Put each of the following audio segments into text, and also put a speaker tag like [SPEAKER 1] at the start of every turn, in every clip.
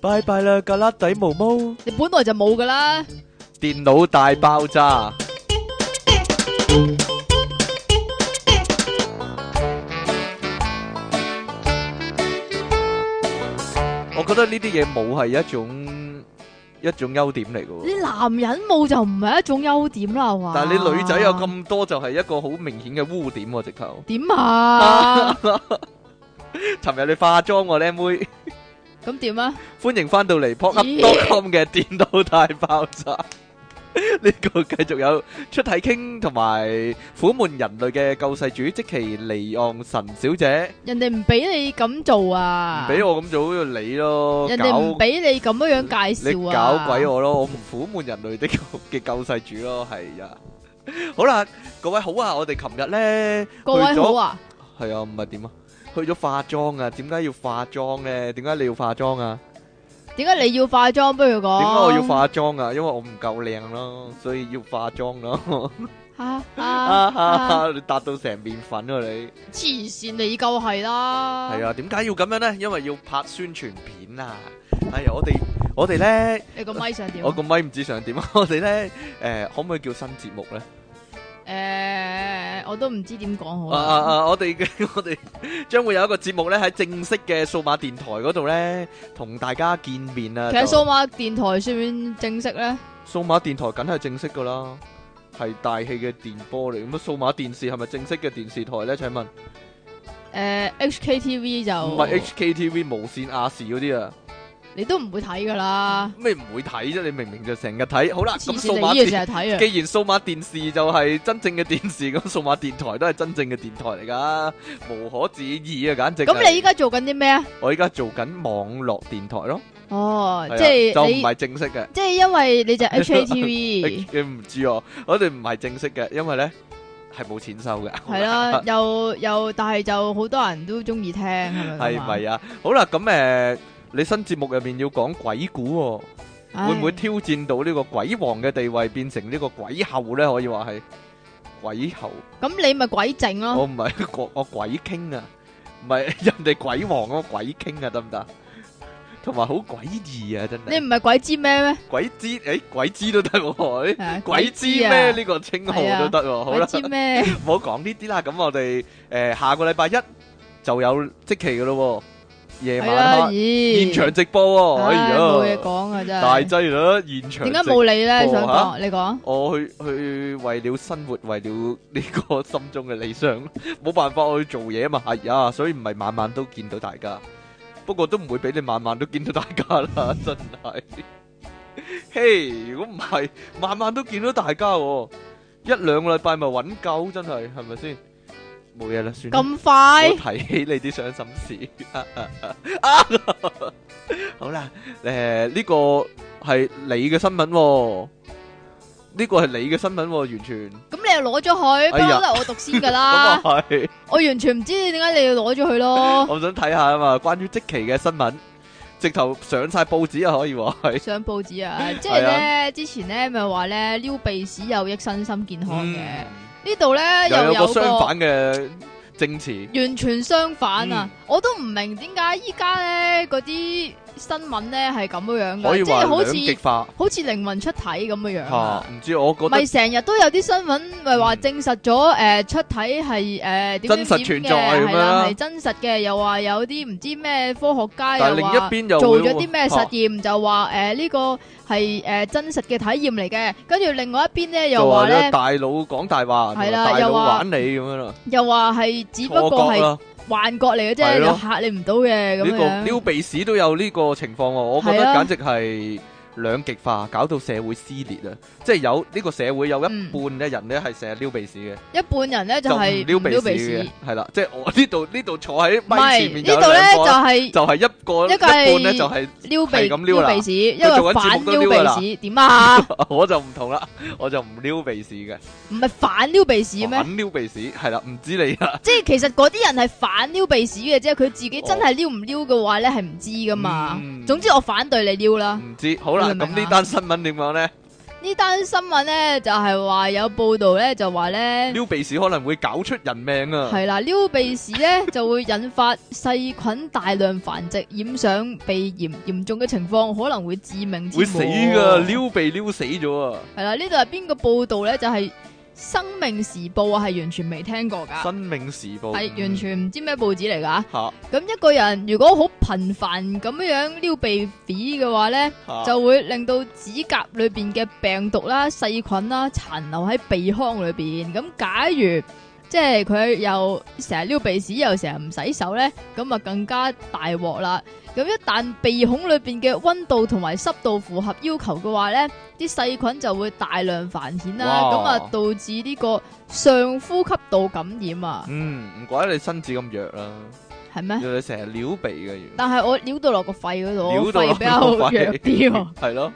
[SPEAKER 1] 拜拜啦，格拉底毛毛，
[SPEAKER 2] 你本來就冇噶啦，
[SPEAKER 1] 電腦大爆炸。我覺得呢啲嘢冇係一種一種優點嚟嘅喎。
[SPEAKER 2] 你男人冇就唔係一種優點啦，係嘛？
[SPEAKER 1] 但係你女仔有咁多就係一個好明顯嘅污點喎、直頭。
[SPEAKER 2] 點 啊？
[SPEAKER 1] 尋日你化妝喎、靚妹，
[SPEAKER 2] 咁點啊？
[SPEAKER 1] 歡迎翻到嚟 p o p u p c o m 嘅電腦大爆炸。 呢個繼續有出體傾同埋苦悶人類嘅救世主即其離岸神小姐，
[SPEAKER 2] 人哋唔俾你咁做
[SPEAKER 1] 唔
[SPEAKER 2] 啊！
[SPEAKER 1] 俾我咁做就你咯，
[SPEAKER 2] 人哋
[SPEAKER 1] 搞
[SPEAKER 2] 唔俾你咁樣樣介
[SPEAKER 1] 你
[SPEAKER 2] 紹
[SPEAKER 1] 搞
[SPEAKER 2] 啊！
[SPEAKER 1] 鬼！我咯，我唔苦悶人類的 嘅救世主咯，係啊。好啦，各位好啊，我哋琴日咧。
[SPEAKER 2] 各位好啊！
[SPEAKER 1] 係啊，唔係點啊？去咗化妝啊？點解要化妝咧？點解你要化妝啊？
[SPEAKER 2] 點解你要化妝？不如講
[SPEAKER 1] 點解我要化妝啊？因為我唔夠靚咯，所以要化妝咯。
[SPEAKER 2] 啊 啊啊！
[SPEAKER 1] 你達到成面粉啊你？
[SPEAKER 2] 黐線，你夠係啦！
[SPEAKER 1] 係，啊，點解要咁樣咧？因為要拍宣傳片啊！哎呀，我哋我哋咧，
[SPEAKER 2] 你個咪想點啊？
[SPEAKER 1] 我個咪唔知想點啊！ 我哋咧，誒可唔可以叫新節目咧？
[SPEAKER 2] 誒，我都唔知點講好
[SPEAKER 1] 啊啊
[SPEAKER 2] 啊！
[SPEAKER 1] 啊！我哋嘅 我哋將會有一個節目咧，喺正式嘅數碼電台嗰度咧，同大家見面啊！
[SPEAKER 2] 其實
[SPEAKER 1] 就
[SPEAKER 2] 數碼電台算唔算正式咧？
[SPEAKER 1] 數碼電台梗係正式噶啦，係大氣嘅電波嚟。咁啊數碼電視係咪正式嘅電視台呢？請問
[SPEAKER 2] 誒，HKTV 就
[SPEAKER 1] 唔係 HKTV 無線亞視嗰啲啊？
[SPEAKER 2] 你都唔會睇噶啦，
[SPEAKER 1] 咩唔會睇啫？你明明就成日睇。好啦，
[SPEAKER 2] 黐
[SPEAKER 1] 咁
[SPEAKER 2] 線
[SPEAKER 1] 數
[SPEAKER 2] 你
[SPEAKER 1] 碼
[SPEAKER 2] 呢嘢成
[SPEAKER 1] 電
[SPEAKER 2] 日睇啊！
[SPEAKER 1] 既然數碼電視就係真正嘅電視，咁數碼電台都係真正嘅電台嚟噶，無可置疑啊！簡直係。
[SPEAKER 2] 咁你依家做緊啲咩啊？
[SPEAKER 1] 我依家做緊網絡電台咯，
[SPEAKER 2] 哦，
[SPEAKER 1] 係啊
[SPEAKER 2] 即係
[SPEAKER 1] 就唔
[SPEAKER 2] 你
[SPEAKER 1] 係正式嘅。
[SPEAKER 2] 即係因為 你就 HKTV
[SPEAKER 1] 你唔知哦，我哋唔係正式嘅，因為呢係冇錢收嘅。
[SPEAKER 2] 係 啦，又又但係就好多人都中意聽，係咪咁啊？
[SPEAKER 1] 系咪啊？好啦，咁诶、呃你新節目入面要講鬼故、喎，
[SPEAKER 2] 唉
[SPEAKER 1] 會唔會挑戰到呢個鬼王嘅地位，變成呢個鬼后咧？可以話係鬼后，
[SPEAKER 2] 咁你咪鬼整咯？
[SPEAKER 1] 我唔係 我我鬼傾啊，唔係 人哋鬼王我鬼傾啊，得唔得？同埋好詭異啊，真
[SPEAKER 2] 你
[SPEAKER 1] 係
[SPEAKER 2] 唔係鬼知咩咩？
[SPEAKER 1] 鬼知诶、鬼知都得 喎、哎
[SPEAKER 2] 係啊
[SPEAKER 1] 鬼知
[SPEAKER 2] 啊
[SPEAKER 1] 咩？呢個稱號都得喎、好
[SPEAKER 2] 鬼
[SPEAKER 1] 啦，
[SPEAKER 2] 知咩？
[SPEAKER 1] 唔好講呢啲啦。咁我哋诶、呃下個禮拜一就有即期噶咯喎，夜
[SPEAKER 2] 係
[SPEAKER 1] 晚
[SPEAKER 2] 啦，
[SPEAKER 1] 黑。
[SPEAKER 2] 咦？
[SPEAKER 1] 現場直播喎，哎
[SPEAKER 2] 唉
[SPEAKER 1] 呀，
[SPEAKER 2] 冇嘢講啊，真
[SPEAKER 1] 大
[SPEAKER 2] 係。
[SPEAKER 1] 劑啦！現場
[SPEAKER 2] 點解
[SPEAKER 1] 直
[SPEAKER 2] 冇你咧？
[SPEAKER 1] 播
[SPEAKER 2] 想
[SPEAKER 1] 啊
[SPEAKER 2] 講你講。
[SPEAKER 1] 我去去為了生活，為了呢個心中嘅理想， 冇辦法我去做嘢啊嘛，係啊，所以唔係晚晚都見到大家，不過都唔會俾你晚晚都見到大家啦， 真係。嘿，如果唔係晚晚都見到大家喎，一兩個禮拜咪揾夠，真係係咪先？冇嘢啦，算啦。
[SPEAKER 2] 咁快
[SPEAKER 1] 我？提起你啲傷心事。 啊好啦，誒、呢、個係你嘅新聞喎、呢個係你嘅新聞喎、完全
[SPEAKER 2] 咁你又攞咗佢，不
[SPEAKER 1] 哎呀
[SPEAKER 2] 嬲都係我讀先噶
[SPEAKER 1] 咁
[SPEAKER 2] 啦
[SPEAKER 1] 啊。係，
[SPEAKER 2] 我完全唔知點解你要攞咗佢咯。
[SPEAKER 1] 我想睇下啊嘛，關於即期嘅新聞，直頭上晒報紙啊，可以話係，
[SPEAKER 2] 上報紙 啊，即係咧之前咧咪話咧撩鼻屎有益身心健康嘅，呢度咧
[SPEAKER 1] 嗯又
[SPEAKER 2] 又
[SPEAKER 1] 有
[SPEAKER 2] 有
[SPEAKER 1] 個相
[SPEAKER 2] 個
[SPEAKER 1] 反嘅政詞，
[SPEAKER 2] 完全相反啊！
[SPEAKER 1] 嗯
[SPEAKER 2] 我都唔明點解依家咧嗰啲新聞咧係咁樣樣
[SPEAKER 1] 可以
[SPEAKER 2] 嘅，即
[SPEAKER 1] 話
[SPEAKER 2] 係好
[SPEAKER 1] 兩極
[SPEAKER 2] 似
[SPEAKER 1] 化
[SPEAKER 2] 好似靈魂出體咁樣樣
[SPEAKER 1] 嚇，
[SPEAKER 2] 啊！
[SPEAKER 1] 唔知我覺得
[SPEAKER 2] 咪成日都有啲新聞咪話
[SPEAKER 1] 嗯
[SPEAKER 2] 證實咗誒出體係誒點
[SPEAKER 1] 真實
[SPEAKER 2] 點點
[SPEAKER 1] 存在
[SPEAKER 2] 嘅
[SPEAKER 1] 咁
[SPEAKER 2] 係
[SPEAKER 1] 樣
[SPEAKER 2] 啦
[SPEAKER 1] 啦
[SPEAKER 2] 係真實嘅，又話有啲唔知咩科學家
[SPEAKER 1] 但係
[SPEAKER 2] 又
[SPEAKER 1] 另
[SPEAKER 2] 話。
[SPEAKER 1] 一邊又
[SPEAKER 2] 做
[SPEAKER 1] 會哦
[SPEAKER 2] 咗啲咩
[SPEAKER 1] 嚇
[SPEAKER 2] 實驗，就話誒呢個係誒真實嘅體驗嚟嘅，跟住另外一邊咧
[SPEAKER 1] 就
[SPEAKER 2] 又
[SPEAKER 1] 話
[SPEAKER 2] 話
[SPEAKER 1] 咧
[SPEAKER 2] 咧，
[SPEAKER 1] 大佬講大話，同埋
[SPEAKER 2] 係啦
[SPEAKER 1] 大佬
[SPEAKER 2] 又話
[SPEAKER 1] 玩你咁樣啦，
[SPEAKER 2] 又話係只不過
[SPEAKER 1] 錯覺啊
[SPEAKER 2] 係
[SPEAKER 1] 啦。
[SPEAKER 2] 幻覺嚟嘅
[SPEAKER 1] 係
[SPEAKER 2] 啫，
[SPEAKER 1] 咯
[SPEAKER 2] 又嚇你唔到嘅咁
[SPEAKER 1] 呢個
[SPEAKER 2] 樣。
[SPEAKER 1] 撩鼻屎都有呢個情況喎，我覺得
[SPEAKER 2] 係啊
[SPEAKER 1] 簡直係兩極化，搞到社會撕裂啊！即係有呢個社會有一半咧人咧係成日撩鼻屎嘅，
[SPEAKER 2] 一半人嗯咧就
[SPEAKER 1] 就
[SPEAKER 2] 係
[SPEAKER 1] 唔
[SPEAKER 2] 撩
[SPEAKER 1] 撩
[SPEAKER 2] 鼻
[SPEAKER 1] 鼻屎
[SPEAKER 2] 屎
[SPEAKER 1] 嘅，，係啦。即係我 呢度呢度坐喺
[SPEAKER 2] 唔
[SPEAKER 1] 咪前
[SPEAKER 2] 係
[SPEAKER 1] 面
[SPEAKER 2] 呢
[SPEAKER 1] 有
[SPEAKER 2] 度咧
[SPEAKER 1] 兩個
[SPEAKER 2] 就
[SPEAKER 1] 啦
[SPEAKER 2] 係
[SPEAKER 1] 就係一個
[SPEAKER 2] 一
[SPEAKER 1] 一
[SPEAKER 2] 個係
[SPEAKER 1] 半咧就係
[SPEAKER 2] 撩鼻
[SPEAKER 1] 係咁撩
[SPEAKER 2] 撩
[SPEAKER 1] 啦
[SPEAKER 2] 鼻屎，因
[SPEAKER 1] 佢做
[SPEAKER 2] 為
[SPEAKER 1] 緊節
[SPEAKER 2] 反
[SPEAKER 1] 目都撩啦
[SPEAKER 2] 撩鼻屎點啊？
[SPEAKER 1] 我就唔同啦，我就唔撩鼻屎嘅，
[SPEAKER 2] 唔係反撩鼻屎咩？
[SPEAKER 1] 反啊撩鼻屎係啦，唔知你啊啦，
[SPEAKER 2] 即係其實嗰啲人係反撩鼻屎嘅啫，佢自己真係撩唔撩嘅話咧係唔知噶嘛。
[SPEAKER 1] 哦嗯
[SPEAKER 2] 總之我反對你撩啦。
[SPEAKER 1] 唔知好啦。
[SPEAKER 2] 你明
[SPEAKER 1] 咁
[SPEAKER 2] 唔明啊
[SPEAKER 1] 呢單新聞點講咧？
[SPEAKER 2] 呢單新聞咧就係話有報道咧就話咧
[SPEAKER 1] 撩鼻屎可能會搞出人命啊！
[SPEAKER 2] 係啦，撩鼻屎咧就會引發細菌大量繁殖，染上鼻炎，嚴重嘅情況可能會致命之
[SPEAKER 1] 會
[SPEAKER 2] 禍。
[SPEAKER 1] 死噶，撩鼻撩死咗啊！
[SPEAKER 2] 係啦，呢度係邊個報道咧？就係、生命時報》啊，係完全未聽過㗎，
[SPEAKER 1] 生命時
[SPEAKER 2] 啊
[SPEAKER 1] 報嗯
[SPEAKER 2] 係完全唔知咩報紙嚟㗎。
[SPEAKER 1] 吓
[SPEAKER 2] 咁一個人如果好頻繁咁樣撩鼻屎嘅話咧，
[SPEAKER 1] 吓
[SPEAKER 2] 啊就會令到指甲裏邊嘅病毒啦、細菌啦殘留喺鼻腔裏邊。咁假如即係佢又成日撩鼻屎，又成日唔洗手咧，咁啊更加大鑊啦。咁一旦鼻孔裏邊嘅温度同埋濕度符合要求嘅話咧，啲細菌就會大量繁衍啦，
[SPEAKER 1] 哇
[SPEAKER 2] 咁啊導致呢個上呼吸道感染啊，
[SPEAKER 1] 嗯，唔怪得你身子咁弱啦，
[SPEAKER 2] 係咩？
[SPEAKER 1] 原來你成日撩鼻嘅，原來
[SPEAKER 2] 但係我撩到落個肺嗰度，我
[SPEAKER 1] 撩到
[SPEAKER 2] 肺比較弱啲 喎。
[SPEAKER 1] 係咯，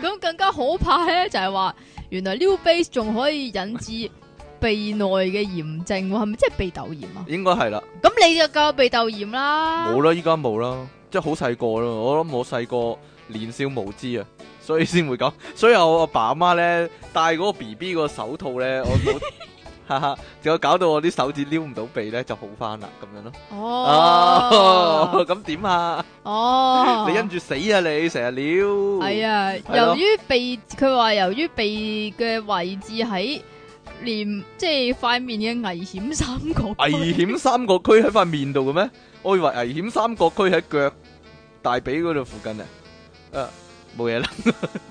[SPEAKER 2] 咁更加可怕咧，就係話原來 new base 仲可以引致鼻內嘅炎症喎，係咪即係鼻竇炎啊？
[SPEAKER 1] 應該係啦，
[SPEAKER 2] 咁你就夠鼻竇炎啦，
[SPEAKER 1] 冇啦，依家冇啦，即係好細個咯，我諗我細個年少無知啊，所以先會咁， 所以我阿爸阿媽咧戴嗰個 B B 個手套咧，我 都哈哈，就搞到我啲手指撩唔到鼻咧就好翻啦，咁樣咯，
[SPEAKER 2] 哦，
[SPEAKER 1] 咁點啊？
[SPEAKER 2] 哦，
[SPEAKER 1] 你因住死啊你，成日撩，
[SPEAKER 2] 係啊，
[SPEAKER 1] 係
[SPEAKER 2] 由
[SPEAKER 1] 咯
[SPEAKER 2] 於鼻佢話由於鼻嘅位置喺連即係塊面嘅危險三角
[SPEAKER 1] 危
[SPEAKER 2] 區
[SPEAKER 1] 險三角區喺塊面度嘅咩？我以為危險三角區喺腳大髀嗰度附近啊！啊，冇嘢啦，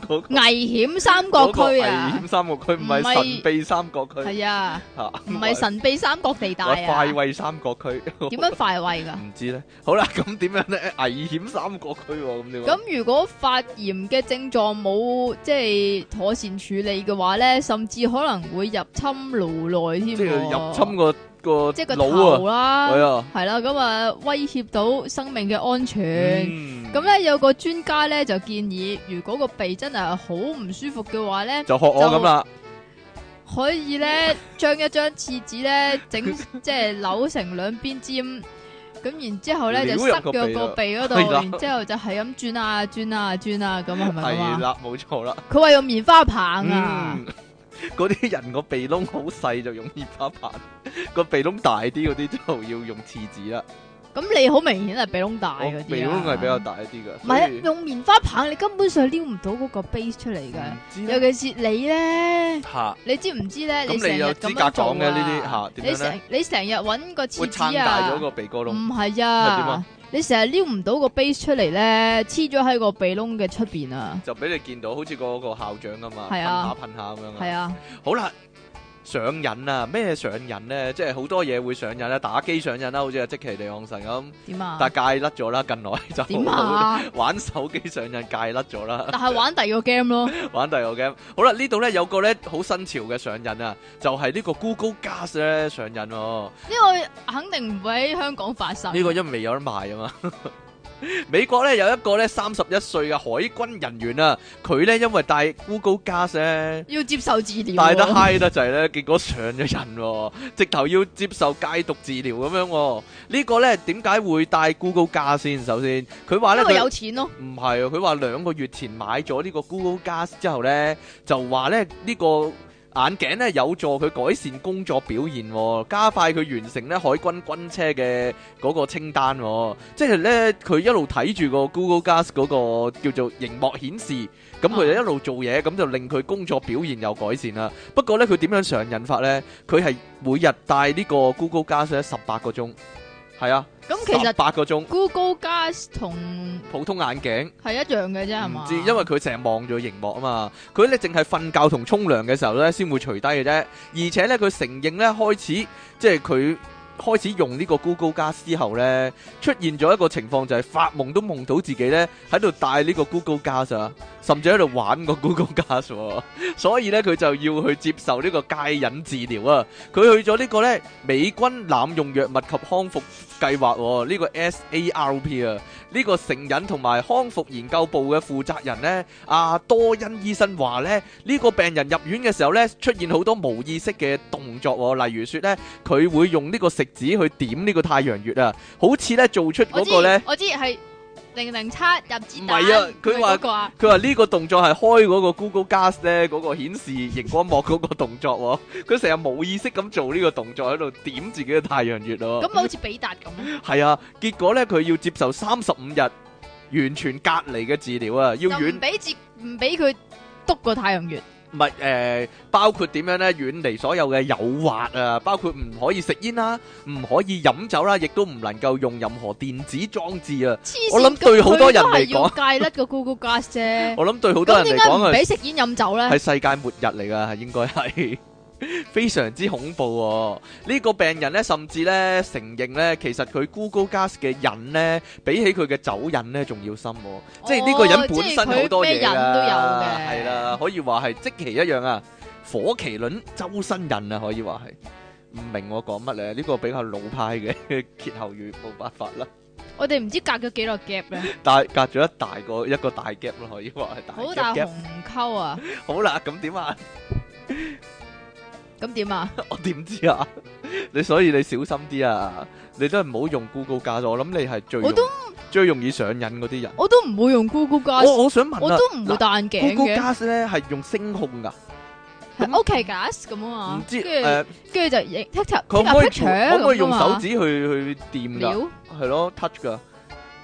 [SPEAKER 1] 嗰個
[SPEAKER 2] 危險三角
[SPEAKER 1] 嗰個
[SPEAKER 2] 區
[SPEAKER 1] 危
[SPEAKER 2] 啊
[SPEAKER 1] 險，三角區唔
[SPEAKER 2] 唔係
[SPEAKER 1] 係神秘三角區
[SPEAKER 2] 係啊，
[SPEAKER 1] 嚇，
[SPEAKER 2] 唔係神秘三角地帶
[SPEAKER 1] 或者快
[SPEAKER 2] 啊，
[SPEAKER 1] 慰三角區，
[SPEAKER 2] 點樣快慰㗎？
[SPEAKER 1] 唔知咧。好啦，咁點樣咧？危險三角區喎，咁點啊？
[SPEAKER 2] 咁如果發炎嘅症狀冇即係妥善處理嘅話咧，甚至可能會入侵腦內添喎，
[SPEAKER 1] 即係入侵個個
[SPEAKER 2] 即係個
[SPEAKER 1] 腦
[SPEAKER 2] 頭
[SPEAKER 1] 啊，
[SPEAKER 2] 啦，
[SPEAKER 1] 係啊，
[SPEAKER 2] 係啦，咁啊威脅到生命嘅安全。
[SPEAKER 1] 嗯
[SPEAKER 2] 咁咧有個專家咧就建議，如果個鼻真係好唔舒服嘅話咧，
[SPEAKER 1] 就學我咁啦，
[SPEAKER 2] 可以 咧將一張廁紙咧整即係扭成兩邊尖，咁然之後咧就
[SPEAKER 1] 撩入
[SPEAKER 2] 塞
[SPEAKER 1] 個
[SPEAKER 2] 咗
[SPEAKER 1] 鼻
[SPEAKER 2] 個
[SPEAKER 1] 啦
[SPEAKER 2] 鼻嗰度，
[SPEAKER 1] 係啦
[SPEAKER 2] 然之後就係咁轉啊轉啊轉啊咁係咪咁啊
[SPEAKER 1] 係？啦，冇錯啦。
[SPEAKER 2] 佢話用棉花棒啊，
[SPEAKER 1] 嗯， 嗰啲人個鼻窿好細就用棉花棒，個鼻窿大啲嗰啲就要用廁紙啦。
[SPEAKER 2] 咁、你好明顯係鼻窿大
[SPEAKER 1] 我
[SPEAKER 2] 嗰啲、啊、
[SPEAKER 1] 鼻窿係比較，大一啲噶，
[SPEAKER 2] 唔
[SPEAKER 1] 所
[SPEAKER 2] 係啊
[SPEAKER 1] 以
[SPEAKER 2] 用棉花棒，你根本上撩唔到嗰個 base 出嚟
[SPEAKER 1] 唔
[SPEAKER 2] 嘅。
[SPEAKER 1] 知
[SPEAKER 2] 尤
[SPEAKER 1] 咧
[SPEAKER 2] 其是你咧，
[SPEAKER 1] 嚇
[SPEAKER 2] 你知唔知咧？成
[SPEAKER 1] 咁你
[SPEAKER 2] 日
[SPEAKER 1] 有
[SPEAKER 2] 咁樣
[SPEAKER 1] 資格
[SPEAKER 2] 做
[SPEAKER 1] 講嘅呢啲
[SPEAKER 2] 啊
[SPEAKER 1] 嚇
[SPEAKER 2] 你
[SPEAKER 1] 點樣
[SPEAKER 2] 成
[SPEAKER 1] 咧？
[SPEAKER 2] 你成日揾個
[SPEAKER 1] 會
[SPEAKER 2] 廁
[SPEAKER 1] 撐
[SPEAKER 2] 紙
[SPEAKER 1] 大咗
[SPEAKER 2] 啊，
[SPEAKER 1] 個鼻哥窿，
[SPEAKER 2] 唔係
[SPEAKER 1] 係點
[SPEAKER 2] 啊
[SPEAKER 1] 啊，
[SPEAKER 2] 你成日撩唔到個 base 出嚟咧，黐咗喺個鼻窿嘅出邊啊，
[SPEAKER 1] 就俾你見到好似個個校長咁啊，噴
[SPEAKER 2] 係
[SPEAKER 1] 下
[SPEAKER 2] 啊
[SPEAKER 1] 噴下咁樣
[SPEAKER 2] 係
[SPEAKER 1] 啊。
[SPEAKER 2] 啊，
[SPEAKER 1] 好啦。上癮啊！咩上癮咧？即係好多嘢會上癮啦，打機上癮啦，好似阿即奇利昂神咁，
[SPEAKER 2] 點啊？
[SPEAKER 1] 但係戒甩咗啦。近來就
[SPEAKER 2] 點啊？
[SPEAKER 1] 玩手機上癮戒甩咗啦。
[SPEAKER 2] 但係玩第二個 game 咯，
[SPEAKER 1] 玩第二個 game。好啦，呢度咧有個咧好新潮嘅上癮啊，就係、呢個 Google Glass 咧上癮喎、
[SPEAKER 2] 呢個肯定唔會喺香港發生。
[SPEAKER 1] 呢個因為未有得賣啊嘛。 美國咧有一個咧三十一歲嘅海軍人員啊，佢咧因為戴 Google Glass 咧。
[SPEAKER 2] 要接受治療喎。啊
[SPEAKER 1] 戴得 high 得滯咧，結果上咗癮喎，直頭要接受戒毒治療咁樣喎。呢個咧點解會戴 Google Glass 先？首先佢話咧
[SPEAKER 2] 因為
[SPEAKER 1] 佢
[SPEAKER 2] 有錢咯，
[SPEAKER 1] 唔係啊，佢話兩個月前買咗呢個 Google Glass 之後呢，就話咧呢、呢個眼鏡呢有助佢改善工作表現、喎，加快佢完成呢海軍軍車嘅嗰個清單、喎。即係呢，佢一路睇住個 Google Glass 嗰個叫做熒幕顯示，咁佢就
[SPEAKER 2] 啊
[SPEAKER 1] 一路做嘢，咁就令佢工作表現有改善啦。不過呢，佢點樣上癮法呢？佢係每日戴呢個 Google Glass 十八個鐘，係啊，
[SPEAKER 2] 咁其
[SPEAKER 1] 十
[SPEAKER 2] 實
[SPEAKER 1] 八個鐘
[SPEAKER 2] Google Glass 同
[SPEAKER 1] 普通眼鏡。
[SPEAKER 2] 係一樣嘅啫，係
[SPEAKER 1] 唔
[SPEAKER 2] 嘛？
[SPEAKER 1] 知，因為佢成日望住個熒幕啊嘛，佢咧淨係瞓覺同沖涼嘅時候咧先會除低嘅啫，而且咧佢承認咧開始即係佢開始用呢個 Google Glass 之後咧，出現咗一個情況就係發夢都夢到自己咧喺度戴呢個 Google Glass 啊，甚至喺度玩個 Google Glass，喎所以咧佢就要去接受呢個戒癮治療啊，佢去咗呢個咧美軍濫用藥物及康復計劃喎，呢、個 SARP 啊。呢個成癮同埋康復研究部嘅負責人呢，阿多恩醫生話呢，呢、個病人入院嘅時候呢，出現好多無意識嘅動作喎，例如說呢，佢會用呢個食指去點呢個太陽穴啊，好似呢做出
[SPEAKER 2] 我
[SPEAKER 1] 嗰
[SPEAKER 2] 知
[SPEAKER 1] 個呢，
[SPEAKER 2] 我知係零零七入子彈
[SPEAKER 1] 唔係啊佢話
[SPEAKER 2] 唔係嗰個啊
[SPEAKER 1] 佢話呢個動作係開嗰個 Google Glass 咧，嗰、個顯示熒光幕嗰個動作喎、佢 成日冇意識咁做呢個動作喺度點自己嘅太陽穴咯。
[SPEAKER 2] 咁咪好似比達咁，
[SPEAKER 1] 係啊，結果咧佢要接受三十五日完全隔離嘅治療啊，
[SPEAKER 2] 就
[SPEAKER 1] 要遠
[SPEAKER 2] 唔俾接唔俾佢篤個太陽穴，
[SPEAKER 1] 唔係誒，包括點樣咧遠離所有嘅誘惑啊，包括唔可以食煙啦，唔可以飲酒啦，亦都唔能夠用任何電子裝置啊。
[SPEAKER 2] 黐線
[SPEAKER 1] 我諗對好多人
[SPEAKER 2] 咁
[SPEAKER 1] 嚟講
[SPEAKER 2] 佢都係要戒甩個 Google Glass 啫。
[SPEAKER 1] 我諗對好多
[SPEAKER 2] 咁
[SPEAKER 1] 人嚟
[SPEAKER 2] 點解
[SPEAKER 1] 講
[SPEAKER 2] 唔
[SPEAKER 1] 啊。
[SPEAKER 2] 俾食煙飲酒 咧？
[SPEAKER 1] 係世界末日嚟噶，應該係 非常之恐怖、喎。呢、個病人呢，甚至呢承認呢，其實佢 Google Gas 嘅癮呢，比起佢嘅酒癮呢，仲要深、喎。即係呢個人
[SPEAKER 2] 哦
[SPEAKER 1] 本
[SPEAKER 2] 即係
[SPEAKER 1] 身好多
[SPEAKER 2] 佢咩
[SPEAKER 1] 嘢
[SPEAKER 2] 人都有
[SPEAKER 1] 啊
[SPEAKER 2] 嘅
[SPEAKER 1] 係啦，可以話係即其一樣啊，火麒麟周身癮啊，可以話係。唔明我講乜咧？呢、個比較老派嘅 歇後語，冇辦法啦。
[SPEAKER 2] 我哋唔知隔咗幾耐 gap 咧，
[SPEAKER 1] 但係隔咗一大個一個大 gap 咯，可以話係大
[SPEAKER 2] 好
[SPEAKER 1] gap
[SPEAKER 2] 大
[SPEAKER 1] gap。
[SPEAKER 2] 紅溝啊！
[SPEAKER 1] 好啦，咁點啊？
[SPEAKER 2] 咁點啊？
[SPEAKER 1] 我點知啊？ 你所以你小心啲啊！你都係唔好用 Google 加咗，我諗你係最
[SPEAKER 2] 我都
[SPEAKER 1] 容最容易上癮嗰啲人。
[SPEAKER 2] 我都唔會用 Google Glass，
[SPEAKER 1] 我我想問
[SPEAKER 2] 我
[SPEAKER 1] 啊
[SPEAKER 2] 都唔會
[SPEAKER 1] 嗱
[SPEAKER 2] 戴眼鏡嘅，
[SPEAKER 1] ，Google 加咧係用聲控噶，
[SPEAKER 2] 係 OK Glass 咁啊
[SPEAKER 1] 唔
[SPEAKER 2] 嘛。
[SPEAKER 1] 知
[SPEAKER 2] 跟住
[SPEAKER 1] 誒，
[SPEAKER 2] 跟住就影 t i k
[SPEAKER 1] 佢可唔可以
[SPEAKER 2] picture
[SPEAKER 1] 可唔可以
[SPEAKER 2] 咁啊
[SPEAKER 1] 用手
[SPEAKER 2] 嘛
[SPEAKER 1] 指去去掂㗎？
[SPEAKER 2] 撩，
[SPEAKER 1] 係咯，touch 㗎，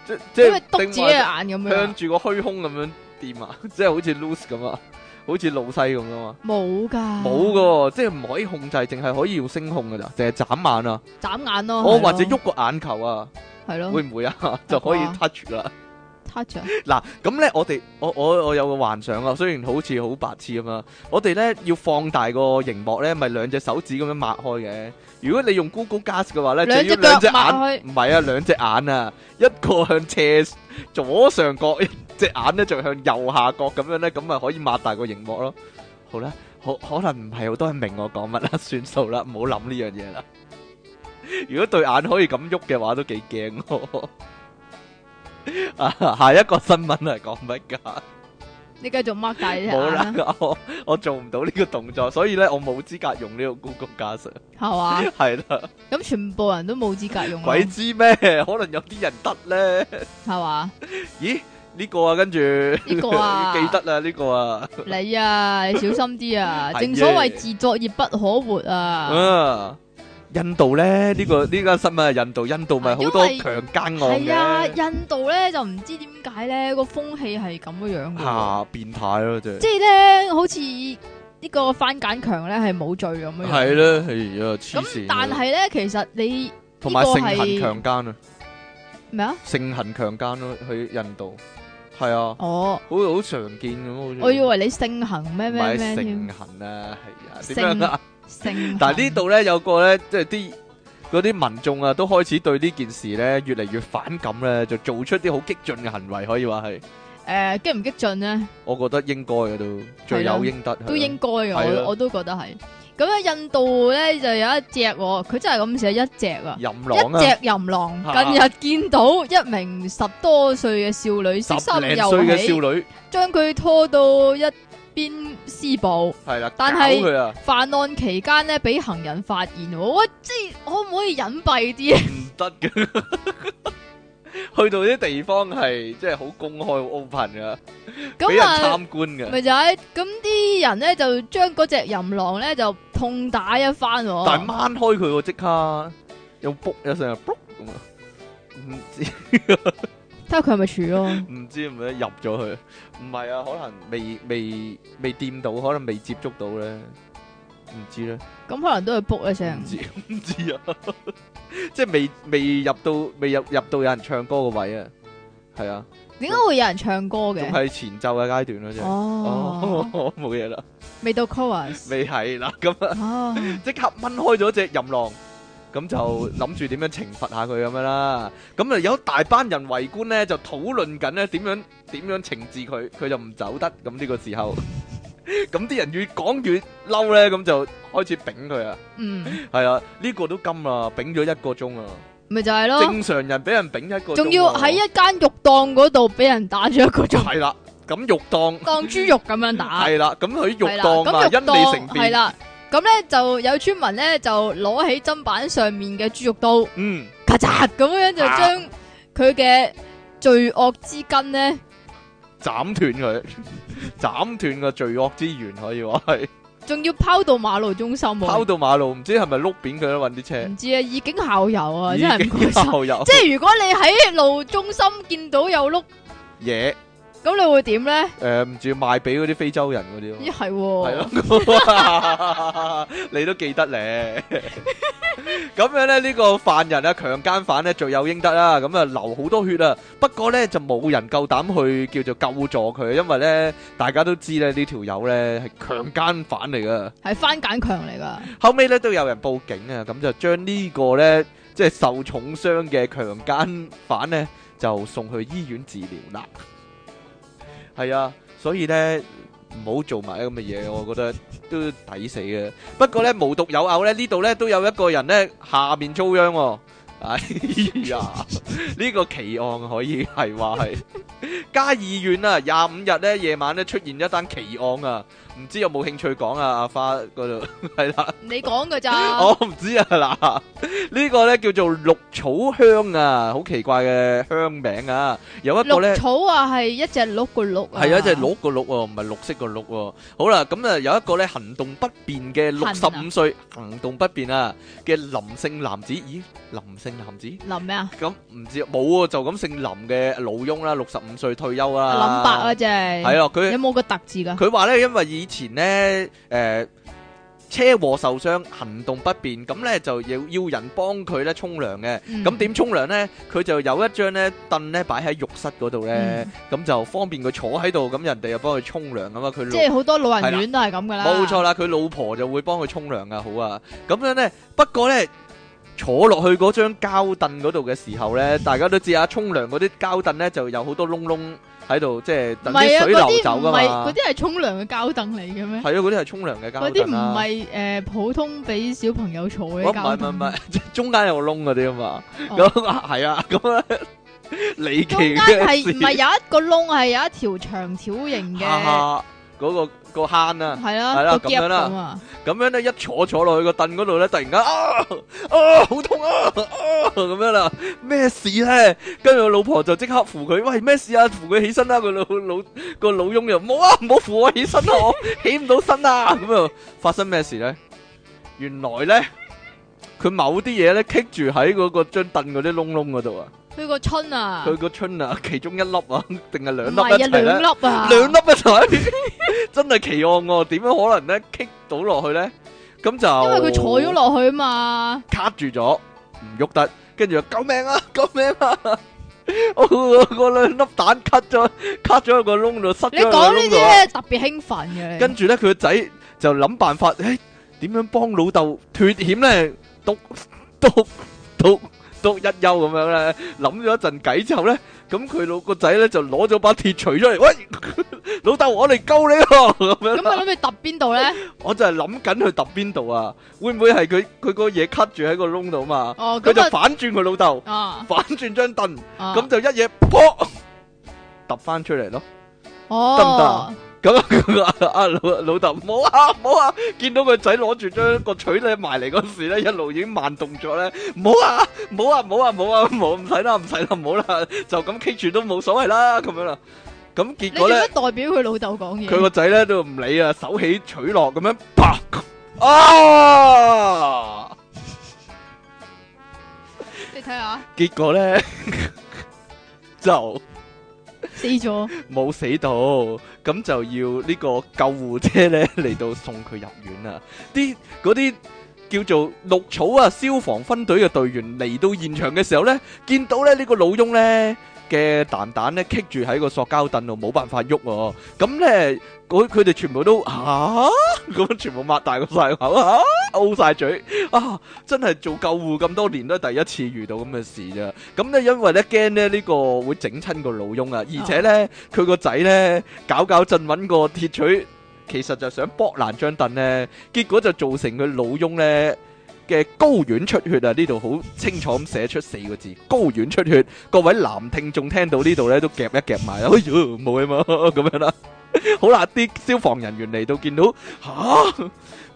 [SPEAKER 1] 即即
[SPEAKER 2] 因為篤自己嘅
[SPEAKER 1] 定
[SPEAKER 2] 眼咁
[SPEAKER 1] 話向
[SPEAKER 2] 樣，
[SPEAKER 1] 住個虛空咁樣掂啊， 即係好似 loose 咁啊，好似老西咁啊嘛。
[SPEAKER 2] 冇噶，
[SPEAKER 1] 冇噶，即係唔可以控制，淨係可以用聲控㗎咋，淨係眨眼啊，
[SPEAKER 2] 眨眼咯，
[SPEAKER 1] 我
[SPEAKER 2] 哦係
[SPEAKER 1] 或者
[SPEAKER 2] 咯
[SPEAKER 1] 喐，個眼球啊，
[SPEAKER 2] 係咯
[SPEAKER 1] 會唔會啊？ 就可以
[SPEAKER 2] 啊
[SPEAKER 1] touch 啦。
[SPEAKER 2] ，touch 啊
[SPEAKER 1] 嗱，咁咧，我哋我我我有個幻想啊，雖然好似好白痴咁啊，我哋咧要放大個熒幕咧，咪兩隻手指咁樣抹開嘅。如果你用 Google Glass 嘅話咧，
[SPEAKER 2] 兩
[SPEAKER 1] 就要
[SPEAKER 2] 隻
[SPEAKER 1] 兩隻
[SPEAKER 2] 腳抹
[SPEAKER 1] 眼，唔係啊，兩隻眼啊，一個向斜左上角，一隻眼咧就向右下角咁樣咧，咁啊咪可以抹大個熒幕咯。好啦，可可能唔係好多人明我講乜啦，算數啦，唔好諗呢樣嘢啦。 如果對眼可以咁喐嘅話，都幾驚喎。 啊，下一個新聞係講乜㗎？
[SPEAKER 2] 你繼續 mark 大隻
[SPEAKER 1] 冇
[SPEAKER 2] 眼啦，
[SPEAKER 1] 啦，我我做唔到呢個動作，所以咧我冇資格用呢個 Google Glass。啊
[SPEAKER 2] 係嘛？
[SPEAKER 1] 係啦，
[SPEAKER 2] 咁全部人都冇資格用啦，
[SPEAKER 1] 鬼知咩？可能有啲人得咧。
[SPEAKER 2] 係嘛？
[SPEAKER 1] 咦？呢個啊，跟住
[SPEAKER 2] 呢個啊
[SPEAKER 1] 記得啦，呢個啊，
[SPEAKER 2] 你啊，你小心啲啊！
[SPEAKER 1] 係啊
[SPEAKER 2] 正所謂自作孽不可活啊！
[SPEAKER 1] 嗯，印度咧呢個呢間新聞係印度，印度咪好多
[SPEAKER 2] 因為
[SPEAKER 1] 強姦
[SPEAKER 2] 係啊，
[SPEAKER 1] 案嘅，
[SPEAKER 2] 印度咧就唔知點解咧個風氣係咁嘅樣嘅喎，
[SPEAKER 1] 嚇變態咯，真係
[SPEAKER 2] 即係咧好似呢個番簡強咧係冇罪咁樣。
[SPEAKER 1] 係。啦，係啊，黐
[SPEAKER 2] 咁
[SPEAKER 1] 線。
[SPEAKER 2] 但係咧，其實你
[SPEAKER 1] 同埋
[SPEAKER 2] 呢個
[SPEAKER 1] 性
[SPEAKER 2] 係
[SPEAKER 1] 行強姦啊，
[SPEAKER 2] 咩啊？
[SPEAKER 1] 性行強姦咯，去印度係啊。
[SPEAKER 2] 哦，
[SPEAKER 1] 好好常見咁，好似
[SPEAKER 2] 我以為你盛行咩
[SPEAKER 1] 唔
[SPEAKER 2] 咩
[SPEAKER 1] 係
[SPEAKER 2] 咩
[SPEAKER 1] 盛
[SPEAKER 2] 添，
[SPEAKER 1] 行啊，係啊，
[SPEAKER 2] 盛
[SPEAKER 1] 點樣啊？
[SPEAKER 2] 盛行。
[SPEAKER 1] 但係呢度咧有個咧，即係啲嗰啲民眾啊，都開始對呢件事咧越嚟越反感咧，就做出啲好激進嘅行為，可以話係，
[SPEAKER 2] 誒激唔激進咧，
[SPEAKER 1] 我覺得應該嘅都罪有應得，
[SPEAKER 2] 都應該嘅，
[SPEAKER 1] 係啊
[SPEAKER 2] 我
[SPEAKER 1] 咯
[SPEAKER 2] 我都覺得係。咁咧，印度咧就有一隻喎，佢真係咁寫一隻啊。
[SPEAKER 1] 淫
[SPEAKER 2] 一
[SPEAKER 1] 狼啊，
[SPEAKER 2] 隻淫狼近日見到一名十多歲嘅少女色
[SPEAKER 1] 十
[SPEAKER 2] 心
[SPEAKER 1] 零歲
[SPEAKER 2] 又
[SPEAKER 1] 嘅少
[SPEAKER 2] 起，
[SPEAKER 1] 女
[SPEAKER 2] 將佢拖到一邊施暴。
[SPEAKER 1] 係啦，搞
[SPEAKER 2] 但係
[SPEAKER 1] 佢啊，
[SPEAKER 2] 犯案期間呢，俾行人發現喎，我即係可唔可以隱蔽啲？啊
[SPEAKER 1] 唔得嘅， 去到啲地方係即係好公開、好 open 噶，俾
[SPEAKER 2] 咁
[SPEAKER 1] 人
[SPEAKER 2] 啊，
[SPEAKER 1] 參觀 嘅。
[SPEAKER 2] 咪就係咁啲人呢，就將嗰隻淫狼呢，就痛打一番喎。
[SPEAKER 1] 但係掹開佢喎，即刻又卜一聲又卜咁啊！唔知
[SPEAKER 2] 睇下佢係咪處咯？
[SPEAKER 1] 唔知係咪入咗去？唔係啊，可能未未未掂到，可能未接觸到咧，唔知咧，
[SPEAKER 2] 咁可能都係卜一聲
[SPEAKER 1] 唔。知 唔知啊！即係未未入到未入入到有人唱歌個位啊，係啊，
[SPEAKER 2] 點解會有人唱歌
[SPEAKER 1] 仲
[SPEAKER 2] 嘅？
[SPEAKER 1] 係前奏嘅階段咯，即係
[SPEAKER 2] 哦，
[SPEAKER 1] 哦，冇嘢啦，
[SPEAKER 2] 未到 chorus。
[SPEAKER 1] 未係啦，咁啊。
[SPEAKER 2] 哦，
[SPEAKER 1] 即刻掹開咗只淫狼，咁就諗住點樣懲罰下佢咁樣啦。咁啊有一大班人圍觀咧，就討論緊咧點樣點樣懲治佢，佢就唔走得。咁呢個時候， 咁啲人越講越嬲咧，咁就開始丙佢啊。
[SPEAKER 2] 嗯，
[SPEAKER 1] 係啊，呢個都金啊，丙咗一個鐘啊。
[SPEAKER 2] 咪就係咯。
[SPEAKER 1] 正常人俾人丙一個鐘啊，
[SPEAKER 2] 仲要喺一間肉檔嗰度俾人打咗一個鐘，
[SPEAKER 1] 係啦。咁肉檔
[SPEAKER 2] 當豬肉咁樣打，
[SPEAKER 1] 係啦，咁佢肉
[SPEAKER 2] 係啦
[SPEAKER 1] 檔啊，
[SPEAKER 2] 咁
[SPEAKER 1] 因
[SPEAKER 2] 肉
[SPEAKER 1] 利成
[SPEAKER 2] 檔係
[SPEAKER 1] 便，
[SPEAKER 2] 啦。咁咧就有村民咧就攞起砧板上面嘅豬肉刀，
[SPEAKER 1] 嗯，
[SPEAKER 2] 咔嚓咁樣就將佢嘅罪惡之根咧，
[SPEAKER 1] 斬斷佢， 斬斷個罪惡之源可以話係，
[SPEAKER 2] 仲要拋到馬路中心
[SPEAKER 1] 拋
[SPEAKER 2] 喎。
[SPEAKER 1] 到馬路，唔知係咪碌扁佢咧，搵啲車，
[SPEAKER 2] 唔知啊，以儆效尤啊，
[SPEAKER 1] 已
[SPEAKER 2] 真係唔
[SPEAKER 1] 經
[SPEAKER 2] 該晒。
[SPEAKER 1] 後有
[SPEAKER 2] 即係如果你喺路中心見到有碌，
[SPEAKER 1] 嘢，
[SPEAKER 2] 咁你會點咧？
[SPEAKER 1] 誒唔住賣俾嗰啲非洲人嗰啲咯。
[SPEAKER 2] 咦係
[SPEAKER 1] 係
[SPEAKER 2] 喎，
[SPEAKER 1] 咯， 你都記 得咧。咁樣咧，呢個犯人啊，強姦犯咧，罪有應得啦。咁啊，流好多血啊。不過咧，就冇人夠膽去叫做救助佢，因為咧，大家都知咧，呢條友咧係強姦犯嚟噶。
[SPEAKER 2] 係番簡強嚟㗎。
[SPEAKER 1] 後尾咧都有人報警啊，咁就將呢個咧即係受重傷嘅強姦犯咧就送去醫院治療啦。係啊，所以咧唔好做埋啲咁嘅嘢，我覺得都抵死嘅。不過咧無獨有偶咧，呢度咧都有一個人咧下面遭殃喎、哎呀，呢個奇案可以係話係加議院啊，廿五日咧夜晚咧出現一單奇案啊，唔知有冇興趣講啊？阿花嗰度係啦。
[SPEAKER 2] 你講㗎 咋？
[SPEAKER 1] 我唔知啊嗱，呢個咧叫做綠草香啊，好奇怪嘅香名啊，有一個咧
[SPEAKER 2] 綠。草啊，係一隻鹿個鹿啊，
[SPEAKER 1] 係啊，就係鹿個鹿喎，唔係綠色個鹿喎。好啦，咁啊有一個咧行動不便嘅
[SPEAKER 2] 啊
[SPEAKER 1] 六十五歲行動不便啊嘅林姓男子，咦林姓男子
[SPEAKER 2] 林咩啊？
[SPEAKER 1] 咁唔知冇啊，就咁姓林嘅老翁啦，六十五歲退休啦。
[SPEAKER 2] 林白啊，，即係
[SPEAKER 1] 係啊，佢
[SPEAKER 2] 有冇個特字㗎？
[SPEAKER 1] 佢話咧，因為以前咧，誒、車禍受傷，行動不便，咁咧就要要人幫佢咧沖涼嘅。
[SPEAKER 2] 嗯
[SPEAKER 1] 咁點沖涼咧？佢就有一張咧凳咧擺喺浴室嗰度咧，
[SPEAKER 2] 嗯
[SPEAKER 1] 咁、就方便佢坐喺度，咁人哋又幫佢沖涼咁啊。佢
[SPEAKER 2] 即
[SPEAKER 1] 老
[SPEAKER 2] 係好多老人院都係咁㗎啦。
[SPEAKER 1] 冇錯啦，佢老婆就會幫佢沖涼啊，好啊。咁樣咧，不過咧。坐落去嗰張膠凳嗰度嘅時候咧，大家都知啊，沖涼嗰啲膠凳咧就有好多窿窿喺度，即係
[SPEAKER 2] 唔
[SPEAKER 1] 等
[SPEAKER 2] 係
[SPEAKER 1] 啲
[SPEAKER 2] 啊，
[SPEAKER 1] 水
[SPEAKER 2] 嗰
[SPEAKER 1] 流
[SPEAKER 2] 啲
[SPEAKER 1] 走
[SPEAKER 2] 唔
[SPEAKER 1] 噶
[SPEAKER 2] 係
[SPEAKER 1] 嘛
[SPEAKER 2] 嗰。啲係沖涼嘅膠凳嚟嘅咩？
[SPEAKER 1] 係啊咯，嗰啲係沖涼嘅膠
[SPEAKER 2] 嗰啲
[SPEAKER 1] 凳
[SPEAKER 2] 唔
[SPEAKER 1] 啦。
[SPEAKER 2] 係誒普通俾小朋友坐嘅
[SPEAKER 1] 哦我唔
[SPEAKER 2] 膠
[SPEAKER 1] 係唔係
[SPEAKER 2] 凳。
[SPEAKER 1] 唔係，即係中間有個窿嗰啲啊嘛。
[SPEAKER 2] 哦
[SPEAKER 1] 咁係啊， 咁咧離奇
[SPEAKER 2] 中間
[SPEAKER 1] 嘅
[SPEAKER 2] 係唔係
[SPEAKER 1] 事，
[SPEAKER 2] 有一個窿係有一條長條形嘅？
[SPEAKER 1] 哈哈嗰個個坑啊，
[SPEAKER 2] 係
[SPEAKER 1] 係
[SPEAKER 2] 啦，
[SPEAKER 1] 啦
[SPEAKER 2] 個
[SPEAKER 1] 咁樣
[SPEAKER 2] 夾
[SPEAKER 1] 啦
[SPEAKER 2] 咁啊，
[SPEAKER 1] 咁樣咧一坐坐落去個凳嗰度咧，突然間啊啊好痛啊啊咁樣啦，咩事咧？跟住我老婆就即刻扶佢，喂咩事啊？扶佢起身啦！個老老個老翁又冇啊，唔好扶我起身啦，我起唔到身啊！咁啊，發生咩事咧？原來咧，佢某啲嘢咧棘住喺嗰個張凳嗰啲窿窿嗰度啊，
[SPEAKER 2] 佢個春啊，
[SPEAKER 1] 佢個春啊，其中一粒啊，定係兩
[SPEAKER 2] 唔
[SPEAKER 1] 粒一
[SPEAKER 2] 係啊，
[SPEAKER 1] 齊咧
[SPEAKER 2] 兩？粒啊，
[SPEAKER 1] 兩粒一齊， 真係奇案喎、點樣可能咧棘到落去咧？咁就
[SPEAKER 2] 因為佢坐咗落去嘛，
[SPEAKER 1] 卡住咗，唔喐得，跟住就救命啊！救命啊！ 我我我兩粒蛋卡咗，卡咗喺個窿度，塞
[SPEAKER 2] 你
[SPEAKER 1] 咗喺個
[SPEAKER 2] 講呢
[SPEAKER 1] 窿
[SPEAKER 2] 啲
[SPEAKER 1] 度啊。
[SPEAKER 2] 咧特別興奮嘅你。
[SPEAKER 1] 跟住咧，佢個仔就諗辦法，誒點樣幫老豆脱險咧？篤篤 篤篤一休咁樣咧，諗咗一陣計之後咧，咁佢老個仔咧就攞咗把鐵錘出嚟，喂 老豆，我嚟救你咯咁樣
[SPEAKER 2] 咁
[SPEAKER 1] 啦。
[SPEAKER 2] 啊諗住揼邊度咧？
[SPEAKER 1] 我就係諗緊佢揼邊度啊，會唔會係佢佢個嘢卡住喺個窿度嘛？
[SPEAKER 2] 哦，
[SPEAKER 1] 佢就
[SPEAKER 2] 咁
[SPEAKER 1] 反轉佢老豆，
[SPEAKER 2] 啊啊，
[SPEAKER 1] 反轉張凳，
[SPEAKER 2] 咁
[SPEAKER 1] 咁就一嘢撲揼翻出嚟咯。得唔得
[SPEAKER 2] 哦，
[SPEAKER 1] 啊咁啊佢話啊老老豆冇啊冇啊，見到個仔攞住張個錘咧埋嚟嗰時咧，一路已經慢動作咧，冇啊冇啊冇啊冇啊冇唔使啦唔使啦冇啦，就咁棘住都冇所謂啦咁樣啦。咁
[SPEAKER 2] 你
[SPEAKER 1] 結
[SPEAKER 2] 做
[SPEAKER 1] 果咧
[SPEAKER 2] 乜。代表佢老豆講嘢？
[SPEAKER 1] 佢個仔咧都唔理啊，手起取落咁樣，啪啊！
[SPEAKER 2] 你睇下
[SPEAKER 1] 結果 咧就
[SPEAKER 2] 死咗，
[SPEAKER 1] 冇死到，咁就要呢個救護車咧嚟到送佢入院啦。啲嗰啲。叫做綠草啊，消防分隊嘅隊員嚟到現場嘅時候咧，見到咧呢個老翁咧嘅蛋蛋咧棘住喺個塑膠凳度，冇辦法喐喎。咁咧，佢佢哋全部都嚇，咁全部擘大個晒口啊，嘔晒嘴啊！真係做救護咁多年都係第一次遇到咁嘅事咋。咁咧，因為咧驚咧呢個會整親個老翁啊，而且咧佢個仔咧搞搞震揾個鐵錘，其實就想剝爛張凳咧。結果就造成佢老翁咧嘅睾丸出血啊！呢度好清楚咁寫出四個字睾丸出血。各位男聽眾聽到呢度咧都夾一夾埋啦，哎喲冇嘢嘛咁樣啦。 好啦，啲消防人員嚟到見到吓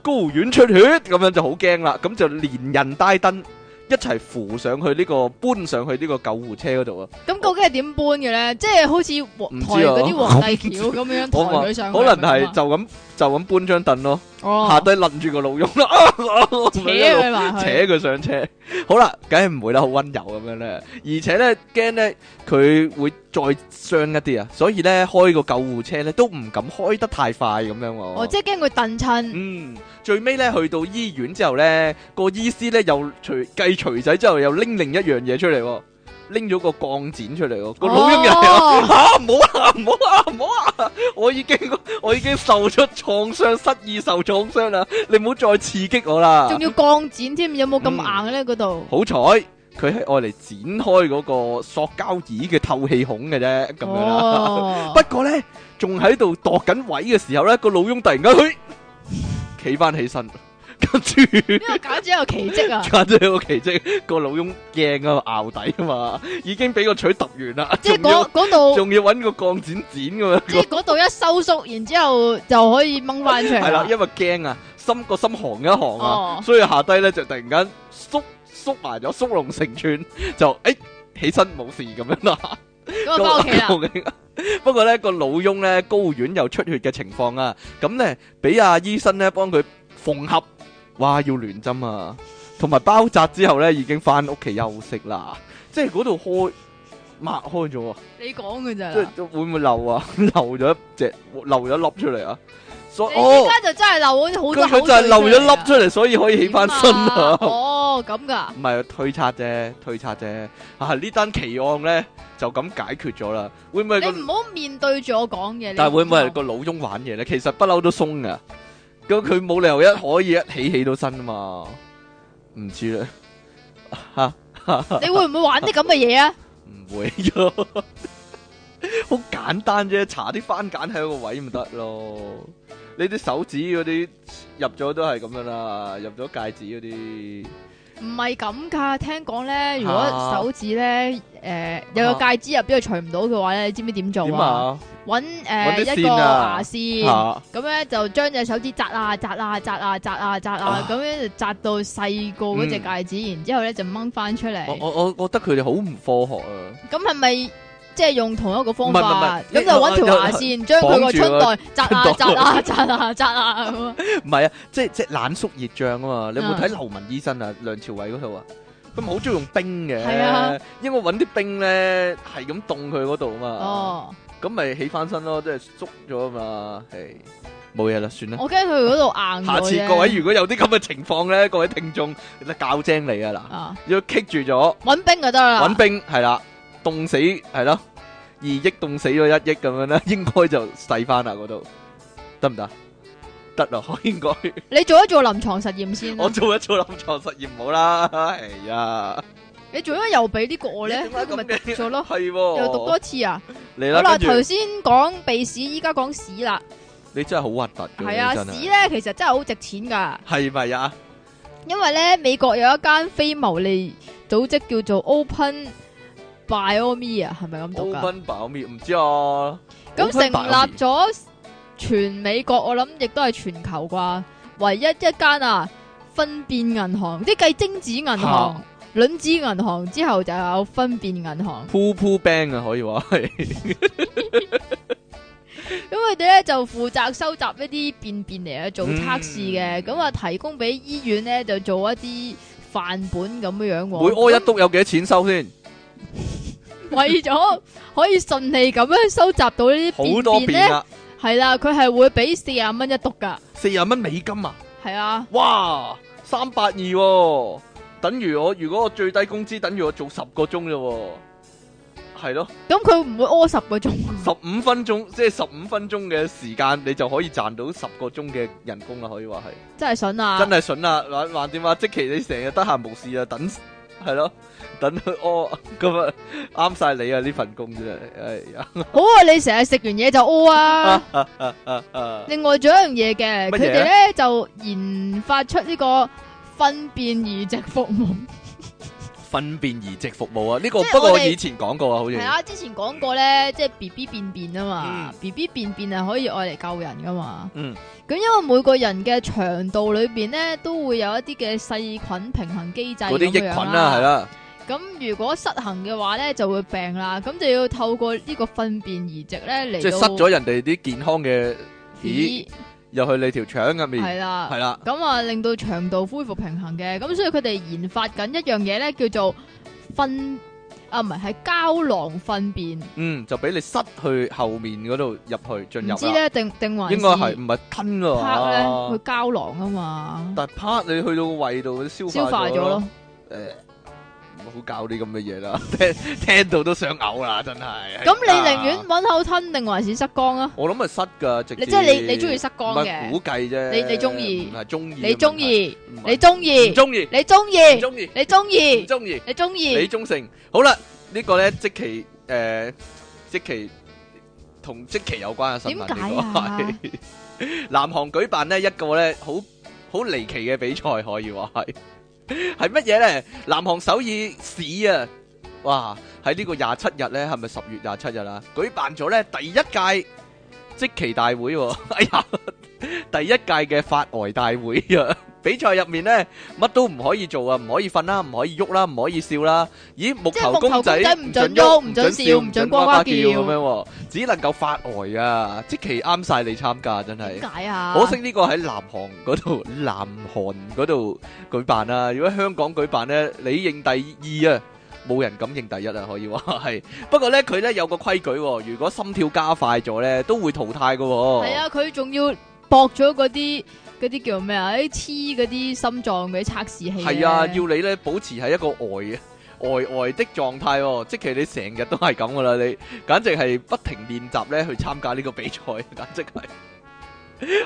[SPEAKER 1] 睾丸出血咁樣就好驚啦，咁就連人帶燈一一齊扶上去呢個搬上去呢個救護車嗰度啊！
[SPEAKER 2] 咁究竟係點搬嘅咧？即係好似
[SPEAKER 1] 唔
[SPEAKER 2] 皇
[SPEAKER 1] 知
[SPEAKER 2] 抬
[SPEAKER 1] 啊
[SPEAKER 2] 嗰啲皇帝橋咁樣抬
[SPEAKER 1] 我話
[SPEAKER 2] 佢上去，
[SPEAKER 1] 可能係
[SPEAKER 2] 係咪咁啊
[SPEAKER 1] 就咁就咁搬張凳咯，下
[SPEAKER 2] 哦，
[SPEAKER 1] 低擸住個老翁 啦，啊啊
[SPEAKER 2] 扯
[SPEAKER 1] 咁樣一路
[SPEAKER 2] 佢埋
[SPEAKER 1] 扯
[SPEAKER 2] 去，
[SPEAKER 1] 佢上車。好啦，梗係唔會啦，好温柔咁樣咧，而且咧驚咧佢會再傷一啲啊，所以咧開個救護車咧都唔敢開得太快咁樣喎。
[SPEAKER 2] 哦，即係驚佢蹬親，
[SPEAKER 1] 嗯，最尾咧去到醫院之後咧，個醫師咧又除計錘仔之後又拎另一樣嘢出嚟喎，拎咗個鋼剪出嚟喎，個老翁又
[SPEAKER 2] 어.
[SPEAKER 1] 嚟啦。
[SPEAKER 2] 哦
[SPEAKER 1] 吓唔好啊唔好啊唔好啊！我已經我已經受出創傷，失意受創傷啦！你唔好再刺激我啦！
[SPEAKER 2] 仲要鋼剪添，有冇咁硬咧？嗰度
[SPEAKER 1] 好彩佢係愛嚟剪開嗰個塑膠椅嘅透氣孔嘅啫，咁樣啦。
[SPEAKER 2] 哦
[SPEAKER 1] 不 過咧，仲喺度度緊位嘅時候咧，個老翁突然間去企翻起身，跟住
[SPEAKER 2] 呢個簡直有奇蹟啊！
[SPEAKER 1] 簡直係個奇蹟，個老翁驚啊嘛，拗底啊嘛，已經俾個錘揼完啦，
[SPEAKER 2] 即係
[SPEAKER 1] 仲要
[SPEAKER 2] 嗰嗰度，
[SPEAKER 1] 仲要揾個鋼剪剪咁樣。
[SPEAKER 2] 即係嗰度一收縮，然之後就可以掹翻 出嚟
[SPEAKER 1] 係啦，
[SPEAKER 2] 啦。
[SPEAKER 1] 因為驚啊，心個心寒一寒啊，
[SPEAKER 2] 哦
[SPEAKER 1] 所以下低咧就突然間縮縮埋咗，縮龍成寸，就誒起身冇事咁樣啦。
[SPEAKER 2] 咁就翻屋企 啦。
[SPEAKER 1] 不過咧個老翁咧睾丸有出血嘅情況啊，咁咧俾阿醫生咧幫佢縫合，哇要亂針啊，同埋包紮之後咧已經翻屋企休息啦，即係嗰度開抹開咗啊。
[SPEAKER 2] 你講嘅咋？
[SPEAKER 1] 即係會唔會漏啊？ 漏咗一隻，漏咗一粒出嚟啊！所
[SPEAKER 2] 你
[SPEAKER 1] 哦
[SPEAKER 2] 依，家就真係漏咗好
[SPEAKER 1] 佢
[SPEAKER 2] 多
[SPEAKER 1] 佢
[SPEAKER 2] 口
[SPEAKER 1] 就係
[SPEAKER 2] 水
[SPEAKER 1] 漏
[SPEAKER 2] 出
[SPEAKER 1] 咗
[SPEAKER 2] 嚟啊
[SPEAKER 1] 粒出嚟，所以可以起翻身
[SPEAKER 2] 啊
[SPEAKER 1] 啊！
[SPEAKER 2] 哦，咁噶，
[SPEAKER 1] 唔係推測啫，推測啫。啊，呢單奇案咧就咁解決咗啦。會唔會
[SPEAKER 2] 你
[SPEAKER 1] 個？
[SPEAKER 2] 唔好面對住我講嘢。
[SPEAKER 1] 但係會唔會係
[SPEAKER 2] 個
[SPEAKER 1] 個老翁玩嘢咧？其實不嬲都鬆噶，咁佢冇理由一可以一起起到身啊嘛。唔知咧，
[SPEAKER 2] 你會唔會玩啲咁嘅嘢啊？
[SPEAKER 1] 唔會咯。 好簡單啫，搽啲番梘喺個位咪得咯。你啲手指嗰啲入咗都係咁樣啦，入咗戒指嗰啲。
[SPEAKER 2] 唔係咁噶，聽講咧，如果手指咧，誒有個
[SPEAKER 1] 啊
[SPEAKER 2] 戒指入邊除唔到嘅話咧，你知唔知點做
[SPEAKER 1] 點
[SPEAKER 2] 啊？
[SPEAKER 1] 啊？
[SPEAKER 2] 揾
[SPEAKER 1] 搵啲
[SPEAKER 2] 誒一個
[SPEAKER 1] 線啊
[SPEAKER 2] 牙線，
[SPEAKER 1] 嚇
[SPEAKER 2] 咁咧就將隻手指扎啊扎啊扎啊扎啊扎啊
[SPEAKER 1] 啊，嗯
[SPEAKER 2] 咁樣就扎到細個嗰隻戒指，然之後咧就掹翻出
[SPEAKER 1] 我
[SPEAKER 2] 嚟。
[SPEAKER 1] 我我覺得佢哋好唔科學啊！
[SPEAKER 2] 咁係咪即係用同一個方
[SPEAKER 1] 唔係唔
[SPEAKER 2] 法？
[SPEAKER 1] 係
[SPEAKER 2] 咁就揾條牙線將佢個春袋扎啊扎啊扎啊扎啊咁啊！
[SPEAKER 1] 唔係啊，即係即係冷縮熱脹啊嘛！你有冇
[SPEAKER 2] 嗯
[SPEAKER 1] 睇劉文醫生啊？梁朝偉嗰套啊，佢咪好中意用冰嘅，
[SPEAKER 2] 係啊
[SPEAKER 1] 應該揾啲冰咧係咁凍佢嗰度啊嘛，
[SPEAKER 2] 哦，
[SPEAKER 1] 咁咪起翻身咯，即係縮咗啊嘛，係冇嘢啦，算啦。
[SPEAKER 2] 哦我啊驚佢嗰度硬咗啫。
[SPEAKER 1] 下次各位如果有啲咁嘅情況咧，各位聽眾，你就教精你啊嗱，
[SPEAKER 2] 啊，
[SPEAKER 1] 要棘住咗
[SPEAKER 2] 揾冰就得啦。
[SPEAKER 1] 揾冰係啦，凍死係咯，二億凍死咗一億咁樣咧， 應該就細翻啦嗰度，得唔得？得咯，應該。
[SPEAKER 2] 你做一做臨床實驗先啦。啊
[SPEAKER 1] 我做一做臨床實驗好啦，係呀，
[SPEAKER 2] 你做咗又俾呢個我咧，
[SPEAKER 1] 點解
[SPEAKER 2] 呢個咪
[SPEAKER 1] 咁嘅
[SPEAKER 2] 讀咗咯，
[SPEAKER 1] 係
[SPEAKER 2] 又讀多
[SPEAKER 1] 喎，
[SPEAKER 2] 次啊。
[SPEAKER 1] 你
[SPEAKER 2] 好
[SPEAKER 1] 啦，
[SPEAKER 2] 啦，
[SPEAKER 1] 跟
[SPEAKER 2] 頭
[SPEAKER 1] 住
[SPEAKER 2] 先講鼻屎，依家講屎啦。
[SPEAKER 1] 你真係好核突
[SPEAKER 2] 係
[SPEAKER 1] 嘅，
[SPEAKER 2] 啊，
[SPEAKER 1] 你真
[SPEAKER 2] 屎
[SPEAKER 1] 係
[SPEAKER 2] 咧其實真係好值錢㗎，
[SPEAKER 1] 係咪啊？
[SPEAKER 2] 因為咧美國有一間非牟利組織叫做 Open Biome 啊，係咪咁讀㗎？
[SPEAKER 1] ？Open 爆面唔知啊，
[SPEAKER 2] 咁
[SPEAKER 1] Open
[SPEAKER 2] 成
[SPEAKER 1] Biome
[SPEAKER 2] 立咗全美國，我諗亦都係全球啩，唯一一間啊分辨銀行，即係計精子銀行
[SPEAKER 1] 嚇、
[SPEAKER 2] 卵子銀行之後就有分辨銀行。
[SPEAKER 1] Poo Poo Bang 啊，可以話係
[SPEAKER 2] 咁佢哋咧就負責收集一啲便便嚟去做
[SPEAKER 1] 嗯
[SPEAKER 2] 測試嘅，咁啊、提供俾醫院咧就做一啲範本咁樣樣喎。
[SPEAKER 1] 每屙一督有幾多錢收先？
[SPEAKER 2] 咁為咗可以順利咁樣收集到呢
[SPEAKER 1] 好
[SPEAKER 2] 啲
[SPEAKER 1] 多
[SPEAKER 2] 便便
[SPEAKER 1] 遍
[SPEAKER 2] 咧，
[SPEAKER 1] 啊，
[SPEAKER 2] 係啦，佢係會俾四廿蚊一篤噶，
[SPEAKER 1] 四十蚊美金啊，
[SPEAKER 2] 係啊，
[SPEAKER 1] 哇，三百二，等於我如果我最低工資等於我做十個鐘啫喎，係咯。
[SPEAKER 2] 咁佢唔會屙十個鐘。
[SPEAKER 1] 十五分鐘，即係十五分鐘嘅時間，你就可以賺到十個鐘嘅人工啦，可以話係，
[SPEAKER 2] 真係筍啊！
[SPEAKER 1] 真係筍啦！還還掂啊，即期你成日得閒無事啊，等係咯，等 佢屙咁啊，啱晒你啊呢份工真係，哎呀，
[SPEAKER 2] 好啊！你成日食完嘢就屙啊！
[SPEAKER 1] 啊
[SPEAKER 2] 另外仲有一樣嘢嘅，
[SPEAKER 1] 乜嘢啊
[SPEAKER 2] 佢哋咧就研發出呢個糞便移植服務。
[SPEAKER 1] 粪便移植服務啊！呢、個
[SPEAKER 2] 即係
[SPEAKER 1] 不過
[SPEAKER 2] 我哋
[SPEAKER 1] 以前講過啊，好似
[SPEAKER 2] 系啊，之前講過咧，即係 B B 便便啊嘛
[SPEAKER 1] 嗯
[SPEAKER 2] ，B B 便便係可以愛嚟救人噶嘛。
[SPEAKER 1] 嗯，
[SPEAKER 2] 咁因為每個人嘅腸道裏边咧，都會有一啲嘅細菌平衡機制
[SPEAKER 1] 嗰啲益
[SPEAKER 2] 咁
[SPEAKER 1] 菌啊
[SPEAKER 2] 樣
[SPEAKER 1] 啦，係。啦，
[SPEAKER 2] 咁如果失衡嘅話咧，就會病啦。咁就要透過呢個糞便移植咧嚟
[SPEAKER 1] 即係塞咗人哋啲健康嘅
[SPEAKER 2] 屎
[SPEAKER 1] 屎入去你條腸入面，
[SPEAKER 2] 係啦
[SPEAKER 1] 係。啦，
[SPEAKER 2] 咁啊，令到腸道恢復平衡嘅，咁所以佢哋研發緊一樣嘢咧，叫做糞啊，唔係係膠囊糞便，
[SPEAKER 1] 嗯，就俾你塞去後面嗰度入去進入
[SPEAKER 2] 唔知
[SPEAKER 1] 啦，
[SPEAKER 2] 咧定定還
[SPEAKER 1] 應該係唔係吞㗎
[SPEAKER 2] 拍咧
[SPEAKER 1] 啊
[SPEAKER 2] 佢膠囊啊嘛，
[SPEAKER 1] 但係啪你去到個胃度消
[SPEAKER 2] 消化
[SPEAKER 1] 化
[SPEAKER 2] 咗
[SPEAKER 1] 咗咯
[SPEAKER 2] 咯。，
[SPEAKER 1] 誒唔好搞啲咁嘅嘢啦， 聽聽到都想嘔啦，真係。
[SPEAKER 2] 咁你寧願
[SPEAKER 1] 啊
[SPEAKER 2] 揾口吞定還是塞缸啊？
[SPEAKER 1] 我諗係塞㗎，直
[SPEAKER 2] 你
[SPEAKER 1] 接
[SPEAKER 2] 即係你你中意塞缸
[SPEAKER 1] 唔係
[SPEAKER 2] 嘅，
[SPEAKER 1] 估計啫，
[SPEAKER 2] 你你鍾意
[SPEAKER 1] 唔係中意嘅問題，
[SPEAKER 2] 你中意，
[SPEAKER 1] 唔係
[SPEAKER 2] 你中
[SPEAKER 1] 唔
[SPEAKER 2] 意，
[SPEAKER 1] 中意，
[SPEAKER 2] 你中意，
[SPEAKER 1] 唔中意，
[SPEAKER 2] 你中
[SPEAKER 1] 唔
[SPEAKER 2] 意，
[SPEAKER 1] 中意，
[SPEAKER 2] 你中意
[SPEAKER 1] 李，宗盛。好啦，呢個咧即期誒即期同即期有關嘅新聞
[SPEAKER 2] 點
[SPEAKER 1] 呢
[SPEAKER 2] 解
[SPEAKER 1] 個
[SPEAKER 2] 啊？
[SPEAKER 1] 係南韓舉辦呢一個咧好好離奇嘅比賽，可以話係 係乜嘢咧？南韓首爾市啊，哇！喺呢個廿七日咧，係咪十月廿七日啊？舉辦咗咧第一屆即期大會喎、 哎呀，第一屆嘅發呆大會啊！ 比賽入面咧，乜都唔可以做啊，唔可以瞓啦，唔可以喐啦，唔可以笑啦。咦，木
[SPEAKER 2] 即係
[SPEAKER 1] 頭
[SPEAKER 2] 木頭
[SPEAKER 1] 公
[SPEAKER 2] 公
[SPEAKER 1] 仔
[SPEAKER 2] 仔
[SPEAKER 1] 唔
[SPEAKER 2] 唔
[SPEAKER 1] 准
[SPEAKER 2] 准
[SPEAKER 1] 喐，
[SPEAKER 2] 喐
[SPEAKER 1] 唔
[SPEAKER 2] 唔
[SPEAKER 1] 准
[SPEAKER 2] 准
[SPEAKER 1] 笑，
[SPEAKER 2] 笑唔
[SPEAKER 1] 唔准
[SPEAKER 2] 准
[SPEAKER 1] 呱
[SPEAKER 2] 呱
[SPEAKER 1] 呱
[SPEAKER 2] 呱
[SPEAKER 1] 叫
[SPEAKER 2] 叫
[SPEAKER 1] 咁樣喎，只能夠發呆啊！即期啱晒你參加，真係
[SPEAKER 2] 點。解啊？
[SPEAKER 1] 可惜呢個喺南韓嗰度， 南韓嗰度舉辦啦、如果香港舉辦呢，你認第二啊，冇人敢認第一啊，可以話 係。不過呢，佢呢有個規矩、喎，如果心跳加快咗呢，都會淘汰噶、喎。
[SPEAKER 2] 系，啊，佢仲要駁咗嗰啲嗰啲叫咩啊？啲黐嗰啲心臟嗰啲測試器。
[SPEAKER 1] 係啊，要你呢保持喺一個呆呆呆的狀態、喎，即其你成日都係咁噶啦，你簡直係不停練習呢去參加呢個比賽，簡直係。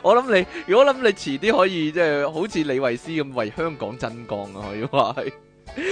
[SPEAKER 1] 我諗你，如果諗你遲啲可以即係好似李慧詩咁為香港爭光啊，可以 話係。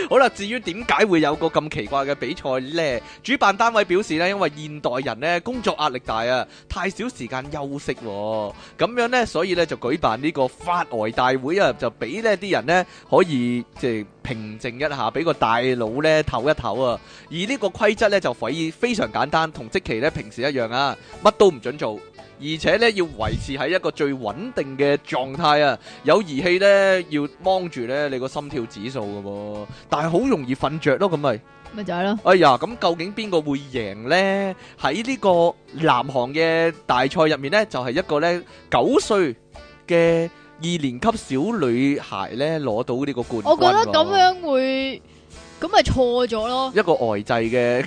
[SPEAKER 1] 好啦，至於點解會有個咁奇怪嘅比賽呢？主辦單位表示呢，因為現代人呢工作壓力大啊，太少時間休息、喎。咁樣呢，所以呢就舉辦呢個發呆大會啊，就俾呢啲人呢可以即係平靜一下，俾個大腦呢唞一唞啊。而呢個規則呢，就非非常簡單，同即期呢平時一樣啊，乜都唔准做。而且咧要維持喺一個最穩定嘅狀態啊！有儀器咧要掹住咧你個心跳指數嘅喎、但係好容易瞓着咯，咁咪
[SPEAKER 2] 咪就係咯，
[SPEAKER 1] 哎呀，咁究竟邊個會贏呢？喺呢個南韓嘅大賽入面呢，就係、一個呢九歲嘅二年級小女孩呢攞到呢個冠軍喎。
[SPEAKER 2] 我覺得咁樣會咁咪錯咗咯。
[SPEAKER 1] 一個呆滯嘅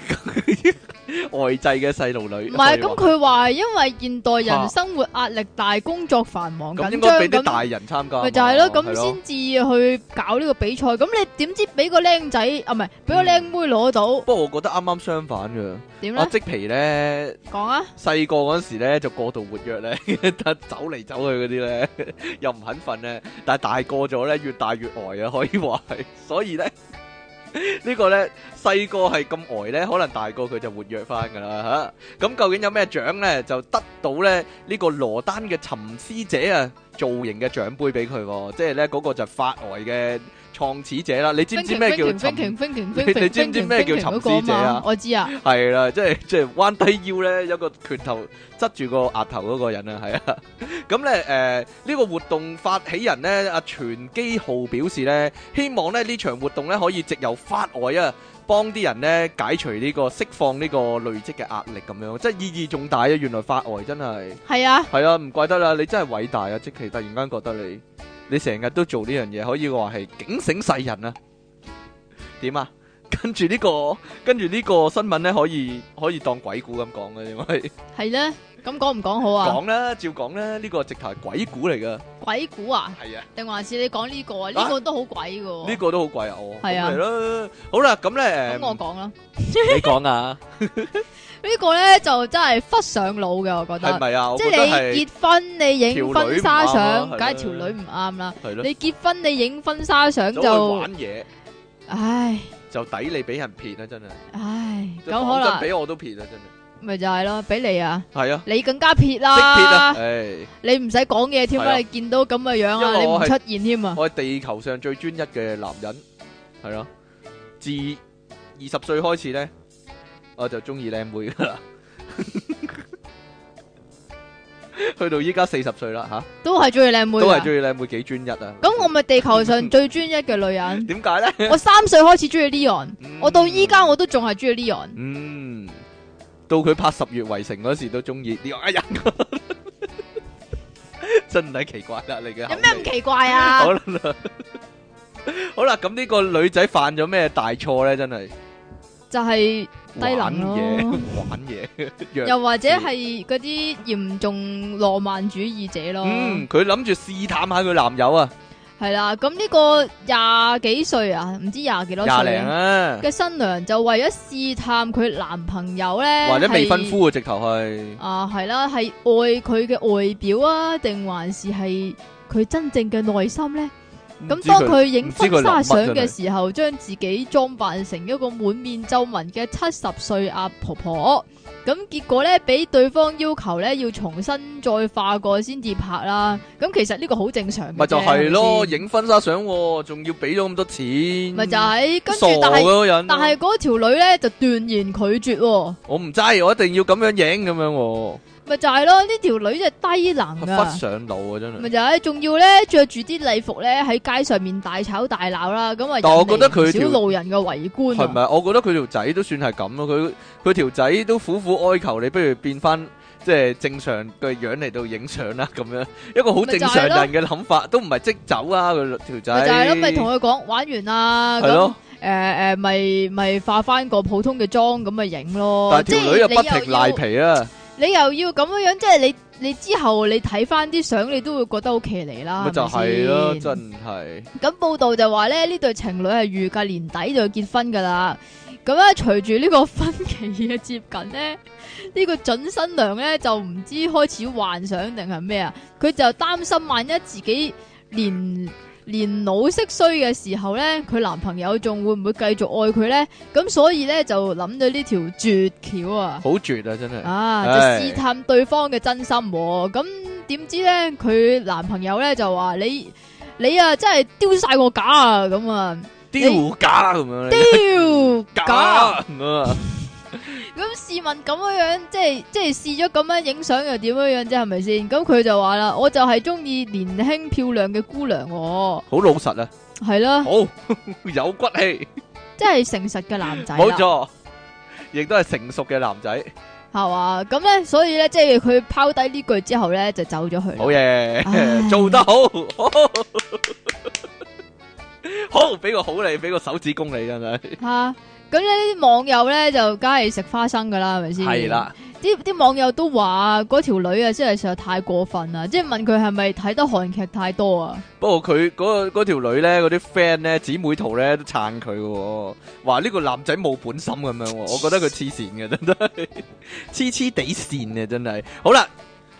[SPEAKER 1] 呆滯嘅細路女，
[SPEAKER 2] 唔係，
[SPEAKER 1] 可以話
[SPEAKER 2] 咁佢話因為現代
[SPEAKER 1] 嚇
[SPEAKER 2] 人生活壓力大，工作繁忙
[SPEAKER 1] 咁應
[SPEAKER 2] 緊
[SPEAKER 1] 該俾啲
[SPEAKER 2] 張，
[SPEAKER 1] 大
[SPEAKER 2] 咁
[SPEAKER 1] 人參加嘛，
[SPEAKER 2] 咪就係咯，咁
[SPEAKER 1] 咯
[SPEAKER 2] 先至去搞呢個比賽。咁你點知俾個僆仔啊？唔係俾個僆妹攞到
[SPEAKER 1] 不過我覺得啱啱相反嘅，
[SPEAKER 2] 點
[SPEAKER 1] 阿
[SPEAKER 2] 咧？
[SPEAKER 1] 即皮呢，
[SPEAKER 2] 講啊，
[SPEAKER 1] 細個嗰時呢就過度活躍呢， 得走嚟走去嗰啲呢， 又唔肯瞓呢。但係大個咗呢，越大越呆啊，可以話係。 所以呢，呢個呢，細個係咁呆呢，可能大個佢就活躍翻㗎啦嚇。咁究竟有咩獎呢？就得到呢，呢個羅丹嘅沉思者啊造型嘅獎杯俾佢喎，即係呢嗰個就係發呆嘅創始者啦。你知唔知咩叫沉？啊你知唔知咩叫沉思者啊
[SPEAKER 2] 我知啊，
[SPEAKER 1] 係啦，即係即係彎低腰咧，有個拳頭側住個額頭嗰個人啊，係啊。 咁咧誒，呃呢、個活動發起人咧，阿全基浩表示咧，希望咧呢場活動咧可以藉由法外啊，幫啲人咧解除呢、個釋放呢個累積嘅壓力咁樣，即係意義重大啊！原來法外真係
[SPEAKER 2] 係啊，
[SPEAKER 1] 係啊，唔怪得啦，你真係偉大啊！即其突然間覺得你，你成日都做呢樣嘢，可以話係警醒世人啊！點啊？跟住呢、個，跟住呢個新聞咧，可以可以當鬼故咁講嘅，因為
[SPEAKER 2] 係咧，咁講唔講好啊？
[SPEAKER 1] 講啦，照講啦，呢、個直頭係鬼故嚟噶，
[SPEAKER 2] 鬼故啊？
[SPEAKER 1] 係啊。
[SPEAKER 2] 定還是你講呢個啊？
[SPEAKER 1] 啊
[SPEAKER 2] 呢個都好鬼噶。
[SPEAKER 1] 呢個都好貴啊！哦，
[SPEAKER 2] 係啊
[SPEAKER 1] 咁嚟啦，好啦，咁咧，
[SPEAKER 2] 咁我講啦，
[SPEAKER 1] 你講啊，
[SPEAKER 2] 呢個咧就真係忽上腦嘅，我覺
[SPEAKER 1] 係
[SPEAKER 2] 得。
[SPEAKER 1] 咪啊？我
[SPEAKER 2] 即
[SPEAKER 1] 覺得
[SPEAKER 2] 係你
[SPEAKER 1] 係
[SPEAKER 2] 結婚你影婚紗
[SPEAKER 1] 條女
[SPEAKER 2] 相
[SPEAKER 1] 唔啱啊，
[SPEAKER 2] 梗係條女唔啱啦。
[SPEAKER 1] 係咯，
[SPEAKER 2] 你結婚你影婚紗相
[SPEAKER 1] 走去
[SPEAKER 2] 就
[SPEAKER 1] 玩，嘢
[SPEAKER 2] 唉
[SPEAKER 1] 就抵你俾人撇啦，真係，
[SPEAKER 2] 唉，
[SPEAKER 1] 即係
[SPEAKER 2] 咁
[SPEAKER 1] 講
[SPEAKER 2] 可
[SPEAKER 1] 真
[SPEAKER 2] 能
[SPEAKER 1] 俾我都撇啦，真
[SPEAKER 2] 咪就係咯，俾你啊，
[SPEAKER 1] 係，係啊，
[SPEAKER 2] 你更加撇
[SPEAKER 1] 即撇啊，
[SPEAKER 2] 啦，
[SPEAKER 1] 唉。
[SPEAKER 2] 你唔使講嘢添
[SPEAKER 1] 係啊
[SPEAKER 2] 啦，你見到咁嘅樣
[SPEAKER 1] 因
[SPEAKER 2] 啊，
[SPEAKER 1] 為
[SPEAKER 2] 你
[SPEAKER 1] 我
[SPEAKER 2] 唔
[SPEAKER 1] 係
[SPEAKER 2] 出現添啊，
[SPEAKER 1] 我係地球上最專一嘅男人，係咯，自二十歲開始咧，我就中意靚妹噶啦。 去到依家四十歲啦吓，
[SPEAKER 2] 都系中意靓妹㗎。啊
[SPEAKER 1] 都係嗯中意靚妹幾專一啊。
[SPEAKER 2] 咁我咪地球上最专一嘅女人。
[SPEAKER 1] 點解咧？
[SPEAKER 2] 我三岁开始中意 Leon，我到依家
[SPEAKER 1] 嗯
[SPEAKER 2] 我都仲系中意 Leon。
[SPEAKER 1] 嗯，到佢拍《十月圍城》嗰時都中意呢個哎呀， 真係奇怪啦！你嘅
[SPEAKER 2] 有
[SPEAKER 1] 口
[SPEAKER 2] 咩咁
[SPEAKER 1] 味
[SPEAKER 2] 奇怪啊
[SPEAKER 1] 好？啦，好啦，咁呢個女仔犯咗咩大錯咧？真係
[SPEAKER 2] 就系低
[SPEAKER 1] 玩
[SPEAKER 2] 能
[SPEAKER 1] 嘢，
[SPEAKER 2] 咯，
[SPEAKER 1] 玩嘢，弱
[SPEAKER 2] 又或者系嗰啲严重浪漫主义者咯。
[SPEAKER 1] 嗯，佢諗住試探下佢男友啊，
[SPEAKER 2] 系啦，咁呢个廿几岁啊，唔知廿几多
[SPEAKER 1] 廿
[SPEAKER 2] 岁
[SPEAKER 1] 零
[SPEAKER 2] 啊
[SPEAKER 1] 啊，
[SPEAKER 2] 嘅新娘就为咗试探佢男朋友咧，
[SPEAKER 1] 或者未
[SPEAKER 2] 係
[SPEAKER 1] 婚夫啊，直頭係
[SPEAKER 2] 啊，系啦，系爱佢嘅外表啊，定还是系佢真正嘅内心咧？
[SPEAKER 1] 唔
[SPEAKER 2] 咁
[SPEAKER 1] 知
[SPEAKER 2] 當佢影
[SPEAKER 1] 唔知
[SPEAKER 2] 婚
[SPEAKER 1] 佢
[SPEAKER 2] 紗
[SPEAKER 1] 諗乜
[SPEAKER 2] 相嘅
[SPEAKER 1] 真係
[SPEAKER 2] 時候，將自己裝扮成一個滿面皺紋嘅七十歲阿婆婆，咁結果咧，俾對方要求咧要重新再化過先至拍啦。咁其實呢個好正常嘅啫，
[SPEAKER 1] 咪就係咯，
[SPEAKER 2] 係咪先
[SPEAKER 1] 影婚紗相喎，仲要俾咗咁多錢，
[SPEAKER 2] 咪就係跟住
[SPEAKER 1] 傻
[SPEAKER 2] 但
[SPEAKER 1] 嗰
[SPEAKER 2] 係
[SPEAKER 1] 個人，
[SPEAKER 2] 但係嗰條女咧就斷然拒絕喎，
[SPEAKER 1] 我唔制，我一定要咁樣影咁樣喎，
[SPEAKER 2] 咪就係咯，呢條女真係低能啊
[SPEAKER 1] 忽！上腦啊真係
[SPEAKER 2] 咪。就係，仲要咧着住啲禮服咧喺街上面大吵大鬧啦，咁啊
[SPEAKER 1] 但我
[SPEAKER 2] 引
[SPEAKER 1] 覺得
[SPEAKER 2] 嚟唔
[SPEAKER 1] 佢條
[SPEAKER 2] 少路人嘅圍觀
[SPEAKER 1] 係
[SPEAKER 2] 啊，
[SPEAKER 1] 咪？我覺得佢條仔都算係咁咯，佢佢條仔都苦苦哀求你，不如變翻即係正常嘅樣嚟到影相啦，咁樣一個好正常人嘅諗法，都唔係即走啊，佢條仔。
[SPEAKER 2] 咪就係咯，咪同佢講玩完啦，
[SPEAKER 1] 係
[SPEAKER 2] 咁
[SPEAKER 1] 咯，
[SPEAKER 2] 诶诶，咪咪化翻個普通嘅妝咁咪影咯
[SPEAKER 1] 但係，
[SPEAKER 2] 即
[SPEAKER 1] 條
[SPEAKER 2] 係
[SPEAKER 1] 女又
[SPEAKER 2] 你
[SPEAKER 1] 不停
[SPEAKER 2] 要
[SPEAKER 1] 賴皮啊，
[SPEAKER 2] 你又要咁樣樣，即係你你之後你睇翻啲相，你都會覺得好騎呢啦，
[SPEAKER 1] 咪就
[SPEAKER 2] 係
[SPEAKER 1] 係咯，
[SPEAKER 2] 咪先
[SPEAKER 1] 真係
[SPEAKER 2] 咁報道就話咧，呢對情侶係預計年底就要結婚噶啦。咁咧，隨住呢個婚期嘅接近咧，呢、 呢個準新娘咧就唔知開始幻想定係咩啊？佢就擔心萬一自己年年老色衰嘅時候咧，佢男朋友仲會唔會繼續愛佢咧？咁所以咧就諗到呢條絕橋啊！
[SPEAKER 1] 好絕啊，真係。
[SPEAKER 2] 啊，就
[SPEAKER 1] 唉
[SPEAKER 2] 試探對方嘅真心喎。咁點知咧，佢男朋友咧就話你你啊，真係丟晒我假啊！咁啊，
[SPEAKER 1] 丟架咁樣咧，
[SPEAKER 2] 丟
[SPEAKER 1] 假
[SPEAKER 2] 假。
[SPEAKER 1] 咁啊，
[SPEAKER 2] 咁試問咁樣樣，即係即係試咗咁樣影相又點樣樣啫？係咪先？咁佢就話啦，我就係中意年輕漂亮嘅姑娘喎，
[SPEAKER 1] 好老實啊，
[SPEAKER 2] 係啦，
[SPEAKER 1] 好 有骨氣，
[SPEAKER 2] 即係誠實嘅男仔啦
[SPEAKER 1] 冇錯，亦都係成熟嘅男仔，
[SPEAKER 2] 係嘛？咁咧，所以咧，即係佢拋低呢句之後咧，就走咗去啦。
[SPEAKER 1] 好嘢，
[SPEAKER 2] 唉
[SPEAKER 1] 做得好，好好，俾個好你，俾個手指公你，真係
[SPEAKER 2] 吓。咁呢啲網友咧就梗係食花生噶啦，係咪先？
[SPEAKER 1] 係。啦，
[SPEAKER 2] 啲啲網友都話嗰條女啊，真係實在太過分啦！即係問佢係咪睇得韓劇太多啊？
[SPEAKER 1] 不過佢嗰個嗰條女咧，嗰啲 friend 咧，姊妹圖咧都撐佢嘅喎，話呢個男仔冇本心咁樣喎，我覺得佢黐線嘅，真係 黐黐地線嘅，真係。好啦，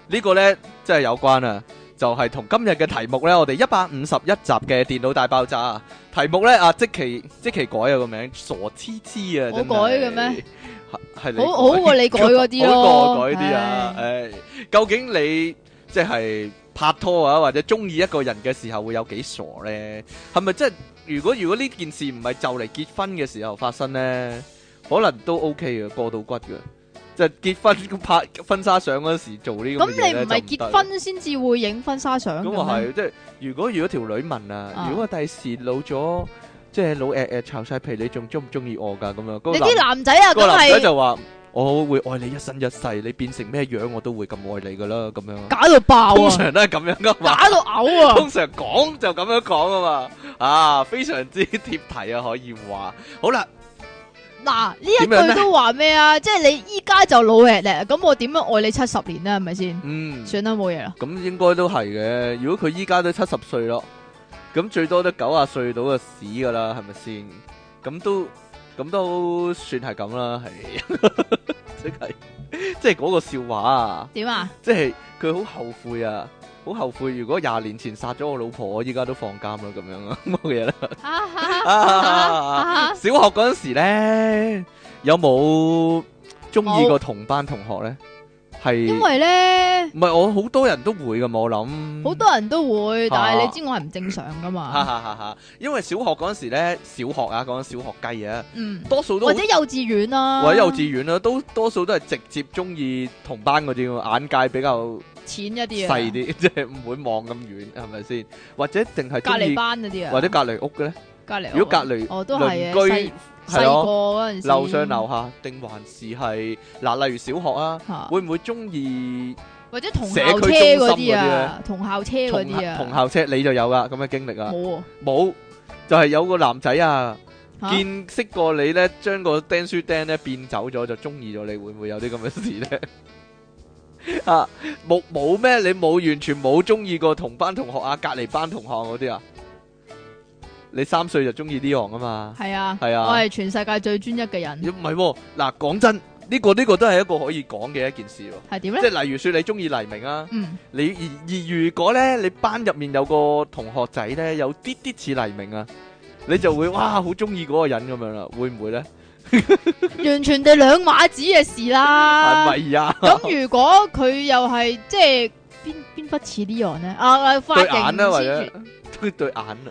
[SPEAKER 1] 呢個咧真係有關啊，就係同今日嘅題目咧，我哋一百五十一集嘅電腦大爆炸啊，題目咧啊，即其即其改啊個名，傻痴痴啊，
[SPEAKER 2] 我
[SPEAKER 1] 真係
[SPEAKER 2] 改嘅咩？
[SPEAKER 1] 係？係你
[SPEAKER 2] 好
[SPEAKER 1] 改
[SPEAKER 2] 好過你改嗰啲咯
[SPEAKER 1] 好過我改啲啊！
[SPEAKER 2] 唉
[SPEAKER 1] 誒，究竟你即係拍拖啊，或者中意一個人嘅時候會有幾傻咧？係咪即係如果如果呢件事唔係就嚟結婚嘅時候發生咧，可能都 OK 嘅，過到骨嘅。即係結婚拍婚紗相嗰時做呢咁
[SPEAKER 2] 咁
[SPEAKER 1] 嘅嘢
[SPEAKER 2] 你
[SPEAKER 1] 咧，
[SPEAKER 2] 唔係
[SPEAKER 1] 就得
[SPEAKER 2] 結婚先至會影婚紗相嘅
[SPEAKER 1] 咁啊
[SPEAKER 2] 咩？
[SPEAKER 1] 係，即係如果如果條女問啊
[SPEAKER 2] 啊，
[SPEAKER 1] 如果第時老咗，即係老誒誒巢晒皮，你仲中唔中意我㗎？咁樣，嗰個
[SPEAKER 2] 你
[SPEAKER 1] 男
[SPEAKER 2] 啲男仔啊，
[SPEAKER 1] 個
[SPEAKER 2] 梗
[SPEAKER 1] 男仔
[SPEAKER 2] 係
[SPEAKER 1] 就話：我會愛你一生一世，你變成咩樣我都會咁愛你㗎啦，咁樣。
[SPEAKER 2] 假到爆
[SPEAKER 1] 通
[SPEAKER 2] 啊，
[SPEAKER 1] 常都係咁樣噶嘛，
[SPEAKER 2] 假到嘔啊！
[SPEAKER 1] 通常講就咁樣講啊嘛，啊，非常之貼題啊，可以話。好啦，
[SPEAKER 2] 嗱，呢一
[SPEAKER 1] 點樣呢
[SPEAKER 2] 句都話咩啊？即係你依家就老吃力，咁我點樣愛你七十年啊呢？係咪先？
[SPEAKER 1] 嗯。
[SPEAKER 2] 算啦，冇嘢啦。
[SPEAKER 1] 咁應該都係嘅。如果佢依家都七十歲咯，咁最多都九啊歲到嘅屎噶啦，係咪先？咁都咁都算係咁啦，係 即係即係嗰個笑話啊！
[SPEAKER 2] 點 啊？
[SPEAKER 1] 即係佢好後悔啊，好後悔！如果廿年前殺咗我老婆，我依家都放監啦，咁樣啊， 冇嘢啦。
[SPEAKER 2] 哈哈哈哈
[SPEAKER 1] 啊
[SPEAKER 2] 哈哈
[SPEAKER 1] 小學嗰陣時咧，有冇中意
[SPEAKER 2] 冇
[SPEAKER 1] 過同班同學咧？係
[SPEAKER 2] 因為咧
[SPEAKER 1] 唔係我好多人都會噶嘛？我諗
[SPEAKER 2] 好多人都會，
[SPEAKER 1] 嚇
[SPEAKER 2] 但係你知我係唔正常噶
[SPEAKER 1] 哈
[SPEAKER 2] 嘛，
[SPEAKER 1] 哈哈哈！因為小學嗰陣時咧，小學啊，講緊小學雞啊，
[SPEAKER 2] 嗯，
[SPEAKER 1] 多數都
[SPEAKER 2] 或者幼稚園啊啦，
[SPEAKER 1] 或者幼稚園啦、都多數都係直接中意同班嗰啲喎，眼界比較
[SPEAKER 2] 淺一啲啊，
[SPEAKER 1] 細啲， 即係唔會望咁遠，係咪先？或者淨係
[SPEAKER 2] 隔
[SPEAKER 1] 中
[SPEAKER 2] 離
[SPEAKER 1] 意，
[SPEAKER 2] 班嗰啲啊，
[SPEAKER 1] 或者隔離屋嘅咧？
[SPEAKER 2] 隔離
[SPEAKER 1] 如果隔離
[SPEAKER 2] 哦都係嘅，
[SPEAKER 1] 鄰居
[SPEAKER 2] 細
[SPEAKER 1] 係
[SPEAKER 2] 細個嗰陣時
[SPEAKER 1] 樓上樓下，定還是係嗱？例如小學啊，
[SPEAKER 2] 嚇
[SPEAKER 1] 會唔會中意
[SPEAKER 2] 或者同
[SPEAKER 1] 社
[SPEAKER 2] 校車
[SPEAKER 1] 區中心
[SPEAKER 2] 嗰
[SPEAKER 1] 嗰啲
[SPEAKER 2] 啲
[SPEAKER 1] 啊
[SPEAKER 2] 啊，同校車嗰
[SPEAKER 1] 同
[SPEAKER 2] 啲啊，
[SPEAKER 1] 同校車？你就有啦，咁嘅經歷啊？
[SPEAKER 2] 冇
[SPEAKER 1] 冇，就係有個男仔啊，
[SPEAKER 2] 啊嚇，
[SPEAKER 1] 見識過你咧，將個釘書釘咧變走咗，就中意咗你，會唔會有啲咁嘅事咧？ 啊，冇冇咩？你冇完全冇中意過同班同學啊，隔離班同學嗰啲啊？你三歲就中意呢行啊嘛？
[SPEAKER 2] 係啊，
[SPEAKER 1] 係啊
[SPEAKER 2] 我係全世界最專一嘅人，
[SPEAKER 1] 咦唔係喎，嗱講真，呢個呢個都係一個可以講嘅一件事喎。
[SPEAKER 2] 係點咧？
[SPEAKER 1] 即係例如說你中意黎明啊，
[SPEAKER 2] 嗯，
[SPEAKER 1] 你而而如果咧你班入面有個同學仔咧有啲啲似黎明啊，你就會哇好中意嗰個人咁樣啦，會唔會咧？
[SPEAKER 2] 完全地兩碼子嘅事啦，
[SPEAKER 1] 係咪呀？
[SPEAKER 2] 咁如果佢又係即係邊邊不似 Leon 咧？啊啊，髮
[SPEAKER 1] 對
[SPEAKER 2] 型
[SPEAKER 1] 眼啦，或者
[SPEAKER 2] 黐住，
[SPEAKER 1] 對對眼啊，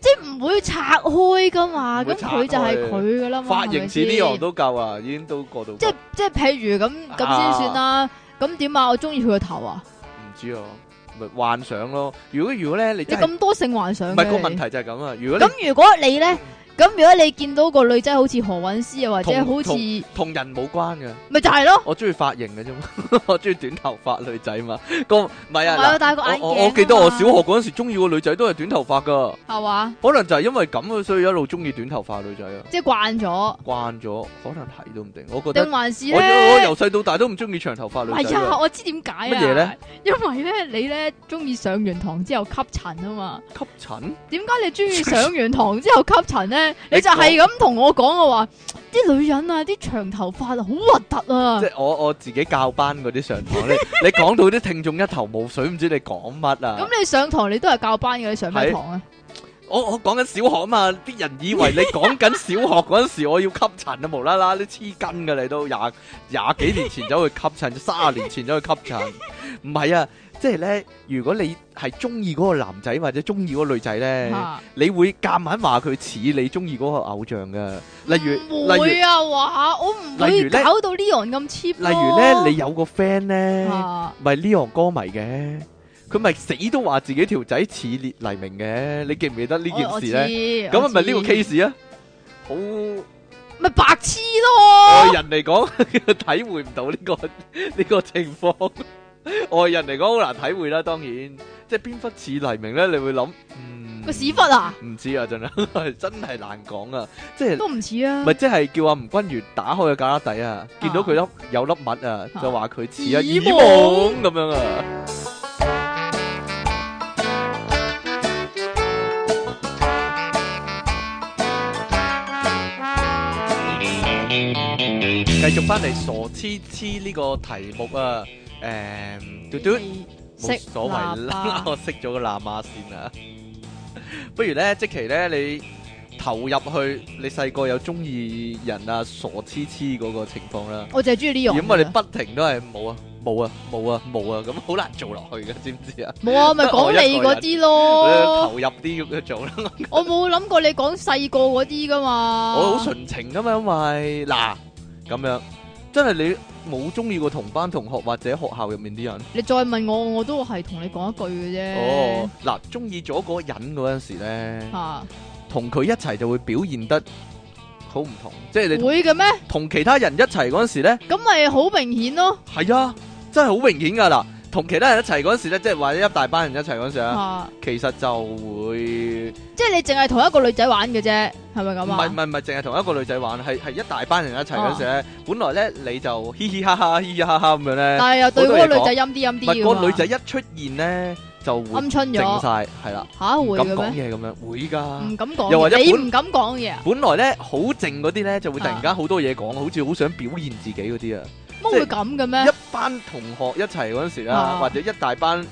[SPEAKER 2] 即係唔會拆開噶嘛。
[SPEAKER 1] 唔會
[SPEAKER 2] 咁
[SPEAKER 1] 拆
[SPEAKER 2] 佢就係佢噶啦嘛。
[SPEAKER 1] 髮
[SPEAKER 2] 係
[SPEAKER 1] 型
[SPEAKER 2] 咪
[SPEAKER 1] 似呢樣
[SPEAKER 2] 先
[SPEAKER 1] 都夠啊，已經都過到。
[SPEAKER 2] 即係即係譬如咁咁先算啦。咁點啊？我中意佢個頭啊！
[SPEAKER 1] 唔知啊，咪幻想咯。如果如果咧你
[SPEAKER 2] 你
[SPEAKER 1] 真係
[SPEAKER 2] 咁多性幻想
[SPEAKER 1] 唔
[SPEAKER 2] 嘅，
[SPEAKER 1] 係個問題就係咁啊，如果你
[SPEAKER 2] 咁如果你咧，咁如果你見到個女仔好似何韻詩啊，或者
[SPEAKER 1] 同
[SPEAKER 2] 好似
[SPEAKER 1] 同同人冇關嘅。
[SPEAKER 2] 咪就係咯，
[SPEAKER 1] 我中意髮型嘅 啫嘛，我中意短頭髮女仔嘛。個唔係
[SPEAKER 2] 咪
[SPEAKER 1] 啊，
[SPEAKER 2] 有戴個
[SPEAKER 1] 嗱
[SPEAKER 2] 眼鏡
[SPEAKER 1] 我我我記得我小學
[SPEAKER 2] 學
[SPEAKER 1] 嗰陣時中意個女仔都係短頭髮噶，
[SPEAKER 2] 係嘛，
[SPEAKER 1] 可能就係因為咁啊，所以一路中意短頭髮女仔啊，
[SPEAKER 2] 即係慣咗，
[SPEAKER 1] 慣咗，可能係都唔定。我覺得
[SPEAKER 2] 定還是
[SPEAKER 1] 我我
[SPEAKER 2] 咧？
[SPEAKER 1] 由細到大都唔中意長頭髮
[SPEAKER 2] 哎
[SPEAKER 1] 女仔
[SPEAKER 2] 呀，
[SPEAKER 1] 㗎，
[SPEAKER 2] 我知點解啊！
[SPEAKER 1] 乜嘢咧？
[SPEAKER 2] 因為咧，你咧中意上完堂之後吸塵啊嘛。
[SPEAKER 1] 吸塵
[SPEAKER 2] 點解你中 意上完堂之後吸塵咧？你就係
[SPEAKER 1] 你
[SPEAKER 2] 咁同我講我話，啲女人啊，啲長頭髮啊，好核突啊
[SPEAKER 1] 即！係我我自己教班嗰啲上堂咧，你 你講到啲聽眾一頭霧水，唔知你講乜啊？
[SPEAKER 2] 咁你上堂你都係教班嘅，你上咩堂啊？
[SPEAKER 1] 我我講緊小學啊嘛，啲人以為你講緊小學嗰陣時，我要吸塵啊，無啦啦你黐筋嘅你都廿廿幾年前走去吸塵， 三十年前走去吸塵，唔係啊，即係咧，如果你係中意嗰個男仔或者中意嗰個女仔咧，
[SPEAKER 2] 嚇
[SPEAKER 1] 你會夾硬話佢似你中意嗰個偶像嘅，例如
[SPEAKER 2] 唔
[SPEAKER 1] 例如
[SPEAKER 2] 會啊，話我唔
[SPEAKER 1] 例
[SPEAKER 2] 會
[SPEAKER 1] 如呢
[SPEAKER 2] 搞到 Leon 咁 cheap
[SPEAKER 1] 例如咧，你有個 friend 咧。
[SPEAKER 2] 啊
[SPEAKER 1] 咪 Leon 歌迷嘅，佢咪死都話自己條仔似列黎明嘅，你記唔記得呢
[SPEAKER 2] 呢
[SPEAKER 1] 件事咧？
[SPEAKER 2] 咧
[SPEAKER 1] 咁係咪呢個
[SPEAKER 2] 個
[SPEAKER 1] case 啊？好外
[SPEAKER 2] 咪白痴咯？
[SPEAKER 1] 人嚟講， 體會唔到呢個呢個情況。外人嚟講好難體會啦，當然，即係邊忽似黎明咧？你會諗，嗯，
[SPEAKER 2] 個屎忽啊，
[SPEAKER 1] 唔知啊，真係 真係難講啊，即係。
[SPEAKER 2] 都唔似啊！
[SPEAKER 1] 咪即係叫阿吳君如打開個架旯底啊，見到佢粒有粒物啊，就話佢似
[SPEAKER 2] 耳
[SPEAKER 1] 啊耳夢咁樣啊。繼續翻嚟傻痴痴呢個題目啊，誒、嘟嘟。
[SPEAKER 2] 識
[SPEAKER 1] 冇所謂啦
[SPEAKER 2] 啦，，
[SPEAKER 1] 我熄咗個喇嘛先啦。不如咧，即期咧，你投入去你細個有中意人啊傻痴痴嗰個情況啦。
[SPEAKER 2] 我就係中意呢樣
[SPEAKER 1] 如
[SPEAKER 2] 㗎。
[SPEAKER 1] 果我哋不停都係冇啊冇啊冇啊冇啊，咁好難做落去嘅，知唔知啊？
[SPEAKER 2] 冇啊，咪講你嗰啲咯
[SPEAKER 1] 投。入啲咁樣做啦。
[SPEAKER 2] 我冇諗過你講細個嗰啲噶嘛。
[SPEAKER 1] 我好純情噶嘛，因為嗱咁樣，真係你冇中意過同班同學或者學校入面啲人。
[SPEAKER 2] 你再問我，我都係同你講一句嘅啫。
[SPEAKER 1] 哦，嗱，中意咗嗰個人嗰陣時咧。
[SPEAKER 2] 啊，
[SPEAKER 1] 同佢一齊就會表現得好唔同，即係你同
[SPEAKER 2] 會嘅咩？
[SPEAKER 1] 同其他人一齊嗰陣時咧，
[SPEAKER 2] 咁咪好明顯咯。
[SPEAKER 1] 係啊，真係好明顯噶啦。同其他人一齊嗰陣時咧，即係或者一大班人一齊嗰陣時啊，
[SPEAKER 2] 啊，
[SPEAKER 1] 其實就會
[SPEAKER 2] 即係你淨係同一個女仔玩嘅啫，係咪
[SPEAKER 1] 唔
[SPEAKER 2] 咁
[SPEAKER 1] 係唔
[SPEAKER 2] 啊？
[SPEAKER 1] 係唔係，淨係同一個女仔玩，係係一大班人一齊嗰陣時咧，本來咧你就嘻嘻哈哈嘻嘻哈哈咁樣咧，
[SPEAKER 2] 但係又對嗰個女仔陰啲陰
[SPEAKER 1] 唔
[SPEAKER 2] 啲
[SPEAKER 1] 係
[SPEAKER 2] 㗎嘛
[SPEAKER 1] 個女仔一出現咧就會
[SPEAKER 2] 鵪鶉
[SPEAKER 1] 靜
[SPEAKER 2] 咗
[SPEAKER 1] 晒，係啦，
[SPEAKER 2] 吓
[SPEAKER 1] 唔
[SPEAKER 2] 會
[SPEAKER 1] 敢
[SPEAKER 2] 嘅咩？
[SPEAKER 1] 講
[SPEAKER 2] 嗯
[SPEAKER 1] 嘢咁樣，會㗎。
[SPEAKER 2] 唔敢講
[SPEAKER 1] 又或者
[SPEAKER 2] 嘢，你
[SPEAKER 1] 本
[SPEAKER 2] 唔敢講嘢啊？
[SPEAKER 1] 本來咧好靜嗰啲咧，就會突然間好多嘢講，好似好想表現自己嗰啲啊。
[SPEAKER 2] 乜
[SPEAKER 1] 即係
[SPEAKER 2] 會咁嘅咩？
[SPEAKER 1] 一班同學一齊嗰陣時啦，
[SPEAKER 2] 啊
[SPEAKER 1] 或者一大班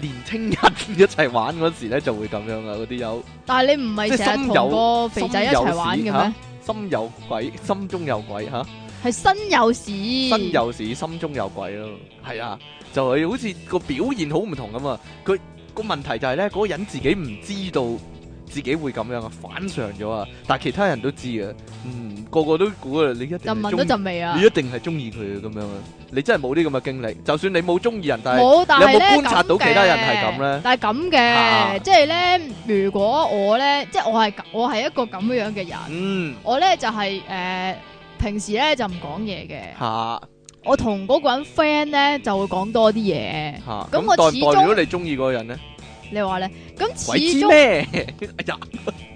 [SPEAKER 1] 年青人一齊玩嗰陣時咧，就會咁樣啊！嗰啲有
[SPEAKER 2] 但係你唔係成日同個肥仔一齊玩嘅
[SPEAKER 1] 即係心有
[SPEAKER 2] 咩？
[SPEAKER 1] 心有鬼，心中有鬼吓，
[SPEAKER 2] 系身有事，
[SPEAKER 1] 身有事，心中有鬼咯。係啊，就係好似個表現好唔同咁啊。佢個問題就係咧，嗰、個人自己唔知道自己會咁樣啊，反常咗啊。但係其他人都知啊，嗯，個個都估啊，你一定
[SPEAKER 2] 就
[SPEAKER 1] 係
[SPEAKER 2] 聞
[SPEAKER 1] 中
[SPEAKER 2] 到陣味啊
[SPEAKER 1] 你！一定係中意佢嘅咁樣啊。你真係冇啲咁嘅經歷，就算你冇中意人，但係
[SPEAKER 2] 冇，但係
[SPEAKER 1] 有冇
[SPEAKER 2] 咧
[SPEAKER 1] 觀察到
[SPEAKER 2] 咁嘅
[SPEAKER 1] 其他人係咁咧
[SPEAKER 2] 但係咁
[SPEAKER 1] 啊
[SPEAKER 2] 嘅，即係咧，如果我咧，即係我係我係一個咁樣嘅人，
[SPEAKER 1] 嗯
[SPEAKER 2] 我咧就係誒平時咧就唔講嘢嘅，
[SPEAKER 1] 嚇
[SPEAKER 2] 我同嗰個人 friend 咧就會講多啲嘢。
[SPEAKER 1] 嚇，咁
[SPEAKER 2] 咁我
[SPEAKER 1] 代唔
[SPEAKER 2] 始
[SPEAKER 1] 代表
[SPEAKER 2] 終
[SPEAKER 1] 你中意嗰個人咧？
[SPEAKER 2] 你話咧，咁
[SPEAKER 1] 鬼
[SPEAKER 2] 始
[SPEAKER 1] 知
[SPEAKER 2] 終。
[SPEAKER 1] 咩？哎呀！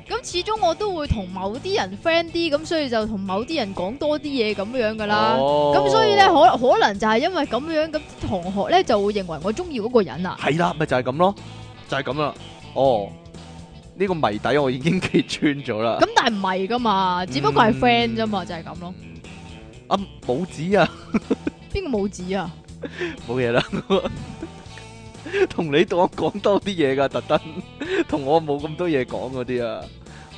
[SPEAKER 2] 咁始終我都會同某啲人 friend 啲，咁所以就同某啲人講多啲嘢咁樣噶啦。咁、
[SPEAKER 1] 咁
[SPEAKER 2] 所以咧，可可能就係因為咁樣，咁啲同學咧就會認為我中意嗰個人啊。
[SPEAKER 1] 系啦，咪就係咁咯，就係咁啦。哦，呢、個謎底我已經揭穿咗啦。
[SPEAKER 2] 咁但係唔係噶嘛，只不過係 friend 啫嘛，就係咁咯。
[SPEAKER 1] 啊，冇紙啊，
[SPEAKER 2] 邊個冇指啊？
[SPEAKER 1] 冇嘢啦。 同你講講多啲嘢噶，特登同我冇咁多嘢講嗰啲啊，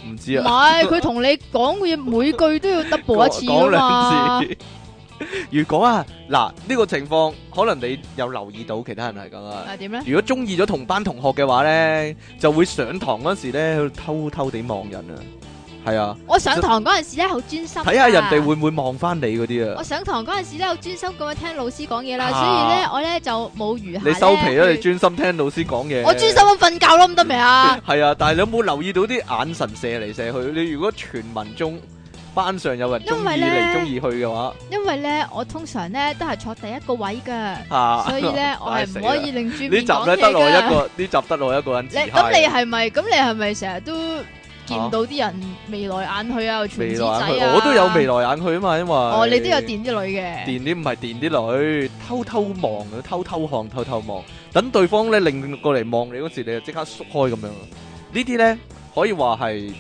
[SPEAKER 1] 唔知
[SPEAKER 2] 唔
[SPEAKER 1] 啊。
[SPEAKER 2] 係佢同你講嘅嘢，每句都要 double 一次
[SPEAKER 1] 講
[SPEAKER 2] 噶嘛。
[SPEAKER 1] 兩次。如果啊，嗱呢、個情況，可能你有留意到其他人係咁啊。
[SPEAKER 2] 係點咧？
[SPEAKER 1] 如果中意咗同班同學嘅話咧，就會上堂嗰時咧，喺度偷偷地望人啊。係啊。
[SPEAKER 2] 我上堂嗰陣時咧，好專心㗎。啊
[SPEAKER 1] 睇下人哋會唔會望翻你嗰啲啊
[SPEAKER 2] 我？上堂嗰陣時咧，好專心咁樣聽老師講嘢啦，
[SPEAKER 1] 啊
[SPEAKER 2] 所以咧我咧就冇餘下呢
[SPEAKER 1] 你收皮啊啦，你
[SPEAKER 2] 去
[SPEAKER 1] 專心聽老師講嘢。
[SPEAKER 2] 我專心。咁瞓覺咯，咁得未啊？
[SPEAKER 1] 係啊，但係你有冇留意到啲眼神射嚟射去？你如果傳聞中班上有人中意
[SPEAKER 2] 因為呢
[SPEAKER 1] 嚟中意去嘅話，
[SPEAKER 2] 因為咧，我通常咧都係坐第一個位噶，
[SPEAKER 1] 嚇，
[SPEAKER 2] 所以 咧我係唔可以令住
[SPEAKER 1] 呢
[SPEAKER 2] 面
[SPEAKER 1] 啊集
[SPEAKER 2] 講
[SPEAKER 1] 咧
[SPEAKER 2] 嘢
[SPEAKER 1] 得我一
[SPEAKER 2] 噶。
[SPEAKER 1] 個，呢集得我一個人自
[SPEAKER 2] 你咁你
[SPEAKER 1] 嗨。
[SPEAKER 2] 係咪咁你係咪成日都見到啲人眉來眼去啊，傳
[SPEAKER 1] 未
[SPEAKER 2] 紙
[SPEAKER 1] 來眼去，
[SPEAKER 2] 仔啊？
[SPEAKER 1] 我都有眉來眼去啊嘛，因為
[SPEAKER 2] 哦，
[SPEAKER 1] 哦
[SPEAKER 2] 你都有電啲女嘅。
[SPEAKER 1] 電啲唔係電啲女，偷偷望啊，偷偷看，偷偷望，等對方咧擰過嚟望你嗰時，你就即刻縮開咁樣啊。呢啲咧可以話係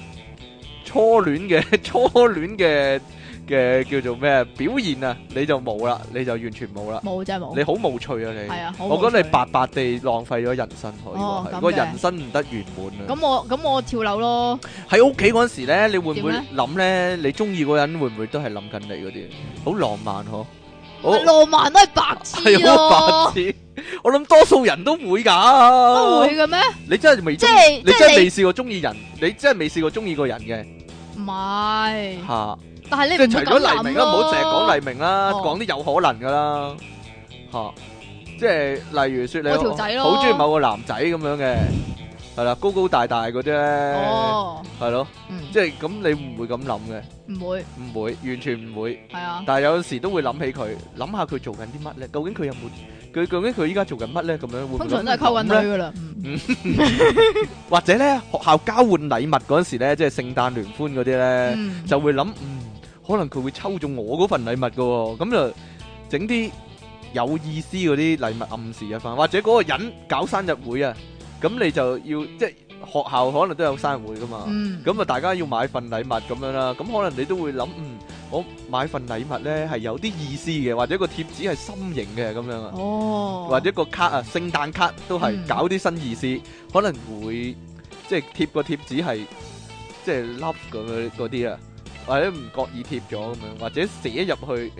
[SPEAKER 1] 初戀 嘅初戀嘅嘅叫做咩表現啊，你就冇啦，你就完全冇啦，
[SPEAKER 2] 冇真係冇
[SPEAKER 1] 你。好無趣啊你。
[SPEAKER 2] 係啊，好
[SPEAKER 1] 我覺
[SPEAKER 2] 無
[SPEAKER 1] 得
[SPEAKER 2] 趣
[SPEAKER 1] 你白白地浪費咗人生，可以話
[SPEAKER 2] 哦
[SPEAKER 1] 係
[SPEAKER 2] 咁
[SPEAKER 1] 個
[SPEAKER 2] 嘅
[SPEAKER 1] 人生唔得圓滿啊！
[SPEAKER 2] 咁我咁我跳樓咯，
[SPEAKER 1] 喺屋企嗰陣時咧，你會唔會
[SPEAKER 2] 點
[SPEAKER 1] 諗咧？你中意嗰個人會唔會都係諗緊你嗰啲？好浪漫嗬！好
[SPEAKER 2] 浪漫都係白痴
[SPEAKER 1] 係好白
[SPEAKER 2] 咯，
[SPEAKER 1] 痴，我諗多數人都會㗎，
[SPEAKER 2] 都會嘅咩？
[SPEAKER 1] 你真係未
[SPEAKER 2] 即
[SPEAKER 1] 中，
[SPEAKER 2] 係
[SPEAKER 1] 你
[SPEAKER 2] 即
[SPEAKER 1] 真係
[SPEAKER 2] 係
[SPEAKER 1] 未試過中意人，你真係未試過中意個人嘅
[SPEAKER 2] 你唔係，
[SPEAKER 1] 吓。
[SPEAKER 2] 但係
[SPEAKER 1] 即
[SPEAKER 2] 你
[SPEAKER 1] 係
[SPEAKER 2] 唔
[SPEAKER 1] 除
[SPEAKER 2] 會
[SPEAKER 1] 咗
[SPEAKER 2] 咁
[SPEAKER 1] 黎明啦，唔好成日
[SPEAKER 2] 諗咯
[SPEAKER 1] 講黎明啦，
[SPEAKER 2] 哦
[SPEAKER 1] 講啲有可能㗎啦吓。即係例如說你
[SPEAKER 2] 我條仔咯
[SPEAKER 1] 好中意某個男仔咁樣嘅，係啦，高高大大嗰啲咧，
[SPEAKER 2] 哦，
[SPEAKER 1] 係咯，
[SPEAKER 2] 嗯，
[SPEAKER 1] 即係咁你唔會咁諗嘅，
[SPEAKER 2] 唔會，
[SPEAKER 1] 唔會，完全唔會。
[SPEAKER 2] 係啊，
[SPEAKER 1] 但係有時都會諗起佢，諗下佢做緊啲乜咧？究竟佢有冇？佢究竟佢依家做緊乜咧？咁樣會唔會
[SPEAKER 2] 通常都係
[SPEAKER 1] 咁
[SPEAKER 2] 溝緊
[SPEAKER 1] 諗咧
[SPEAKER 2] 女噶啦，嗯
[SPEAKER 1] 或者咧學校交換禮物嗰陣時咧，即係聖誕聯歡嗰啲咧，
[SPEAKER 2] 嗯
[SPEAKER 1] 就會諗，嗯，可能佢會抽中我嗰份禮物嘅喎，咁就整啲有意思嗰啲禮物暗示一番，或者嗰個人搞生日會啊，咁你就要即係學校可能都有生日會噶嘛。
[SPEAKER 2] 嗯
[SPEAKER 1] 咁啊，大家要買份禮物咁樣啦，咁可能你都會諗，嗯，我買份禮物咧係有啲意思嘅，或者個貼紙係心形嘅咁樣啊。
[SPEAKER 2] 哦，
[SPEAKER 1] 或者個卡啊，聖誕卡都係
[SPEAKER 2] 嗯
[SPEAKER 1] 搞啲新意思，可能會即係貼個貼紙係即係凹咁樣嗰啲啊，或者唔覺意貼咗咁樣，或者寫入去，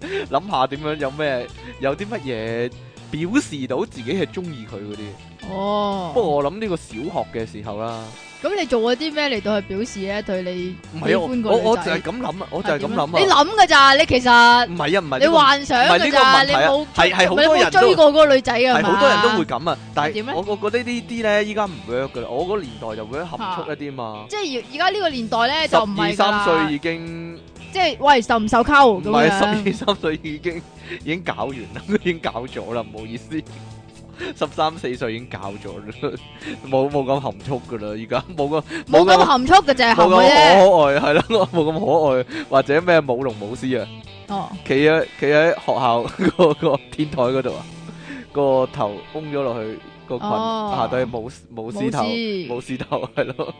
[SPEAKER 1] 諗下點樣有咩有啲乜嘢表示到自己係中意佢嗰啲。
[SPEAKER 2] 哦，
[SPEAKER 1] 不過我諗呢個小學嘅時候啦，
[SPEAKER 2] 咁你做咗啲咩嚟到去表示咧對你
[SPEAKER 1] 唔
[SPEAKER 2] 喜
[SPEAKER 1] 係
[SPEAKER 2] 歡
[SPEAKER 1] 啊
[SPEAKER 2] 個
[SPEAKER 1] 我我
[SPEAKER 2] 女
[SPEAKER 1] 我就
[SPEAKER 2] 仔
[SPEAKER 1] 係？咁諗啊，我就係咁
[SPEAKER 2] 你
[SPEAKER 1] 諗啊，
[SPEAKER 2] 諗噶咋？你其實
[SPEAKER 1] 唔係啊，唔係
[SPEAKER 2] 你
[SPEAKER 1] 呢個
[SPEAKER 2] 幻想
[SPEAKER 1] 唔係
[SPEAKER 2] 噶
[SPEAKER 1] 呢個問
[SPEAKER 2] 咋？
[SPEAKER 1] 題
[SPEAKER 2] 你
[SPEAKER 1] 啊
[SPEAKER 2] 冇
[SPEAKER 1] 係係好多
[SPEAKER 2] 你
[SPEAKER 1] 人
[SPEAKER 2] 冇
[SPEAKER 1] 都
[SPEAKER 2] 追過嗰個女仔啊？
[SPEAKER 1] 係好多人都會。咁啊，但係
[SPEAKER 2] 點咧
[SPEAKER 1] 我我覺得呢啲咧依家唔 work 噶啦，我嗰個年代就 work 含蓄一啲嘛。
[SPEAKER 2] 即係而而家呢個年代咧
[SPEAKER 1] 十
[SPEAKER 2] 就唔
[SPEAKER 1] 二
[SPEAKER 2] 係㗎
[SPEAKER 1] 三
[SPEAKER 2] 啦
[SPEAKER 1] 歲已經
[SPEAKER 2] 即係喂受唔受
[SPEAKER 1] 唔
[SPEAKER 2] 溝咁
[SPEAKER 1] 係十
[SPEAKER 2] 樣
[SPEAKER 1] 二三歲已經 已經搞完啦， 已經搞咗啦，唔好意思。十三四歲已經搞咗啦，冇冇咁含蓄噶啦，而家冇咁
[SPEAKER 2] 冇
[SPEAKER 1] 冇咁
[SPEAKER 2] 咁含蓄嘅就係含
[SPEAKER 1] 冇咁可
[SPEAKER 2] 嘅啫。
[SPEAKER 1] 愛係咯，冇咁可愛或者咩舞龍舞獅啊，
[SPEAKER 2] 哦，
[SPEAKER 1] 企喺企喺學校個個天台嗰度啊，個頭嗡咗落去個裙
[SPEAKER 2] 哦
[SPEAKER 1] 下底冇冇獅
[SPEAKER 2] 冇
[SPEAKER 1] 頭。
[SPEAKER 2] 事
[SPEAKER 1] 冇事頭係咯，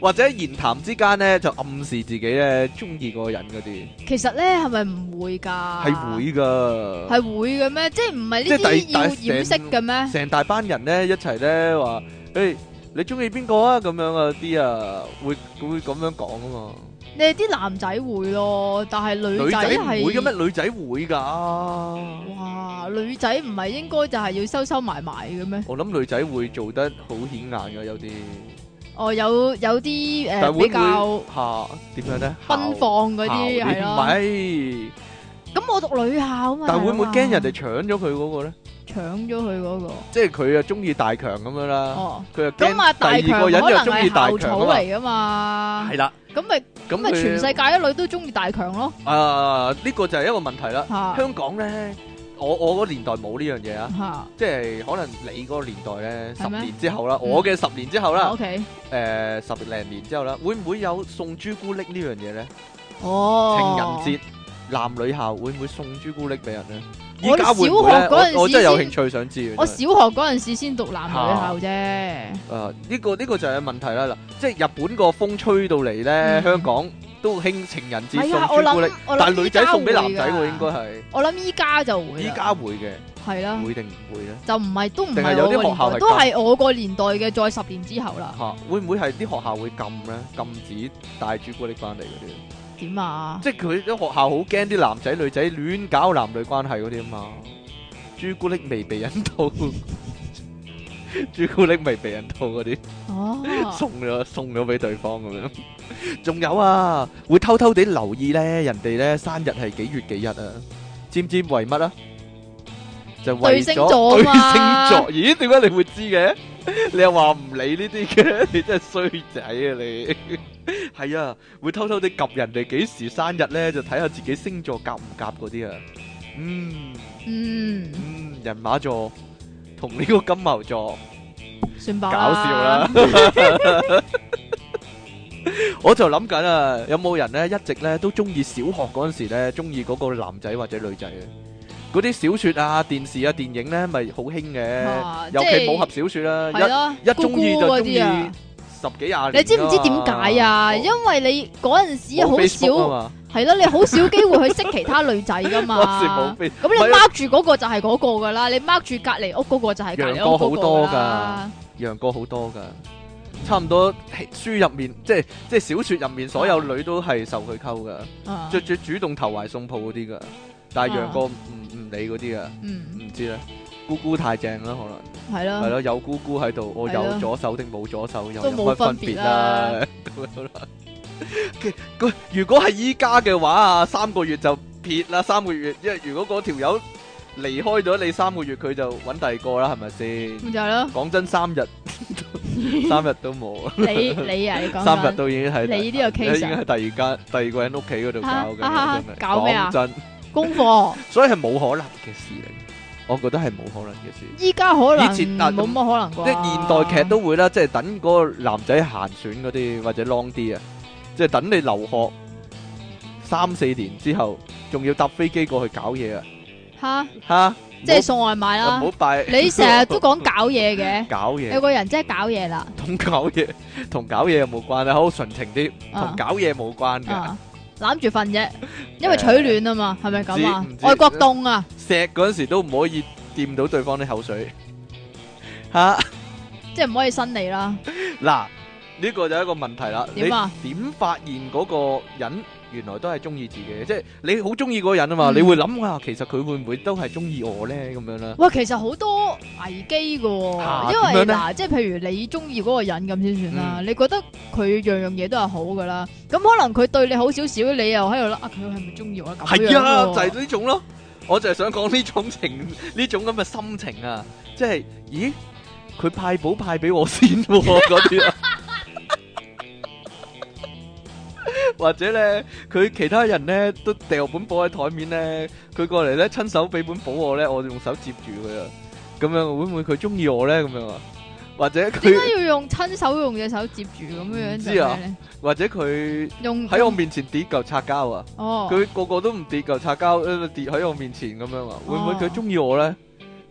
[SPEAKER 1] 或者言談之間咧就暗示自己咧中意嗰個人嗰啲，
[SPEAKER 2] 其實咧係咪唔會㗎？
[SPEAKER 1] 係會噶，
[SPEAKER 2] 係會嘅咩？即係唔係
[SPEAKER 1] 即
[SPEAKER 2] 呢
[SPEAKER 1] 係第
[SPEAKER 2] 啲要
[SPEAKER 1] 第成
[SPEAKER 2] 掩飾嘅咩？
[SPEAKER 1] 成大班人咧一齊咧話，誒、你中意邊個啊？咁樣啊啲啊，會會咁樣講啊嘛，
[SPEAKER 2] 你哋啲男仔會咯，但係女
[SPEAKER 1] 女仔唔
[SPEAKER 2] 係
[SPEAKER 1] 會嘅咩？女仔會㗎。
[SPEAKER 2] 哇，女仔唔係應該就係要收收埋埋嘅咩？
[SPEAKER 1] 我諗女仔會做得好顯眼嘅，有啲，
[SPEAKER 2] 哦，有有啲诶、
[SPEAKER 1] 但係會
[SPEAKER 2] 比
[SPEAKER 1] 唔
[SPEAKER 2] 較
[SPEAKER 1] 會下點樣咧？
[SPEAKER 2] 奔放嗰
[SPEAKER 1] 校
[SPEAKER 2] 啲係
[SPEAKER 1] 唔
[SPEAKER 2] 咯。
[SPEAKER 1] 係，
[SPEAKER 2] 咁我讀女校啊嘛。
[SPEAKER 1] 但係會唔會驚人
[SPEAKER 2] 係
[SPEAKER 1] 哋搶咗佢嗰個咧？
[SPEAKER 2] 啊嘛搶咗佢嗰個？
[SPEAKER 1] 即係佢啊中意大強咁樣啦，
[SPEAKER 2] 哦，
[SPEAKER 1] 佢又
[SPEAKER 2] 咁啊，大
[SPEAKER 1] 驚第
[SPEAKER 2] 強
[SPEAKER 1] 二
[SPEAKER 2] 可
[SPEAKER 1] 個人
[SPEAKER 2] 能
[SPEAKER 1] 又中意
[SPEAKER 2] 係
[SPEAKER 1] 大
[SPEAKER 2] 校
[SPEAKER 1] 強
[SPEAKER 2] 草
[SPEAKER 1] 啊嘛，
[SPEAKER 2] 嚟噶嘛
[SPEAKER 1] 係。啦，
[SPEAKER 2] 咁咪
[SPEAKER 1] 咁
[SPEAKER 2] 咁咪
[SPEAKER 1] 佢
[SPEAKER 2] 全世界啲女都中意大強咯。
[SPEAKER 1] 啊呢個就係一個問題啦。
[SPEAKER 2] 吓
[SPEAKER 1] 香港咧，我我嗰年代冇呢樣嘢啊，
[SPEAKER 2] 吓
[SPEAKER 1] 即係可能你嗰個年代咧，十
[SPEAKER 2] 係咩
[SPEAKER 1] 年之後啦，
[SPEAKER 2] 嗯
[SPEAKER 1] 我嘅十年之後啦
[SPEAKER 2] ，O，K。
[SPEAKER 1] 誒十零年之後啦，會唔會有送朱古力呢樣嘢咧？
[SPEAKER 2] 哦，
[SPEAKER 1] 情人節男女校會唔會送朱古力俾人咧？
[SPEAKER 2] 我
[SPEAKER 1] 依家會唔會
[SPEAKER 2] 小學嗰陣
[SPEAKER 1] 咧？
[SPEAKER 2] 時
[SPEAKER 1] 我我真係有
[SPEAKER 2] 先
[SPEAKER 1] 興趣想知嘅。
[SPEAKER 2] 我
[SPEAKER 1] 真
[SPEAKER 2] 小
[SPEAKER 1] 係
[SPEAKER 2] 學嗰陣時先讀男女校啫。
[SPEAKER 1] 啊，呢個呢個就係問題啦。嗱，即係日本個風吹到嚟咧，
[SPEAKER 2] 嗯
[SPEAKER 1] 香港都興情人節
[SPEAKER 2] 係
[SPEAKER 1] 送
[SPEAKER 2] 啊，我
[SPEAKER 1] 朱古力
[SPEAKER 2] 諗，我
[SPEAKER 1] 但係
[SPEAKER 2] 諗
[SPEAKER 1] 女
[SPEAKER 2] 依家
[SPEAKER 1] 仔送俾男
[SPEAKER 2] 會
[SPEAKER 1] 仔喎，
[SPEAKER 2] 㗎
[SPEAKER 1] 應該係
[SPEAKER 2] 我諗依家就會
[SPEAKER 1] 依
[SPEAKER 2] 啦，
[SPEAKER 1] 家會嘅，
[SPEAKER 2] 係啦，
[SPEAKER 1] 會定唔會咧？
[SPEAKER 2] 就唔係都唔
[SPEAKER 1] 定係
[SPEAKER 2] 係
[SPEAKER 1] 有啲
[SPEAKER 2] 我個
[SPEAKER 1] 學
[SPEAKER 2] 年
[SPEAKER 1] 校係
[SPEAKER 2] 代，都係我個年代嘅，再十年之後啦。
[SPEAKER 1] 嚇，會唔會係啲學校會禁咧？禁止帶朱古力翻嚟嗰啲？
[SPEAKER 2] 點啊？
[SPEAKER 1] 即係佢啲學校好驚啲男仔女仔亂搞男女關係嗰啲啊嘛，朱古力未被引導， 朱古力未被引導嗰啲。
[SPEAKER 2] 哦，
[SPEAKER 1] 送咗送咗俾對方咁樣。仲有啊，會偷偷地留意咧，人哋咧生日係幾月幾日啊？知唔知為乜啊？就為
[SPEAKER 2] 對星
[SPEAKER 1] 咗
[SPEAKER 2] 座啊 嘛
[SPEAKER 1] 對星座。咦？點解你會知嘅？你又話唔理呢啲嘅，你真係衰仔啊你！係啊，會偷偷地及人哋幾時生日咧，就睇下自己星座夾唔夾嗰啲啊。嗯
[SPEAKER 2] 嗯，
[SPEAKER 1] 嗯，人馬座同呢個金牛座。
[SPEAKER 2] 算吧，
[SPEAKER 1] 搞笑啦。我就諗緊啊，有冇人咧一直咧都中意小學嗰陣時咧，中意嗰個男仔或者女仔嘅？嗰啲小說啊、電視啊、電影咧，咪好興嘅，
[SPEAKER 2] 啊
[SPEAKER 1] 尤
[SPEAKER 2] 即
[SPEAKER 1] 其
[SPEAKER 2] 係
[SPEAKER 1] 武俠小說啦，
[SPEAKER 2] 係咯，
[SPEAKER 1] 一一中意
[SPEAKER 2] 姑姑
[SPEAKER 1] 就
[SPEAKER 2] 嗰
[SPEAKER 1] 中意
[SPEAKER 2] 啲啊。
[SPEAKER 1] 十幾廿年。
[SPEAKER 2] 你知唔知點解啊？因為你嗰陣時好少，
[SPEAKER 1] 少，
[SPEAKER 2] 係咯，你好少機會去識其他女仔噶
[SPEAKER 1] 嗰時冇
[SPEAKER 2] 嘛。
[SPEAKER 1] Facebook，
[SPEAKER 2] 咁
[SPEAKER 1] 唔係
[SPEAKER 2] 你
[SPEAKER 1] 啊
[SPEAKER 2] mark 住嗰個就係嗰個噶啦，你 mark 住隔離屋嗰個就係隔離屋嗰
[SPEAKER 1] 楊過
[SPEAKER 2] 個
[SPEAKER 1] 好多
[SPEAKER 2] 㗎
[SPEAKER 1] 㗎
[SPEAKER 2] 啦。
[SPEAKER 1] 楊過好多噶，差唔多書入面，即係即係小說入面所有女都係受佢溝噶。
[SPEAKER 2] 啊
[SPEAKER 1] 着住主動投懷送抱嗰啲噶，但係楊過唔唔理嗰啲噶，
[SPEAKER 2] 嗯，
[SPEAKER 1] 唔知咧。姑姑太正啦，
[SPEAKER 2] 係
[SPEAKER 1] 可能係
[SPEAKER 2] 咯，
[SPEAKER 1] 咯，有姑姑喺度，我
[SPEAKER 2] 係咯
[SPEAKER 1] 有左手定冇左手又
[SPEAKER 2] 都
[SPEAKER 1] 有
[SPEAKER 2] 冇
[SPEAKER 1] 乜
[SPEAKER 2] 分
[SPEAKER 1] 分別
[SPEAKER 2] 別
[SPEAKER 1] 啦？咁樣啦。 佢佢如果係依家嘅話啊，三個月就撇啦，三個月，因為如果嗰條友離開咗你三個月，佢就揾第二個啦，係咪先？
[SPEAKER 2] 咪就係咯。
[SPEAKER 1] 講真，三日三日都冇，
[SPEAKER 2] 你你啊，你講
[SPEAKER 1] 三日
[SPEAKER 2] 緊
[SPEAKER 1] 都已經係
[SPEAKER 2] 你呢個
[SPEAKER 1] 已經
[SPEAKER 2] case 啊
[SPEAKER 1] 喺第二間第二個人屋企嗰度搞 嘅
[SPEAKER 2] 啊
[SPEAKER 1] 啦，真係
[SPEAKER 2] 搞咩啊
[SPEAKER 1] 講真。
[SPEAKER 2] 功課，
[SPEAKER 1] 所以係冇可能嘅事嚟，我覺得係冇可能嘅事。
[SPEAKER 2] 依家可能
[SPEAKER 1] 以前啊
[SPEAKER 2] 冇乜可
[SPEAKER 1] 即
[SPEAKER 2] 能啩。
[SPEAKER 1] 係現代劇都會啦，即係等嗰個男仔閒選嗰啲或者 long 啲啊，即係等你留學三四年之後，仲要搭飛機過去搞嘢啊！
[SPEAKER 2] 吓，
[SPEAKER 1] 吓，
[SPEAKER 2] 即係送外賣
[SPEAKER 1] 唔好
[SPEAKER 2] 啦
[SPEAKER 1] 唔好。拜，
[SPEAKER 2] 你成日都講搞嘢嘅
[SPEAKER 1] 搞
[SPEAKER 2] 有
[SPEAKER 1] 嘢，
[SPEAKER 2] 個人真係搞嘢啦。
[SPEAKER 1] 同搞嘢同搞嘢有冇關啊？好純情啲，同
[SPEAKER 2] 啊
[SPEAKER 1] 搞嘢冇關嘅。
[SPEAKER 2] 啊，攬住瞓 啫，因為取暖啊嘛，係咪咁啊
[SPEAKER 1] 唔？知
[SPEAKER 2] 外國凍啊，
[SPEAKER 1] 錫嗰陣時都唔可以掂到對方啲口水。吓，
[SPEAKER 2] 即係唔可以伸你啦。
[SPEAKER 1] 嗱，呢個就一個問題啦。你
[SPEAKER 2] 點啊？
[SPEAKER 1] 點發現嗰個人原來都係中意自己嘅，即係你好中意嗰個人啊嘛，
[SPEAKER 2] 嗯
[SPEAKER 1] 你會諗啊，其實佢會唔會都係中意我咧咁樣啦？
[SPEAKER 2] 哇，其實好多危機噶，
[SPEAKER 1] 啊
[SPEAKER 2] 因
[SPEAKER 1] 點樣
[SPEAKER 2] 為
[SPEAKER 1] 呢嗯
[SPEAKER 2] 嗱，即係譬如你中意嗰個人咁先算啦，你覺得佢樣樣嘢都係好噶啦，咁可能佢對你好少少，你又喺度諗啊，佢係咪中意我咧咁樣
[SPEAKER 1] 係啊，就
[SPEAKER 2] 喎
[SPEAKER 1] 係呢種咯。我就係想講呢種情，呢種咁嘅心情啊，即係咦，佢派寶派俾我先喎嗰 啲啊，或者咧佢其他人咧都掉本簿喺台面咧，佢過嚟咧親手俾本簿我咧，我用手接住佢啊，咁樣會唔會佢中意我咧？咁樣啊，或者
[SPEAKER 2] 點
[SPEAKER 1] 佢
[SPEAKER 2] 解要用親手用隻手接住咁樣
[SPEAKER 1] 唔
[SPEAKER 2] 樣
[SPEAKER 1] 知
[SPEAKER 2] 就咩
[SPEAKER 1] 啊
[SPEAKER 2] 咧？
[SPEAKER 1] 或者佢
[SPEAKER 2] 用
[SPEAKER 1] 喺我面前跌嚿擦膠啊？
[SPEAKER 2] 哦，
[SPEAKER 1] 佢個個都唔跌嚿擦膠，呃跌喺我面前咁樣啊，會唔會佢
[SPEAKER 2] 哦
[SPEAKER 1] 中意我咧？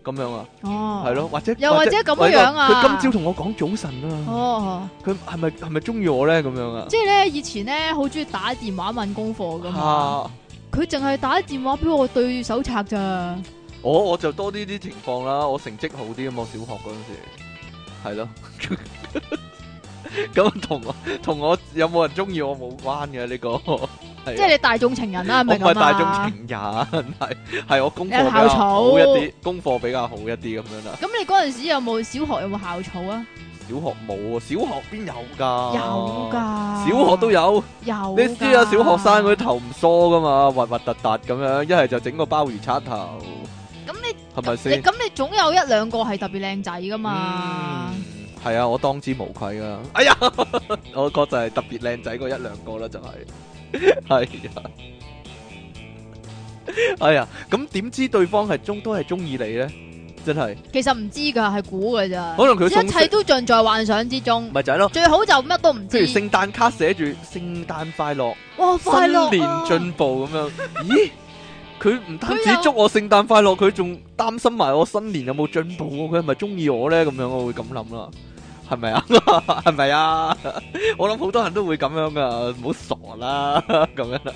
[SPEAKER 1] 咁樣啊，
[SPEAKER 2] 哦，
[SPEAKER 1] 係，咯，或者
[SPEAKER 2] 又或者咁
[SPEAKER 1] 或者
[SPEAKER 2] 樣啊
[SPEAKER 1] 佢今朝同我講早晨啊，
[SPEAKER 2] 哦，
[SPEAKER 1] 佢係咪係咪中意我咧？咁樣啊
[SPEAKER 2] 即係咧以前咧好中意打電話問功課噶嘛。
[SPEAKER 1] 啊，
[SPEAKER 2] 佢淨係打電話俾我對手冊咋，
[SPEAKER 1] 啊我我就多呢啲情況啦，我成績好啲咁，我小學嗰陣時係咯， 咁同我同我有冇人中意我冇關嘅呢個，係啊
[SPEAKER 2] 即係你大眾情人啦，係
[SPEAKER 1] 我
[SPEAKER 2] 咪
[SPEAKER 1] 唔係
[SPEAKER 2] 咁啊？
[SPEAKER 1] 大眾情人，係係我功課比
[SPEAKER 2] 你係校
[SPEAKER 1] 較
[SPEAKER 2] 草
[SPEAKER 1] 好一啲，功課比較好一啲咁樣啦。
[SPEAKER 2] 咁你嗰陣時有冇小學有冇校草啊？
[SPEAKER 1] 小學冇啊，小學邊有㗎？
[SPEAKER 2] 有㗎，，
[SPEAKER 1] 哦小學都有。
[SPEAKER 2] 有㗎。
[SPEAKER 1] 你知啊，小學生嗰啲頭唔梳噶嘛，核核突突咁樣，一係就整個鮑魚刷頭，
[SPEAKER 2] 咁你
[SPEAKER 1] 係咪
[SPEAKER 2] 你
[SPEAKER 1] 先？
[SPEAKER 2] 咁你總有一兩個係特別靚仔㗎嘛？
[SPEAKER 1] 嗯，係啊，我當之無愧啊！哎呀， 我覺得係特別靚仔嗰一兩個啦，就係、 係啊，哎呀，咁點知對方係中都係中意你咧？真係，
[SPEAKER 2] 其實唔知㗎，係估㗎咋。
[SPEAKER 1] 可能佢送
[SPEAKER 2] 一切都盡在幻想之中，
[SPEAKER 1] 咪就係咯，
[SPEAKER 2] 最好就乜都唔
[SPEAKER 1] 譬如
[SPEAKER 2] 知。
[SPEAKER 1] 聖誕卡寫住聖誕快樂。
[SPEAKER 2] 哇，快樂啊
[SPEAKER 1] 新年進步咁樣。咦？佢唔單止
[SPEAKER 2] 佢有
[SPEAKER 1] 祝我聖誕快樂，佢仲擔心埋我新年有冇進步喎，佢係咪中意我咧？咁樣我會咁諗啦，係咪啊？ 係咪啊？我諗好多人都會咁樣噶，唔好傻啦， 咁樣啦。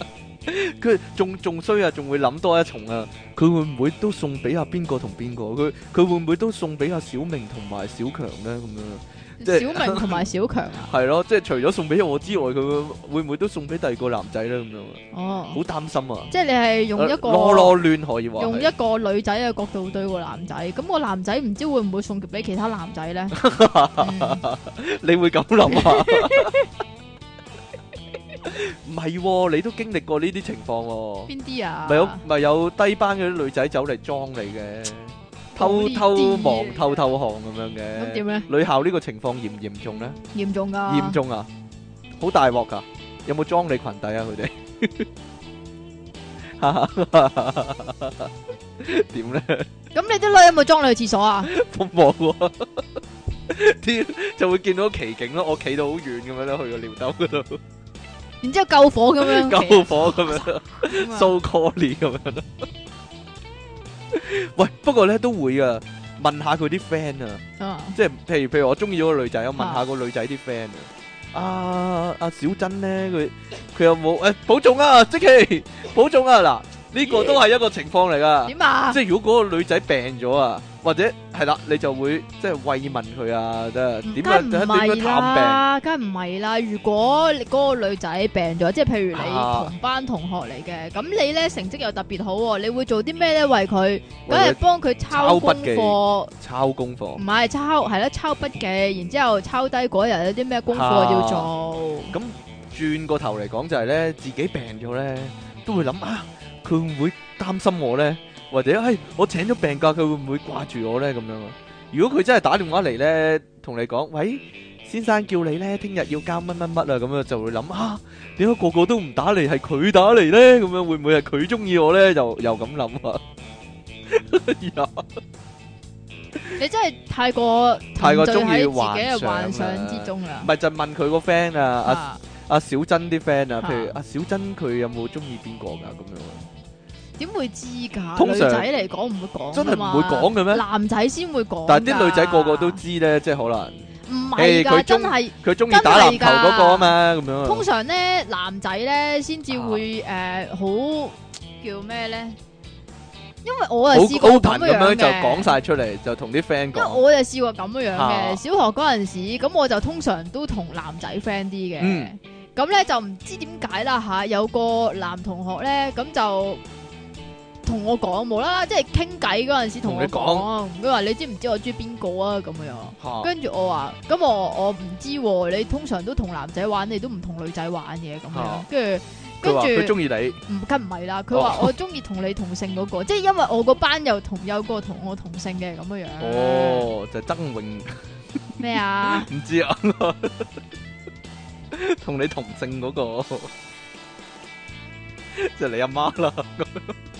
[SPEAKER 1] 佢仲仲衰啊，仲會諗多一重啊！佢會唔會都送俾阿邊個同邊個？佢佢會唔會都送俾阿小明同埋小強咧？咁樣啊即係
[SPEAKER 2] 小明同埋小強 啊，
[SPEAKER 1] 係咯，即係除咗送俾我之外，佢會會唔會都送俾第二個男仔咧？咁樣啊好
[SPEAKER 2] 哦，
[SPEAKER 1] 擔心啊！
[SPEAKER 2] 即係你係用一個
[SPEAKER 1] 囉囉攣可以話係
[SPEAKER 2] 用一個女仔嘅角度對個男仔，咁個男仔唔知會唔會送俾其他男仔 咧？嗯
[SPEAKER 1] 你會咁諗 啊？唔係喎，你都經歷過呢啲情況喎，
[SPEAKER 2] 邊啲啊？
[SPEAKER 1] 咪有咪有低班嗰啲女仔走嚟裝你嘅，偷
[SPEAKER 2] 呢啲
[SPEAKER 1] 偷
[SPEAKER 2] 嘢
[SPEAKER 1] 望、偷偷看咁樣
[SPEAKER 2] 咁
[SPEAKER 1] 嘅。
[SPEAKER 2] 點咧？
[SPEAKER 1] 女校呢個情況嚴唔嚴重咧？
[SPEAKER 2] 嚴重噶，
[SPEAKER 1] 嚴重啊，好大鑊噶！有冇裝你裙底啊？ 佢哋點咧？
[SPEAKER 2] 咁你啲女有冇裝你去廁 所啊？
[SPEAKER 1] 我冇啊， 啲就會見到奇景咯。我企到好遠咁樣咯，去個尿兜嗰度
[SPEAKER 2] 然之後救火咁樣，
[SPEAKER 1] 救火咁樣
[SPEAKER 2] 咁啊
[SPEAKER 1] ，so cally 咁樣咯。 喂，不過咧都會啊，問下佢啲 friend 啊，
[SPEAKER 2] 啊
[SPEAKER 1] 即係譬如譬如我中意嗰個女仔，我問下個女仔啲 friend 啊。啊，阿小珍咧，佢佢有冇誒保重啊，即期保重啊！嗱，呢個都係一個情況嚟噶。
[SPEAKER 2] 點啊？
[SPEAKER 1] 即係如果嗰個女仔病咗啊，或者係啦，你就會即係慰問佢啊，即係點樣
[SPEAKER 2] 梗
[SPEAKER 1] 點
[SPEAKER 2] 唔
[SPEAKER 1] 樣
[SPEAKER 2] 係
[SPEAKER 1] 探
[SPEAKER 2] 啦，梗唔係啦。如果你嗰個女仔病咗，即係譬如你
[SPEAKER 1] 啊
[SPEAKER 2] 同班同學嚟嘅，咁你咧成績又特別好喎，你會做啲咩咧？為佢，
[SPEAKER 1] 為
[SPEAKER 2] 梗
[SPEAKER 1] 佢
[SPEAKER 2] 係幫佢
[SPEAKER 1] 抄
[SPEAKER 2] 抄功
[SPEAKER 1] 筆記
[SPEAKER 2] 課，
[SPEAKER 1] 病，抄功
[SPEAKER 2] 唔
[SPEAKER 1] 課。啊
[SPEAKER 2] 係抄，係啦，抄筆記，然之後抄低嗰日有啲咩功課要做。
[SPEAKER 1] 咁轉個頭嚟講就係咧，自己病咗咧，都會諗啊，佢會唔會擔心我咧？或者係、哎我請咗病假，佢會唔會掛住我咧？咁樣啊？如果佢真係打電話嚟咧，同你講，喂，先生叫你咧，聽日要交乜乜乜啊，咁啊就會諗啊，點解個個都唔打嚟，係佢打嚟咧？咁樣會唔會係佢中意我咧？又又咁諗啊？ 呀
[SPEAKER 2] 你真係太過
[SPEAKER 1] 太過
[SPEAKER 2] 沉醉
[SPEAKER 1] 中意
[SPEAKER 2] 喺自己
[SPEAKER 1] 幻
[SPEAKER 2] 嘅
[SPEAKER 1] 想
[SPEAKER 2] 幻想之中啦。
[SPEAKER 1] 咪就問佢個 friend 啊，阿
[SPEAKER 2] 啊
[SPEAKER 1] 阿小珍啲 friend 啊，譬如
[SPEAKER 2] 啊
[SPEAKER 1] 阿小珍佢有冇中意邊個㗎咁樣啊？
[SPEAKER 2] 點會知㗎？
[SPEAKER 1] 通常
[SPEAKER 2] 女仔嚟講唔會講
[SPEAKER 1] 真係
[SPEAKER 2] 㗎
[SPEAKER 1] 唔
[SPEAKER 2] 嘛，
[SPEAKER 1] 會講嘅咩
[SPEAKER 2] 男仔先會講㗎。
[SPEAKER 1] 但係啲女仔個個都知咧，即係可能
[SPEAKER 2] 唔係
[SPEAKER 1] 誒佢
[SPEAKER 2] 㗎，
[SPEAKER 1] 中
[SPEAKER 2] 真係
[SPEAKER 1] 佢中意打籃球嗰個啊嘛，咁
[SPEAKER 2] 通
[SPEAKER 1] 樣
[SPEAKER 2] 常咧男仔咧先至會
[SPEAKER 1] 啊
[SPEAKER 2] 誒好叫咩咧？因為我啊試
[SPEAKER 1] 好
[SPEAKER 2] 過
[SPEAKER 1] open
[SPEAKER 2] 咁
[SPEAKER 1] 咁
[SPEAKER 2] 樣
[SPEAKER 1] 樣
[SPEAKER 2] 嘅
[SPEAKER 1] 就講。晒出嚟，就同啲 friend
[SPEAKER 2] 因為
[SPEAKER 1] 講。
[SPEAKER 2] 我就試過咁樣樣
[SPEAKER 1] 啊
[SPEAKER 2] 嘅，小學嗰陣時，咁我就通常都同男仔 friend 啲嘅
[SPEAKER 1] 嗯。
[SPEAKER 2] 咁咧就唔知點解啦吓，有個男同學咧，咁就同我講無啦啦，即係傾偈嗰陣時同我講，佢話你知唔知我中意邊個啊咁樣。
[SPEAKER 1] 嚇
[SPEAKER 2] 跟住我話，咁我我唔知喎，你通常都同男仔玩，你都唔同女仔玩嘅咁樣
[SPEAKER 1] 啊。
[SPEAKER 2] 跟住
[SPEAKER 1] 佢話佢
[SPEAKER 2] 跟住
[SPEAKER 1] 中意你，
[SPEAKER 2] 唔梗唔係啦，佢話
[SPEAKER 1] 哦
[SPEAKER 2] 我中意同你同性嗰個，即係因為我個班又同有個同我同性嘅咁樣樣。
[SPEAKER 1] 哦，就係曾永
[SPEAKER 2] 咩啊？
[SPEAKER 1] 唔知啊， 同你同性嗰個，即係你阿媽啦。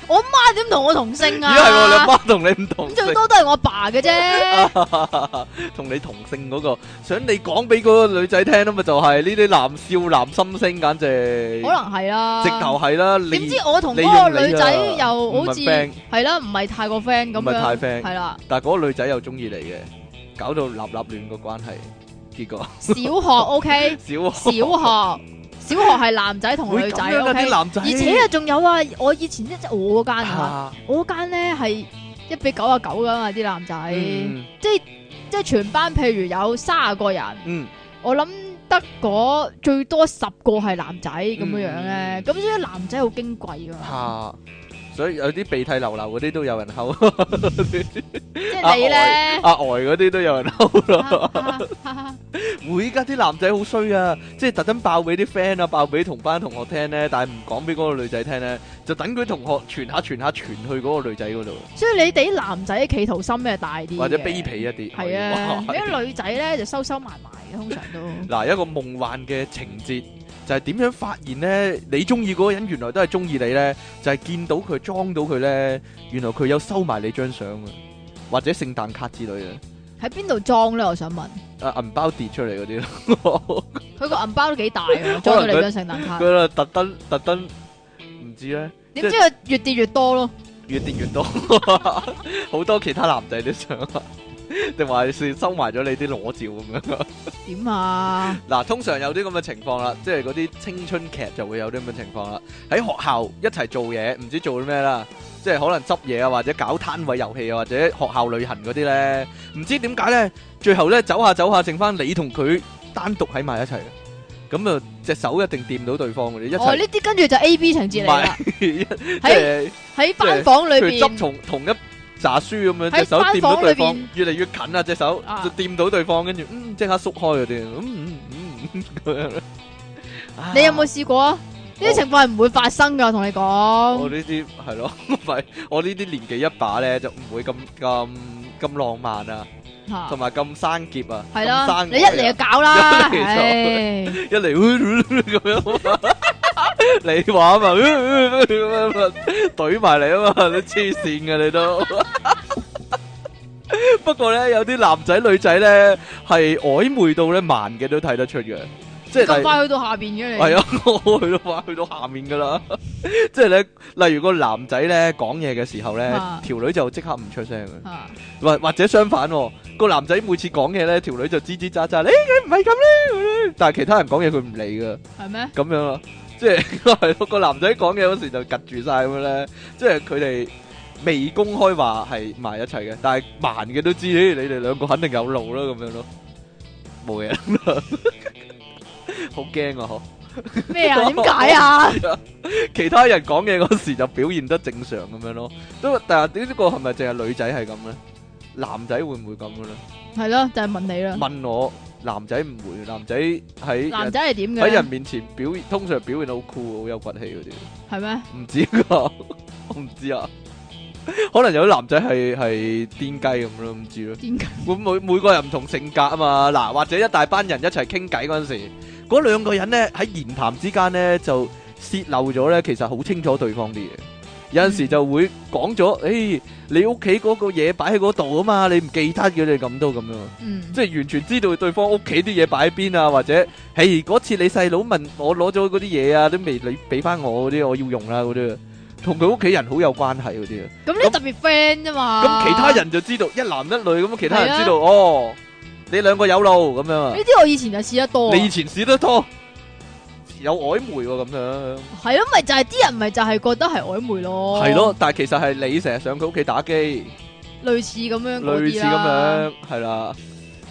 [SPEAKER 2] 啊，點同我同性
[SPEAKER 1] 咦係喎，你阿
[SPEAKER 2] 啊？
[SPEAKER 1] 媽同你唔同
[SPEAKER 2] 咁
[SPEAKER 1] 性
[SPEAKER 2] 最。多都係我爸嘅啫。
[SPEAKER 1] 同你同性嗰、個，想你講俾嗰個女仔聽啊嘛，就係呢啲男少男心聲，簡直
[SPEAKER 2] 可能係啦。
[SPEAKER 1] 直頭係啦，你
[SPEAKER 2] 點知我同嗰
[SPEAKER 1] 利用
[SPEAKER 2] 個
[SPEAKER 1] 你
[SPEAKER 2] 女仔
[SPEAKER 1] 啊
[SPEAKER 2] 又好似
[SPEAKER 1] 唔係 friend
[SPEAKER 2] 係啦，唔係太過 friend 咁
[SPEAKER 1] 唔係太
[SPEAKER 2] 樣，
[SPEAKER 1] friend，
[SPEAKER 2] 係啦。
[SPEAKER 1] 但係嗰個女仔又中意你嘅，搞到立立亂個關係，結 果
[SPEAKER 2] 小學 OK，
[SPEAKER 1] 小
[SPEAKER 2] 小學小學係男仔同
[SPEAKER 1] 會
[SPEAKER 2] 女
[SPEAKER 1] 咁
[SPEAKER 2] 仔
[SPEAKER 1] 樣啊
[SPEAKER 2] OK，
[SPEAKER 1] 啲男仔，
[SPEAKER 2] 而且啊仲有啊，我以前一即係我嗰間啊，
[SPEAKER 1] 啊
[SPEAKER 2] 我嗰間咧係一比九啊九噶嘛啲男仔，
[SPEAKER 1] 嗯
[SPEAKER 2] 即係全班譬如有卅個人，
[SPEAKER 1] 嗯
[SPEAKER 2] 我諗得嗰最多十個係男仔咁樣樣咧，
[SPEAKER 1] 嗯
[SPEAKER 2] 咁所以男仔好矜貴噶嘛，
[SPEAKER 1] 嚇，所以有啲鼻涕流流嗰啲都有人溝，
[SPEAKER 2] 即係你咧。
[SPEAKER 1] 啊 阿呆嗰啲都有人溝咯。
[SPEAKER 2] 啊
[SPEAKER 1] 啊會㗎，啲男仔好衰啊，即係特登爆俾啲friend啊，爆俾同班同學聽呢，但係唔講俾嗰個女仔聽呢，就等佢同學傳下傳下傳去嗰個女仔嗰度，
[SPEAKER 2] 所以你哋男仔嘅企圖心咩大啲嘅？
[SPEAKER 1] 或者卑鄙一啲，
[SPEAKER 2] 係啊，
[SPEAKER 1] 哇，
[SPEAKER 2] 你啲女仔咧就收收埋埋嘅，通常都
[SPEAKER 1] 嗱，一個夢幻嘅情節就係點樣發現呢？你中意嗰個人原來都係中意你呢，就係、見到佢裝到佢呢，原來佢有收埋你張相啊，或者聖誕卡之類
[SPEAKER 2] 喺邊度裝咧？我想問，
[SPEAKER 1] 嘅，啊銀包跌出嚟嗰啲咯，
[SPEAKER 2] 佢個銀包都幾大 啊，裝到你張聖誕卡，
[SPEAKER 1] 佢啦特登特登唔知呢，
[SPEAKER 2] 點知佢越跌越多咯？
[SPEAKER 1] 越跌越多， 好多其他男仔啲相啊，定還是收埋咗你啲裸照咁樣啊？
[SPEAKER 2] 點啊？
[SPEAKER 1] 嗱，通常有啲咁嘅情況啦，即係嗰啲青春劇就會有啲咁嘅情況啦。喺學校一齊做嘢，唔知做啲咩啦，即係可能執嘢啊，或者搞攤位遊戲啊，或者學校旅行嗰啲咧，唔知點解咧，最後咧走下走下，剩翻你同佢單獨喺埋一齊嘅，咁啊隻手一定掂到對方嘅，一
[SPEAKER 2] 哦，
[SPEAKER 1] 齊
[SPEAKER 2] 呢啲跟住就 A B 情節嚟啦，
[SPEAKER 1] 即
[SPEAKER 2] 喺
[SPEAKER 1] 係
[SPEAKER 2] 喺班房裏
[SPEAKER 1] 佢執
[SPEAKER 2] 邊
[SPEAKER 1] 同同一紮書咁樣，
[SPEAKER 2] 喺
[SPEAKER 1] 隻手掂
[SPEAKER 2] 班
[SPEAKER 1] 到對
[SPEAKER 2] 房裏
[SPEAKER 1] 方
[SPEAKER 2] 邊，
[SPEAKER 1] 越嚟越近啊隻手
[SPEAKER 2] 啊
[SPEAKER 1] 就掂到對方，跟住嗯即刻縮開嗰啲，嗯嗯嗯咁樣。啊
[SPEAKER 2] 你有冇試過啊？呢啲情況係唔會發生噶，同你
[SPEAKER 1] 我
[SPEAKER 2] 講。
[SPEAKER 1] 呢啲係咯， 唔係我呢啲年紀一把咧，就唔會咁咁咁浪漫啊，
[SPEAKER 2] 嚇
[SPEAKER 1] 同埋咁生澀啊，
[SPEAKER 2] 係
[SPEAKER 1] 咁
[SPEAKER 2] 啦，
[SPEAKER 1] 生
[SPEAKER 2] 你一嚟就搞啦，
[SPEAKER 1] 一嚟
[SPEAKER 2] 唉
[SPEAKER 1] 一嚟 咁樣啊嘛，你話啊嘛， 咁樣啊懟埋你啊嘛，你黐線嘅你都。 不過咧，有啲男仔女仔咧係曖昧到咧慢嘅都睇得出嘅，即係
[SPEAKER 2] 咁
[SPEAKER 1] 例
[SPEAKER 2] 快去到下邊嘅你。
[SPEAKER 1] 系啊，我去到話去到下面噶啦， 即係咧，例如個男仔咧講嘢嘅時候咧
[SPEAKER 2] 啊，
[SPEAKER 1] 條女就即刻唔出聲嘅，
[SPEAKER 2] 啊，
[SPEAKER 1] 或或者相反喎，個男仔每次講嘢咧，條女就吱吱喳喳，你佢唔係咁咧，但係其他人講嘢佢唔理噶，
[SPEAKER 2] 係咩？
[SPEAKER 1] 咁樣啊，即係係 咯，個男仔講嘢嗰時就及住晒咁樣咧，即係佢哋。未公開話係埋一齊嘅，但係盲嘅都知，咦你哋兩個肯定有路啦咁樣咯，冇嘢啦，好驚啊！嗬。
[SPEAKER 2] 咩啊？點解啊？
[SPEAKER 1] 其他人講嘢嗰時就表現得正常咁樣咯。都但係呢個係咪淨係女仔係咁咧？男仔會唔會咁嘅咧？
[SPEAKER 2] 係咯，就係問你啦。
[SPEAKER 1] 問我男仔唔會，男仔喺
[SPEAKER 2] 男
[SPEAKER 1] 人哎
[SPEAKER 2] 仔係點嘅
[SPEAKER 1] 喺人
[SPEAKER 2] 咧？
[SPEAKER 1] 面前表現，通常表現得好酷，好有骨氣嗰啲。
[SPEAKER 2] 係咩？
[SPEAKER 1] 唔知㗎， 我唔知啊。可能有啲男仔係係癲雞咁咯，唔知咯。
[SPEAKER 2] 點解？
[SPEAKER 1] 會每每個人唔同性格啊嘛，嗱或者一大班人一齊傾偈嗰陣時，嗰兩個人咧喺言談之間咧就泄漏咗咧，其實好清楚對方啲嘢。有陣時就會講咗，誒、你屋企嗰個嘢擺喺嗰度啊嘛，你唔記得嘅，你咁都咁樣，
[SPEAKER 2] 嗯，
[SPEAKER 1] 即係完全知道對方屋企啲嘢擺喺邊啊，或者誒嗰次你細佬問我攞咗嗰啲嘢啊，都未你俾翻我嗰啲，我要用啦嗰啲，同佢屋企人好有關係嗰啲啊。
[SPEAKER 2] 咁你特別 friend 啫嘛。
[SPEAKER 1] 咁其他人就知道一男一女咁，其他
[SPEAKER 2] 係
[SPEAKER 1] 人
[SPEAKER 2] 啊
[SPEAKER 1] 知道哦，你兩個有路咁樣啊
[SPEAKER 2] 呢。啲我以前就試得多啊。
[SPEAKER 1] 你以前試得多，有曖昧喎咁樣，
[SPEAKER 2] 係咯，咪就係啲人咪就係覺得係曖昧咯。
[SPEAKER 1] 係咯，。但係其實係你成日上佢屋企打機，
[SPEAKER 2] 類似咁樣嗰
[SPEAKER 1] 類
[SPEAKER 2] 啲
[SPEAKER 1] 似咁
[SPEAKER 2] 啦。
[SPEAKER 1] 樣，係啦。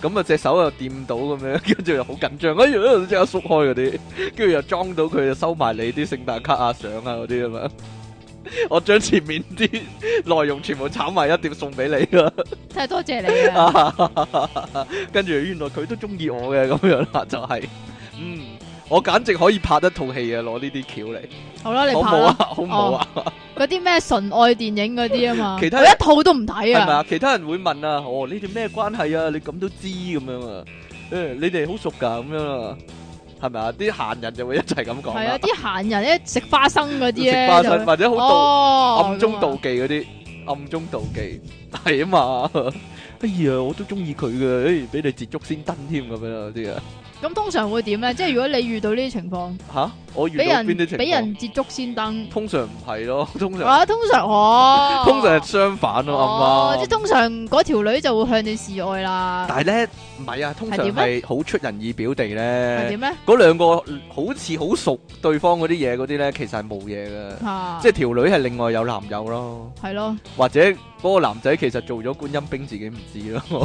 [SPEAKER 1] 咁啊隻手又掂到咁樣， 跟住又好緊張，跟住即刻縮開嗰啲， 跟住又裝到佢，就收埋你啲聖誕卡啊、相啊嗰啲咁樣。我將前面啲 內容全部炒埋一碟送俾你啦。
[SPEAKER 2] 真係多謝你 啊！
[SPEAKER 1] 啊跟住原來佢都中意我嘅咁樣啦，就係、嗯，我簡直可以拍一套戲啊！攞呢啲橋嚟，
[SPEAKER 2] 好啦，你
[SPEAKER 1] 好
[SPEAKER 2] 拍
[SPEAKER 1] 冇啊
[SPEAKER 2] 啦，，
[SPEAKER 1] 好冇啊，
[SPEAKER 2] 嗰啲咩純愛電影嗰啲啊嘛，
[SPEAKER 1] 其他
[SPEAKER 2] 我一套都唔睇
[SPEAKER 1] 係咪
[SPEAKER 2] 啊。
[SPEAKER 1] 啊？其他人會問啊，哦，你哋咩關係啊？你咁都知咁樣啊？誒、你哋好熟㗎咁樣啊？係咪啊？啲閒人就會一齊咁講
[SPEAKER 2] 係啊，
[SPEAKER 1] 啦，
[SPEAKER 2] 啲閒人咧食花生嗰啲
[SPEAKER 1] 食
[SPEAKER 2] 咧，
[SPEAKER 1] 花
[SPEAKER 2] 就
[SPEAKER 1] 生或者好妒
[SPEAKER 2] 哦，
[SPEAKER 1] 暗中
[SPEAKER 2] 咁啊
[SPEAKER 1] 妒忌嗰啲，暗中妒忌係啊嘛。哎呀，我都中意佢嘅，誒、俾你捷足先登添咁樣啊啲啊
[SPEAKER 2] 咁通常會點咧？即係如果你遇到呢啲情況，
[SPEAKER 1] 吓，我遇到
[SPEAKER 2] 俾人
[SPEAKER 1] 邊啲情
[SPEAKER 2] 俾
[SPEAKER 1] 況？
[SPEAKER 2] 人捷足先登，
[SPEAKER 1] 通常唔係咯，通常
[SPEAKER 2] 啊，通常哦，
[SPEAKER 1] 通常係啊相反咯，
[SPEAKER 2] 哦，即係
[SPEAKER 1] 啱啱。
[SPEAKER 2] 通常嗰條女就會向你示愛啦，
[SPEAKER 1] 但係咧唔係啊，通常
[SPEAKER 2] 係點
[SPEAKER 1] 係好出人意表地
[SPEAKER 2] 係
[SPEAKER 1] 咧，
[SPEAKER 2] 點咧？
[SPEAKER 1] 嗰兩個好似好熟對方嗰啲嘢嗰啲咧，其實係冇嘢嘅。
[SPEAKER 2] 嚇，
[SPEAKER 1] 即係條女係另外有男友咯，
[SPEAKER 2] 啊係咯，
[SPEAKER 1] 或者嗰個 男仔其實做咗觀音兵自己唔知咯，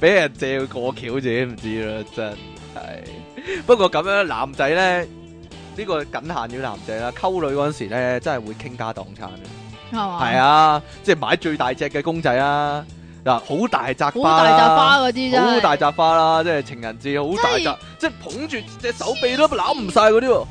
[SPEAKER 1] 俾人借過橋自己唔知啦，真係。不過咁樣男仔咧，呢、呢個僅限於男仔啦。溝女嗰陣時咧，真係會傾家蕩產嘅。
[SPEAKER 2] 係嘛？
[SPEAKER 1] 係，啊，即係買最大隻嘅公仔啊！嗱，好大扎
[SPEAKER 2] 好
[SPEAKER 1] 花
[SPEAKER 2] 大扎花
[SPEAKER 1] 啦，
[SPEAKER 2] 嗰啲真係
[SPEAKER 1] 好大扎花啦，即係情人節好大扎，即係捧住隻手臂都攬唔晒嗰啲喎，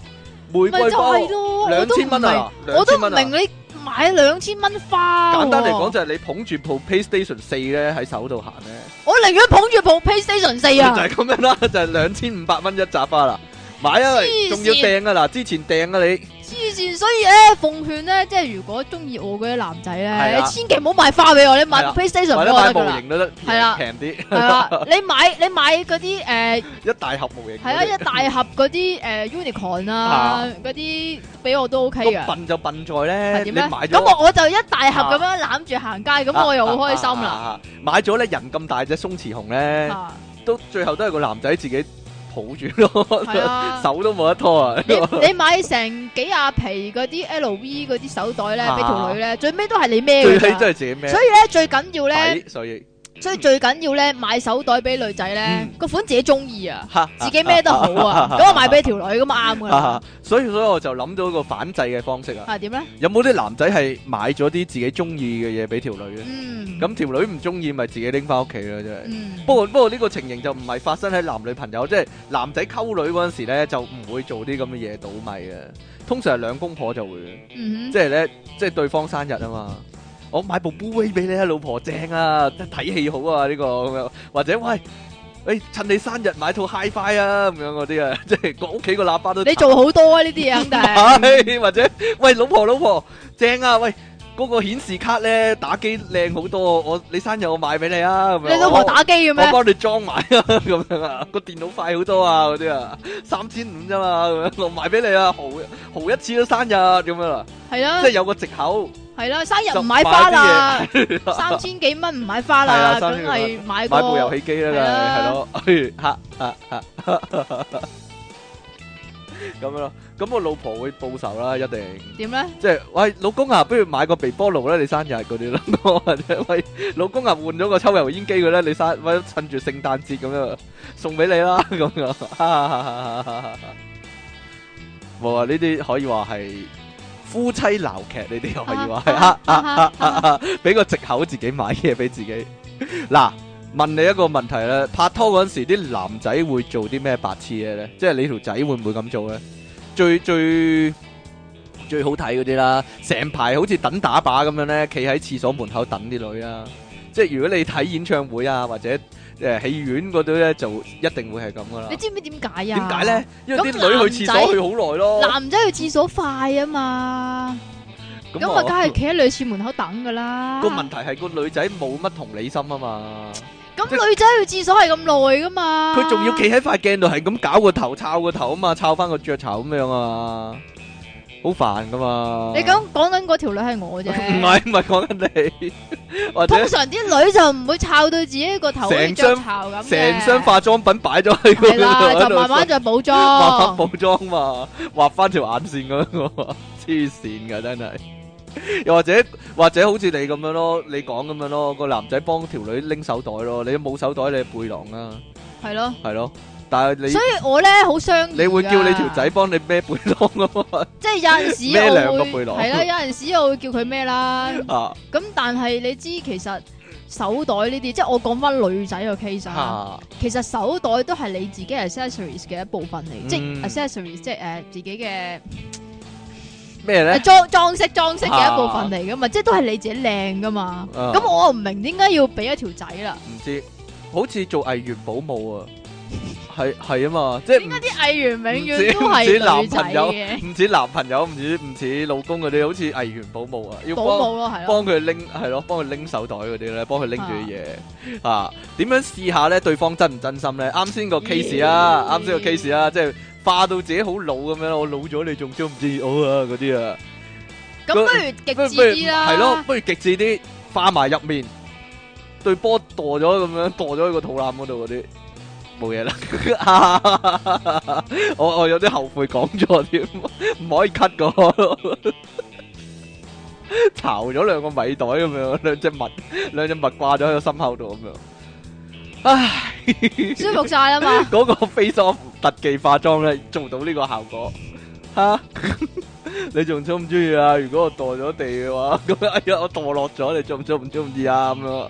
[SPEAKER 1] 玫
[SPEAKER 2] 咪
[SPEAKER 1] 瑰
[SPEAKER 2] 就
[SPEAKER 1] 花
[SPEAKER 2] 係咯，我
[SPEAKER 1] 兩
[SPEAKER 2] 都唔
[SPEAKER 1] 千蚊
[SPEAKER 2] 明，
[SPEAKER 1] 啊，
[SPEAKER 2] 我都唔
[SPEAKER 1] 2000蚊啊
[SPEAKER 2] 明你買兩千蚊花喎。
[SPEAKER 1] 簡單嚟講就係你捧住部 PlayStation 四咧喺手度行咧，
[SPEAKER 2] 我寧願捧住部 PlayStation 四
[SPEAKER 1] 就
[SPEAKER 2] 啊
[SPEAKER 1] 係，咁樣啦，就係兩千五百蚊一扎花啦，買啊，
[SPEAKER 2] 黐線
[SPEAKER 1] 仲要訂啊嗱，之前訂啊你，
[SPEAKER 2] 黐線！所以咧，奉勸咧，即係如果中意我嗰啲男仔
[SPEAKER 1] 係
[SPEAKER 2] 咧，
[SPEAKER 1] 啦
[SPEAKER 2] 你千祈唔好買花俾我，你買
[SPEAKER 1] 係啦啊
[SPEAKER 2] 部 PlayStation
[SPEAKER 1] 或
[SPEAKER 2] 俾
[SPEAKER 1] 者
[SPEAKER 2] 我得㗎
[SPEAKER 1] 買模
[SPEAKER 2] 啦。
[SPEAKER 1] 型都得，
[SPEAKER 2] 係啦
[SPEAKER 1] 平啲，
[SPEAKER 2] 係啦，你買你買嗰啲誒
[SPEAKER 1] 一大盒模型嗰
[SPEAKER 2] 係啊
[SPEAKER 1] 啲，
[SPEAKER 2] 一大盒嗰啲誒 unicorn 啊
[SPEAKER 1] 啊
[SPEAKER 2] 嗰啲俾我都 OK
[SPEAKER 1] 個
[SPEAKER 2] 噶。
[SPEAKER 1] 笨就笨在
[SPEAKER 2] 係
[SPEAKER 1] 咧，你
[SPEAKER 2] 點咧？
[SPEAKER 1] 買
[SPEAKER 2] 咁
[SPEAKER 1] 咗。啊
[SPEAKER 2] 我我就一大盒咁樣攬住行街，咁我又 好開心啦。
[SPEAKER 1] 啦。買咗咧人咁大隻鬆弛熊咧，
[SPEAKER 2] 啊
[SPEAKER 1] 都最後都係個男仔自己抱住咯，
[SPEAKER 2] 係啊
[SPEAKER 1] 手都冇得拖啊！
[SPEAKER 2] 你你買成幾廿皮嗰啲 LV 嗰啲手袋咧，
[SPEAKER 1] 啊
[SPEAKER 2] 俾條女咧，最尾都係你孭㗎
[SPEAKER 1] 最起
[SPEAKER 2] 咋
[SPEAKER 1] 真係自己孭
[SPEAKER 2] 所以咧最緊要咧，
[SPEAKER 1] 底，所以
[SPEAKER 2] 所以最緊要咧買手袋俾女仔咧
[SPEAKER 1] 嗯，
[SPEAKER 2] 個款自己中意啊，
[SPEAKER 1] 嚇
[SPEAKER 2] 自己孭得好啊，咁我買俾條女咁啊啱噶啦。
[SPEAKER 1] 啊所以所以我就諗到一個反制嘅方式啊！
[SPEAKER 2] 係點咧？
[SPEAKER 1] 有冇啲男仔係買咗啲自己中意嘅嘢俾條女咧？
[SPEAKER 2] 嗯，
[SPEAKER 1] 咁條女唔中意，咪自己拎翻屋企咯，真係。
[SPEAKER 2] 嗯
[SPEAKER 1] 不過不過呢個情形就唔係發生喺男女朋友，即係男仔溝女嗰陣時咧，就唔會做啲咁嘅嘢倒米嘅。通常係兩公婆就會嘅。
[SPEAKER 2] 嗯
[SPEAKER 1] 即係咧，即係對方生日啊嘛。我買部 Blu-ray 俾你啊，老婆正啊，睇戲好啊呢、個咁樣，或者喂，喂趁你生日買套 HiFi 啊咁 樣嗰啲啊，即係個屋企個喇叭都
[SPEAKER 2] 你做好多啊呢啲嘢 肯定
[SPEAKER 1] 係，或者喂老婆老婆正啊，喂嗰、個顯示卡咧打機靚好多，我你生日我買俾你啊咁樣。
[SPEAKER 2] 你老婆打機嘅
[SPEAKER 1] 我
[SPEAKER 2] 咩？
[SPEAKER 1] 幫你裝埋啊，咁樣啊， 個電腦快好多啊，嗰啲啊，三千五啫嘛，咁樣我買俾你啊，豪豪一次都生日咁樣啦，
[SPEAKER 2] 係啦
[SPEAKER 1] 即係，有個藉口。
[SPEAKER 2] 係啦，生日唔買花啦， 三千幾蚊唔買花
[SPEAKER 1] 係
[SPEAKER 2] 啦，
[SPEAKER 1] 啦
[SPEAKER 2] 梗
[SPEAKER 1] 三千幾蚊
[SPEAKER 2] 係買
[SPEAKER 1] 買部遊
[SPEAKER 2] 個
[SPEAKER 1] 戲機啦，
[SPEAKER 2] 係啊
[SPEAKER 1] 梗係係咯，嚇嚇嚇 咁樣咯。咁我老婆會報仇啦，一定。
[SPEAKER 2] 點咧？
[SPEAKER 1] 即係喂，老公啊，不如買個微波爐啦，你生日嗰啲咯， 或者喂，老公啊，換咗個抽油煙機佢啦，你生喂趁住聖誕節咁樣送俾你啦， 咁樣。冇啊，呢啲可以話係夫妻鬧劇，呢啲可以話係啊啊啊啊啊！俾個藉口自己買嘢俾自己。 嗱，問你一個問題啦，拍拖嗰陣時啲男仔會做啲咩白痴嘢咧？即係你條仔會唔會咁做咧？最最最好睇嗰啲啦，成排好似等打靶咁樣咧，企喺廁所門口等啲女啦。即係如果你睇演唱會啊，或者誒、呃、戲院嗰度咧，就一定會係咁噶啦
[SPEAKER 2] 你。知唔知點解啊？
[SPEAKER 1] 點解咧？因為
[SPEAKER 2] 咁
[SPEAKER 1] 啲女去廁
[SPEAKER 2] 男仔
[SPEAKER 1] 所去好耐咯。
[SPEAKER 2] 男仔去廁所快啊嘛，咁啊，
[SPEAKER 1] 我
[SPEAKER 2] 梗係企喺女廁門口等噶啦。
[SPEAKER 1] 個問題係個女仔冇乜同理心啊嘛，
[SPEAKER 2] 咁女仔去廁所係咁耐噶嘛？
[SPEAKER 1] 佢仲要企喺塊鏡度係咁搞個頭、摷個頭啊嘛，摷翻個雀巢咁樣啊嘛，好煩噶嘛。
[SPEAKER 2] 你 咁講緊嗰條女係我啫。
[SPEAKER 1] 哦唔係唔係講緊你，或者
[SPEAKER 2] 通常啲女就唔會摷到自己個頭好似
[SPEAKER 1] 成
[SPEAKER 2] 雀
[SPEAKER 1] 箱
[SPEAKER 2] 巢咁嘅
[SPEAKER 1] 成箱化妝品擺咗喺嗰
[SPEAKER 2] 係啦，
[SPEAKER 1] 度，
[SPEAKER 2] 就慢慢就 補妝。
[SPEAKER 1] 慢慢補妝嘛，畫翻條眼線咁 樣啊，黐線噶真係。又或者或者好似你咁樣咯，你講咁樣咯，個男仔幫條女拎手袋咯，你冇手袋你係背囊啊，
[SPEAKER 2] 係咯，
[SPEAKER 1] 係咯，但係你
[SPEAKER 2] 所。以我咧好相。
[SPEAKER 1] 你會叫你條仔？幫你孭背囊 啊
[SPEAKER 2] 即係有陣時
[SPEAKER 1] 孭兩
[SPEAKER 2] 我
[SPEAKER 1] 個
[SPEAKER 2] 會
[SPEAKER 1] 背囊
[SPEAKER 2] 係啦，有陣時我會叫佢咩啦。
[SPEAKER 1] 嘛啊
[SPEAKER 2] 咁但係你知其實手袋呢啲，即係我講翻女仔個 case 啊。
[SPEAKER 1] 啊
[SPEAKER 2] 其實手袋都係你自己 accessories 嘅一部分嚟，即係
[SPEAKER 1] 嗯
[SPEAKER 2] accessories 即係誒自己嘅
[SPEAKER 1] 咩
[SPEAKER 2] 誒
[SPEAKER 1] 咧？
[SPEAKER 2] 裝裝飾裝飾嘅一部分嚟噶嘛，即係都係你自己靚噶嘛。
[SPEAKER 1] 啊
[SPEAKER 2] 咁我唔明點解要俾一條仔啦？
[SPEAKER 1] 唔知，好似做藝員保姆啊，係係啊嘛，即係
[SPEAKER 2] 點
[SPEAKER 1] 唔
[SPEAKER 2] 解啲藝員永
[SPEAKER 1] 唔
[SPEAKER 2] 遠
[SPEAKER 1] 止
[SPEAKER 2] 都係
[SPEAKER 1] 唔止
[SPEAKER 2] 女
[SPEAKER 1] 男
[SPEAKER 2] 仔
[SPEAKER 1] 朋友
[SPEAKER 2] 嘅
[SPEAKER 1] 唔似男朋友，唔似唔似老公嗰啲，好似藝員保姆啊，要
[SPEAKER 2] 保
[SPEAKER 1] 幫
[SPEAKER 2] 姆咯，係咯，
[SPEAKER 1] 幫佢拎係咯，幫佢拎手袋嗰啲咧，幫佢拎住啲嘢啊，點樣試下咧？對方真唔真心咧？啱先個 case 啊，
[SPEAKER 2] 咦
[SPEAKER 1] 啱先個 case 啊，即係化到自己好老咁樣啦，我老咗你仲中唔中意我啊嗰啲啊。
[SPEAKER 2] 咁不如極
[SPEAKER 1] 不如
[SPEAKER 2] 致啲啦，
[SPEAKER 1] 係咯，不如極致啲，化埋入面，對波墮咗咁樣，墮咗喺個肚腩嗰度嗰啲，冇嘢啦。 我我有啲後悔講咗添， 唔可以 cut 個。 巢咗兩個米袋咁樣，兩隻襪，兩隻襪掛咗喺個心口度咁樣。
[SPEAKER 2] 舒服晒啦嘛，
[SPEAKER 1] 嗰個啊 face off 特技化妝咧，做到呢個效果吓？ 你仲中唔中意啊？如果我墮咗地嘅話，咁 樣哎呀，我墮落咗，你中唔中唔中意啊？咁樣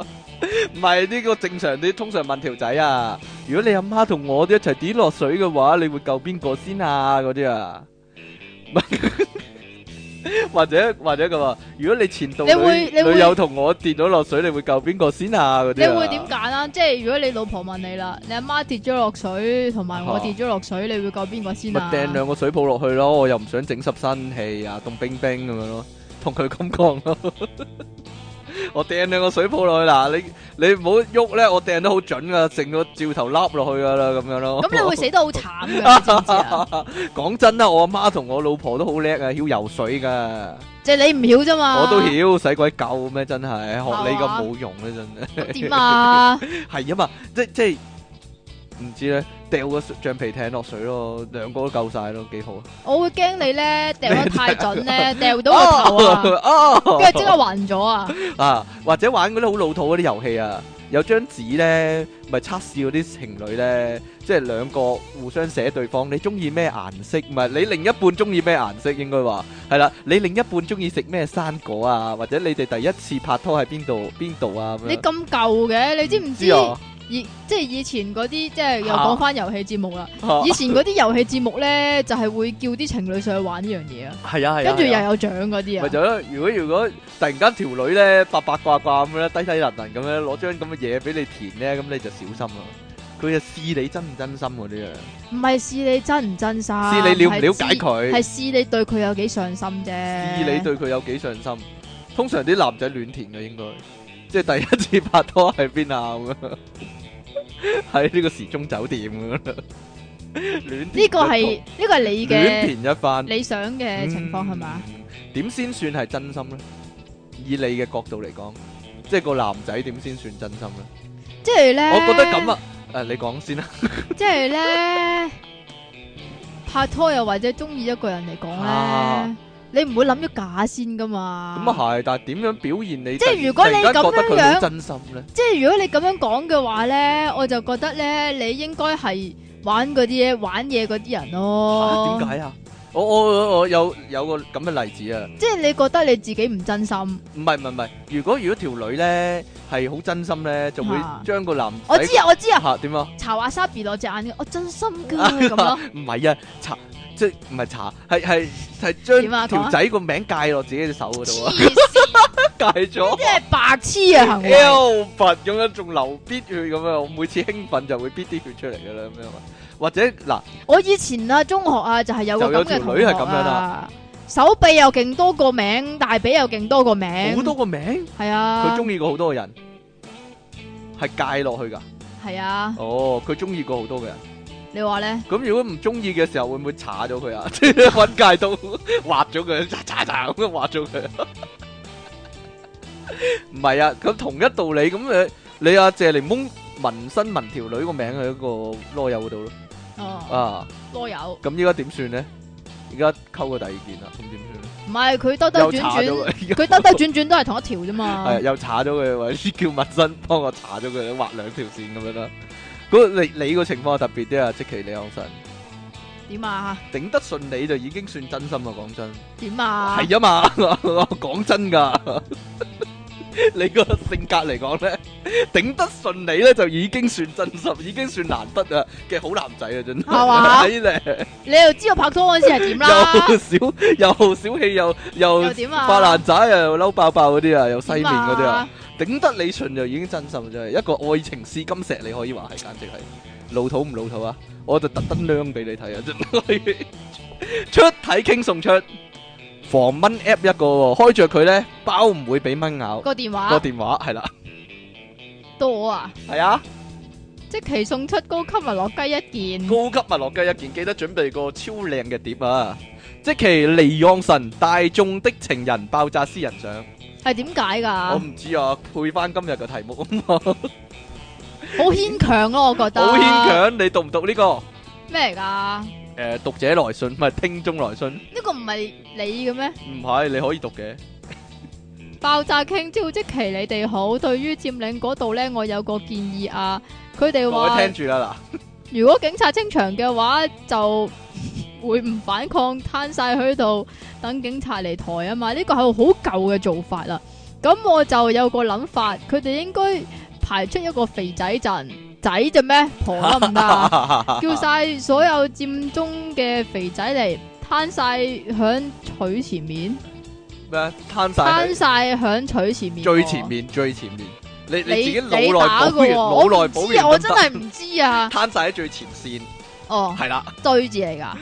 [SPEAKER 1] 唔係呢個正常啲，通常問條仔啊，如果你阿媽同我都一齊跌落水嘅話，你會救邊個先啊？嗰啲啊， 或者或者咁啊，如果你前度
[SPEAKER 2] 你會
[SPEAKER 1] 女
[SPEAKER 2] 你會
[SPEAKER 1] 女友同我跌咗落水，你會救邊個先啊？嗰啲
[SPEAKER 2] 你
[SPEAKER 1] 啊
[SPEAKER 2] 會點揀啊？即係如果你老婆問你啦，你阿媽跌咗落水，同埋我跌咗落水，你會救邊個先
[SPEAKER 1] 咪
[SPEAKER 2] 啊？
[SPEAKER 1] 掟兩個水泡落去咯，我又唔想整濕身氣啊，凍冰冰咁樣咯，同佢咁講 咯。我掟兩個水泡落去嗱，你你唔好喐咧，我掟得好準噶，成個照頭笠落去噶啦，咁樣咯。
[SPEAKER 2] 咁你會死得好慘噶，你知唔知 啊？
[SPEAKER 1] 講真啦，我阿媽同我老婆都好叻啊，曉游水噶，
[SPEAKER 2] 即係你唔曉啫嘛，
[SPEAKER 1] 我都曉，使鬼救咩？真係學你咁冇用啊，真係。
[SPEAKER 2] 咁點啊？
[SPEAKER 1] 係啊嘛，即即唔知咧，掉個橡皮艇落水咯，兩個都救晒咯，幾好啊！
[SPEAKER 2] 我會驚你咧掉得太準 咧，掉到個頭啊，
[SPEAKER 1] 哦，哦
[SPEAKER 2] 跟住即刻暈咗啊！
[SPEAKER 1] 啊，或者玩嗰啲好老土嗰啲遊戲啊，有張紙咧，咪測試嗰啲情侶咧，即係兩個互相寫對方，你中意咩顏色？唔係你另一半中意咩顏色？應該話係啦，你另一半中意食咩生果啊？或者你哋第一次拍拖喺邊度邊度啊？咁樣
[SPEAKER 2] 你咁舊嘅，你知唔知？
[SPEAKER 1] 啊？
[SPEAKER 2] 以即係以前嗰啲，即係又講翻遊戲節目啦。
[SPEAKER 1] 啊
[SPEAKER 2] 以前嗰啲遊戲節目咧，就係會叫啲情侶上去玩呢樣嘢啊，
[SPEAKER 1] 係啊係啊，
[SPEAKER 2] 跟住
[SPEAKER 1] 係啊
[SPEAKER 2] 又有獎嗰啲
[SPEAKER 1] 咪
[SPEAKER 2] 啊。
[SPEAKER 1] 就係咯，如果如果突然間條女咧八八卦卦咁咧，低低能能咁樣攞張咁嘅嘢俾你填咧，咁你就小心啦。佢就試你真唔真心嗰啲啊，
[SPEAKER 2] 唔係試你真唔真心，
[SPEAKER 1] 試你了唔了解
[SPEAKER 2] 係試，
[SPEAKER 1] 佢。
[SPEAKER 2] 係試你對佢有幾上心啫。
[SPEAKER 1] 知你對佢有幾上心。通常啲男仔亂填嘅應該，即係第一次拍拖喺邊啊咁 樣，喺呢個時鐘酒店咁樣亂填
[SPEAKER 2] 呢個
[SPEAKER 1] 一
[SPEAKER 2] 係呢個係你
[SPEAKER 1] 番亂
[SPEAKER 2] 嘅
[SPEAKER 1] 填一番
[SPEAKER 2] 理想嘅情況係嘛？？
[SPEAKER 1] 嗯點先算係真心呢？以你嘅角度嚟講，即係個男仔點先算真心呢？
[SPEAKER 2] 即係咧，
[SPEAKER 1] 我覺得咁，啊，誒你講先啦，
[SPEAKER 2] 即係咧拍拖又或者中意一個人嚟講咧
[SPEAKER 1] 啊，
[SPEAKER 2] 你唔會諗咗假先噶嘛？
[SPEAKER 1] 咁啊係，但係點樣表現你
[SPEAKER 2] 即係
[SPEAKER 1] 突
[SPEAKER 2] 如果你
[SPEAKER 1] 突然間覺
[SPEAKER 2] 咁
[SPEAKER 1] 得
[SPEAKER 2] 樣
[SPEAKER 1] 佢好
[SPEAKER 2] 樣
[SPEAKER 1] 真心呢？
[SPEAKER 2] 即係如果你咁樣講嘅話咧，我就覺得咧，你應該係玩嗰啲玩嘢嗰啲人咯。
[SPEAKER 1] 嚇點解啊？我我我我有有個咁嘅例子啊。
[SPEAKER 2] 即係你覺得你自己唔真心，
[SPEAKER 1] 唔係唔係唔係，如果如果條女咧係好真心咧，就會
[SPEAKER 2] 啊
[SPEAKER 1] 將個男
[SPEAKER 2] 我
[SPEAKER 1] 仔
[SPEAKER 2] 知啊，我知啊，
[SPEAKER 1] 嚇點啊？
[SPEAKER 2] 查華沙比落隻眼嘅，我真心㗎 咁咯。
[SPEAKER 1] 唔係啊，查即係唔係查，係係
[SPEAKER 2] 點啊
[SPEAKER 1] 係將
[SPEAKER 2] 講啊
[SPEAKER 1] 條仔個名戒落自己隻手嗰度
[SPEAKER 2] 黐
[SPEAKER 1] 啊，
[SPEAKER 2] 線，
[SPEAKER 1] 戒咗
[SPEAKER 2] 即係白痴嘅行為。
[SPEAKER 1] L 拔咁樣，仲流必血咁樣，我每次興奮就會必啲血出嚟噶啦咁樣啊，或者嗱
[SPEAKER 2] 我以前啊，中學啊，就係有個
[SPEAKER 1] 就有
[SPEAKER 2] 咁嘅
[SPEAKER 1] 條
[SPEAKER 2] 同
[SPEAKER 1] 女係
[SPEAKER 2] 學
[SPEAKER 1] 咁樣
[SPEAKER 2] 啊，手臂又勁多個名，大髀又勁多個名，
[SPEAKER 1] 好多個名，
[SPEAKER 2] 係啊，
[SPEAKER 1] 佢中意過好多個人，係戒落去噶。
[SPEAKER 2] 係啊，
[SPEAKER 1] 哦，佢中意過好多個人。
[SPEAKER 2] 你話 咧？
[SPEAKER 1] 咁如果唔中意嘅時候，會唔會查咗佢啊？即係揾 戒刀劃咗佢，嚓嚓嚓咁樣劃咗佢。 唔係啊，咁同一道理咁你你阿謝檸檬紋身紋條女個名喺個囉柚嗰度咯。
[SPEAKER 2] 哦，
[SPEAKER 1] 啊，
[SPEAKER 2] 多有，
[SPEAKER 1] 咁依家點算咧？而家溝個第二件啦，咁點算咧？
[SPEAKER 2] 唔係佢兜兜
[SPEAKER 1] 又
[SPEAKER 2] 轉
[SPEAKER 1] 查咗
[SPEAKER 2] 轉，
[SPEAKER 1] 佢，
[SPEAKER 2] 佢兜兜轉轉都係同一條啫嘛
[SPEAKER 1] 係。又查咗佢，或者 叫紋身幫我查咗佢，畫兩條線咁樣啦。嗰你你個情況特別啲啊，即其李昂臣
[SPEAKER 2] 點啊？
[SPEAKER 1] 頂得順你就已經算真心啦，講真。
[SPEAKER 2] 點啊？
[SPEAKER 1] 系啊嘛， 我講真噶， 你個性格嚟講咧，頂得順你咧就已經算真心，已經算難得啊嘅好男仔啊，真
[SPEAKER 2] 係嘛
[SPEAKER 1] 係咧，
[SPEAKER 2] 你又知道拍拖嗰陣時係點啦？
[SPEAKER 1] 又小又小氣又 又
[SPEAKER 2] 又點啊？
[SPEAKER 1] 發爛渣又嬲爆爆嗰啲啊，又西面
[SPEAKER 2] 點啊
[SPEAKER 1] 嗰啲啊，， 頂得你順就已經真心真係一個愛情試金石，你可以話係，簡直係老土唔老土啊！我就特登孏俾你睇啊，真係出體傾送出防蚊 app 一個喎，開着佢咧包唔會俾蚊咬
[SPEAKER 2] 個電
[SPEAKER 1] 啊個
[SPEAKER 2] 話
[SPEAKER 1] 電話係啦，
[SPEAKER 2] 到我啊！
[SPEAKER 1] 係啊，
[SPEAKER 2] 即期送出高級麥樂雞一件，
[SPEAKER 1] 高級物落嘅一件，記得準備個超靚嘅碟啊！即其離岸神大眾的情人爆炸私人相。
[SPEAKER 2] 係點解
[SPEAKER 1] 我
[SPEAKER 2] 㗎？
[SPEAKER 1] 唔知啊，配翻今日嘅題目，
[SPEAKER 2] 好牽強啊咯，我覺得。
[SPEAKER 1] 好牽。強，你讀唔讀呢、個？
[SPEAKER 2] 咩嚟㗎？
[SPEAKER 1] 诶，讀者來信唔係聽眾來信，
[SPEAKER 2] 呢個唔係你嘅咩？
[SPEAKER 1] 唔係你可以讀嘅。
[SPEAKER 2] 爆炸傾朝即期你哋好，對於佔領嗰度呢，我有個建議啊。佢哋
[SPEAKER 1] 各
[SPEAKER 2] 話
[SPEAKER 1] 位聽住啦
[SPEAKER 2] 如果警察清場嘅話，就會唔反抗，攤晒喺度等警察嚟抬啊嘛。呢個係好舊嘅做法啦。咁我就有個諗法，佢哋應該排出一個肥仔陣，仔啫咩？婆得唔得啊？
[SPEAKER 1] 嗱，
[SPEAKER 2] 叫晒所有佔中嘅肥仔嚟攤晒響取前面，
[SPEAKER 1] 咩啊攤晒
[SPEAKER 2] 攤
[SPEAKER 1] 喺
[SPEAKER 2] 晒響取前面喎，
[SPEAKER 1] 最前面最前面，你你
[SPEAKER 2] 你。
[SPEAKER 1] 自己
[SPEAKER 2] 你
[SPEAKER 1] 腦內
[SPEAKER 2] 打
[SPEAKER 1] 補
[SPEAKER 2] 嘅
[SPEAKER 1] 完，
[SPEAKER 2] 喎，我唔
[SPEAKER 1] 腦內補
[SPEAKER 2] 知啊，
[SPEAKER 1] 完
[SPEAKER 2] 我
[SPEAKER 1] 得
[SPEAKER 2] 真係唔知啊。
[SPEAKER 1] 攤晒喺最前線，
[SPEAKER 2] 哦，
[SPEAKER 1] 係啦，
[SPEAKER 2] 對字嚟噶，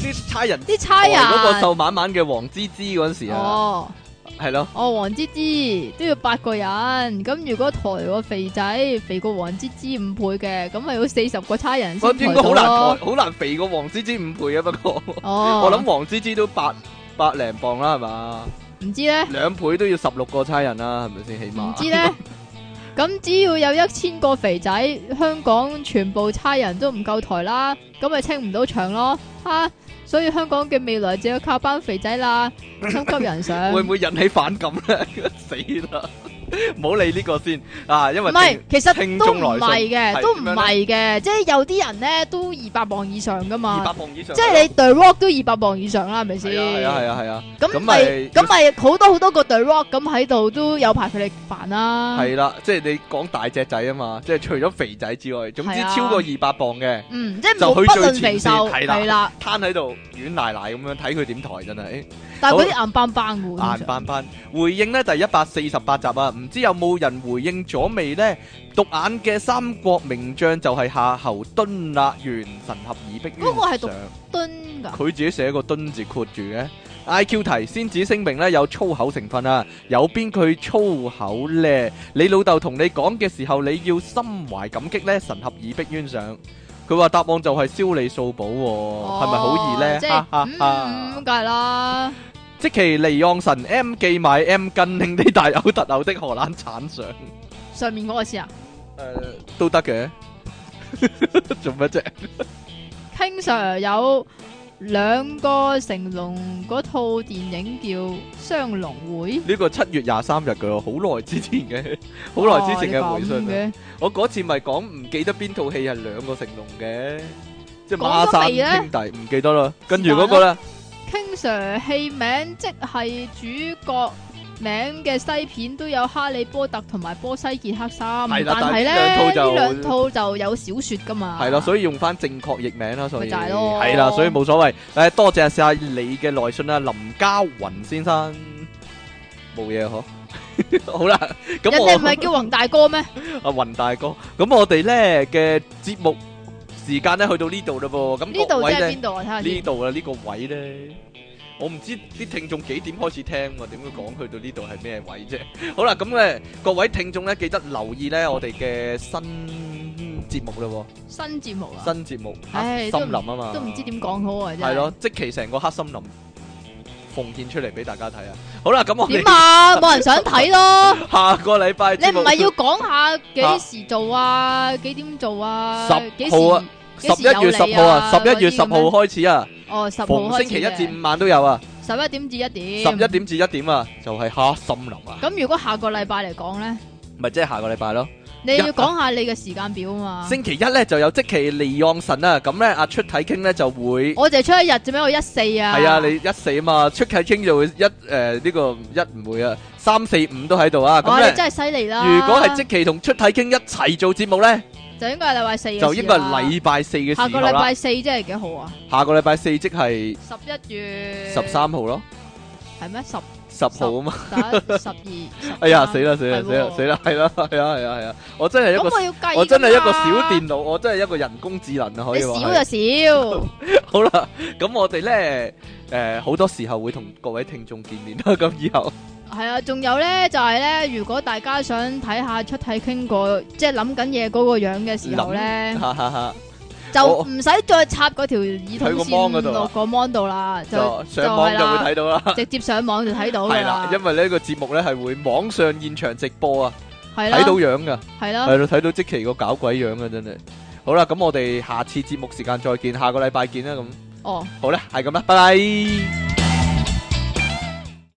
[SPEAKER 1] 啲差人
[SPEAKER 2] 啲差
[SPEAKER 1] 抬
[SPEAKER 2] 人
[SPEAKER 1] 哦嗰個瘦蜢蜢嘅黃芝芝嗰陣時啊，
[SPEAKER 2] 哦。
[SPEAKER 1] 係咯，
[SPEAKER 2] 哦，黃芝芝都要八個人，咁如果抬個肥仔肥過黃芝芝五倍嘅，咁咪要四十個差人
[SPEAKER 1] 我
[SPEAKER 2] 先
[SPEAKER 1] 應
[SPEAKER 2] 抬到
[SPEAKER 1] 該好難
[SPEAKER 2] 咯。
[SPEAKER 1] 抬，好難肥過黃芝芝五倍啊，不過。
[SPEAKER 2] 哦，
[SPEAKER 1] 我諗黃芝芝都八百零磅啦，係嘛？
[SPEAKER 2] 唔知咧，
[SPEAKER 1] 兩倍都要十六個差人啦，係咪先？起
[SPEAKER 2] 唔
[SPEAKER 1] 碼
[SPEAKER 2] 知咧。 咁只要有一千個肥仔，香港全部差人都唔夠抬啦，咁咪清唔到場咯。哈，所以香港嘅未來就要靠班肥仔 啦，心急人上。
[SPEAKER 1] 會唔會引起反感咧？ 死啦！唔好理呢個先啊，因為
[SPEAKER 2] 唔係，其實
[SPEAKER 1] 聽
[SPEAKER 2] 都
[SPEAKER 1] 眾
[SPEAKER 2] 唔
[SPEAKER 1] 來
[SPEAKER 2] 係
[SPEAKER 1] 信
[SPEAKER 2] 嘅，
[SPEAKER 1] 係
[SPEAKER 2] 都唔
[SPEAKER 1] 點樣
[SPEAKER 2] 係嘅，即係有啲人咧都二百磅以上噶嘛
[SPEAKER 1] 二。百磅以
[SPEAKER 2] 啊
[SPEAKER 1] 上，
[SPEAKER 2] 即係你對 rock 都二百磅以上啦，係咪先？
[SPEAKER 1] 係啊係啊係啊係啊，
[SPEAKER 2] 咁
[SPEAKER 1] 咁咪
[SPEAKER 2] 咪咁咪好多好多個對 rock 咁喺度都有排佢哋煩啦。
[SPEAKER 1] 係啦，即係你講大隻仔啊嘛，即係除咗肥仔之外，總之
[SPEAKER 2] 係啊
[SPEAKER 1] 超過二百磅嘅
[SPEAKER 2] 嗯，即係
[SPEAKER 1] 就
[SPEAKER 2] 無不
[SPEAKER 1] 去最
[SPEAKER 2] 論
[SPEAKER 1] 前
[SPEAKER 2] 肥
[SPEAKER 1] 線
[SPEAKER 2] 瘦
[SPEAKER 1] 係啦
[SPEAKER 2] 係啦，
[SPEAKER 1] 攤喺度軟奶奶咁樣睇佢點抬真係。
[SPEAKER 2] 但係嗰啲硬邦邦嘅喎，
[SPEAKER 1] 硬斑斑回應呢第一百四十八集啊，唔知有冇人回應咗未呢？獨眼嘅三國名將就係夏侯惇啦，袁神合以逼
[SPEAKER 2] 嗰個係
[SPEAKER 1] 冤
[SPEAKER 2] 獨
[SPEAKER 1] 上。
[SPEAKER 2] 蹲㗎。
[SPEAKER 1] 佢自己寫個敦字括住嘅。IQ 題先至聲明呢有粗口成分啊，有邊句粗口呢？你老豆同你講嘅時候，你要心懷感激呢，神合以逼冤上。佢話答案就係燒你數簿喎，哦係咪好易呢？
[SPEAKER 2] 即
[SPEAKER 1] 哈
[SPEAKER 2] 係
[SPEAKER 1] 哈
[SPEAKER 2] 嗯
[SPEAKER 1] 哈
[SPEAKER 2] 嗯，梗係啦。
[SPEAKER 1] 即其尼昂神 M 記買 M 斤，令啲大嘔特嘔的荷蘭產上，誒、
[SPEAKER 2] 上面嗰個先啊，
[SPEAKER 1] 都得嘅， 做乜啫？
[SPEAKER 2] King Sir 有兩個成龍嗰套電影叫《雙龍會》，
[SPEAKER 1] 呢個七月廿三日嘅喎，好耐之前嘅，好耐之前嘅
[SPEAKER 2] 哦
[SPEAKER 1] 回
[SPEAKER 2] 你
[SPEAKER 1] 信
[SPEAKER 2] 咁
[SPEAKER 1] 啊！
[SPEAKER 2] 嘅。
[SPEAKER 1] 我嗰次咪講唔記得邊套戲係兩個成龍嘅，即係
[SPEAKER 2] 講
[SPEAKER 1] 孖
[SPEAKER 2] 咗未呢
[SPEAKER 1] 山兄弟，唔記得啦。跟住嗰個咧，
[SPEAKER 2] King Sir 戲名即係主角名嘅西片都有《哈利波特》同埋《波西傑克三》，
[SPEAKER 1] 係
[SPEAKER 2] 但
[SPEAKER 1] 啦
[SPEAKER 2] 係
[SPEAKER 1] 但係呢兩套就
[SPEAKER 2] 咧呢兩套就有小說噶嘛。
[SPEAKER 1] 係啦，所以用翻正確譯名啦，所以
[SPEAKER 2] 咪就係咯
[SPEAKER 1] 係啦，所以冇所謂。誒，多謝晒你嘅來信啊，林家雲先生，冇嘢嗬。 好啦，咁
[SPEAKER 2] 人
[SPEAKER 1] 我
[SPEAKER 2] 哋唔係叫宏大哥咩？
[SPEAKER 1] 阿云大哥，咁我哋咧嘅節目時間咧去到呢度嘞噃，咁
[SPEAKER 2] 呢
[SPEAKER 1] 各
[SPEAKER 2] 度即
[SPEAKER 1] 位
[SPEAKER 2] 係
[SPEAKER 1] 咧
[SPEAKER 2] 邊度啊？睇下
[SPEAKER 1] 呢
[SPEAKER 2] 先。
[SPEAKER 1] 度啦，呢個位咧，我唔知啲聽眾幾點開始聽喎，點會講去到呢度係咩位啫？ 好啦，咁咧各位聽眾咧記得留意咧我哋嘅新節目嘞
[SPEAKER 2] 新節目啊，
[SPEAKER 1] 喎，新節目黑
[SPEAKER 2] 唉
[SPEAKER 1] 森林啊嘛，
[SPEAKER 2] 都唔知點講好啊！真係
[SPEAKER 1] 係咯，即其成個黑森林奉獻出嚟俾大家睇啊！好啦，咁我
[SPEAKER 2] 點
[SPEAKER 1] 哋
[SPEAKER 2] 啊？冇人想睇咯。
[SPEAKER 1] 下個禮拜
[SPEAKER 2] 你
[SPEAKER 1] 節
[SPEAKER 2] 唔
[SPEAKER 1] 目啊
[SPEAKER 2] 係要講 下幾時做啊？幾點做啊？
[SPEAKER 1] 10
[SPEAKER 2] 幾時
[SPEAKER 1] 號啊！十
[SPEAKER 2] 幾時有
[SPEAKER 1] 一月十
[SPEAKER 2] 你
[SPEAKER 1] 號啊，
[SPEAKER 2] 啊
[SPEAKER 1] 十一月十
[SPEAKER 2] 嗰啲
[SPEAKER 1] 號
[SPEAKER 2] 咁樣
[SPEAKER 1] 開始啊。
[SPEAKER 2] 哦，十號
[SPEAKER 1] 逢
[SPEAKER 2] 開
[SPEAKER 1] 星
[SPEAKER 2] 始
[SPEAKER 1] 期一至
[SPEAKER 2] 嘅，
[SPEAKER 1] 五晚都有啊，
[SPEAKER 2] 十一點至一
[SPEAKER 1] 十
[SPEAKER 2] 點。
[SPEAKER 1] 一。點至一點啊，就係黑森林啊，
[SPEAKER 2] 咁如果下個禮拜嚟講咧，
[SPEAKER 1] 咪即係下個禮拜咯。
[SPEAKER 2] 你要講下你嘅時間表啊嘛。
[SPEAKER 1] 星期一咧就有即期利昂神啊，咁咧阿出體傾咧就會
[SPEAKER 2] 我就出一日啫咩？我一四啊。
[SPEAKER 1] 係啊，你一四啊嘛，出體傾就會一誒呃呢個一唔會啊，三四五都喺度啊，咁
[SPEAKER 2] 哇！哦你
[SPEAKER 1] 咧。
[SPEAKER 2] 真係犀利啦。
[SPEAKER 1] 如果係即期同出體傾一齊做節目咧，
[SPEAKER 2] 就應該係禮拜四嘅事啦。
[SPEAKER 1] 就應該係禮拜四嘅
[SPEAKER 2] 下
[SPEAKER 1] 時候
[SPEAKER 2] 個禮
[SPEAKER 1] 啦。
[SPEAKER 2] 拜四即係幾號啊？
[SPEAKER 1] 下個禮拜四即係
[SPEAKER 2] 十一月
[SPEAKER 1] 十三號咯，
[SPEAKER 2] 係咩？ 十
[SPEAKER 1] 十號啊嘛。
[SPEAKER 2] 十十二。
[SPEAKER 1] 哎呀，死！啦死啦死啦
[SPEAKER 2] 係喎
[SPEAKER 1] 死啦，係啦係啊係啊係啊，我真係一個
[SPEAKER 2] 咁我要計。
[SPEAKER 1] 我真係一個小。電腦，我真係一個人工智能啊，可
[SPEAKER 2] 你
[SPEAKER 1] 以
[SPEAKER 2] 少
[SPEAKER 1] 話
[SPEAKER 2] 就
[SPEAKER 1] 係。
[SPEAKER 2] 少，
[SPEAKER 1] 好啦，咁我哋咧，誒好多時候會同各位聽眾見面啦。 咁以後
[SPEAKER 2] 係啊，仲有咧就係咧，如果大家想睇下出體傾過，即係諗緊嘢嗰個樣嘅時候咧，
[SPEAKER 1] 哈哈哈，
[SPEAKER 2] 就唔使再插嗰條耳筒
[SPEAKER 1] 睇個 mon 嗰
[SPEAKER 2] 線
[SPEAKER 1] 度啊
[SPEAKER 2] 落個 mon 度啦，就
[SPEAKER 1] 就上網就會睇到啦。
[SPEAKER 2] 直接上網就睇到㗎
[SPEAKER 1] 係啦，因為呢個節目咧係會網上現場直播啊，
[SPEAKER 2] 係啦，
[SPEAKER 1] 睇到樣噶，
[SPEAKER 2] 係啦，
[SPEAKER 1] 係咯，睇到即呃期個搞鬼樣啊，真係。好啦，咁我哋下次節目時間再見，下個禮拜見啦。咁
[SPEAKER 2] 哦。
[SPEAKER 1] 好啦，係咁啦，拜拜。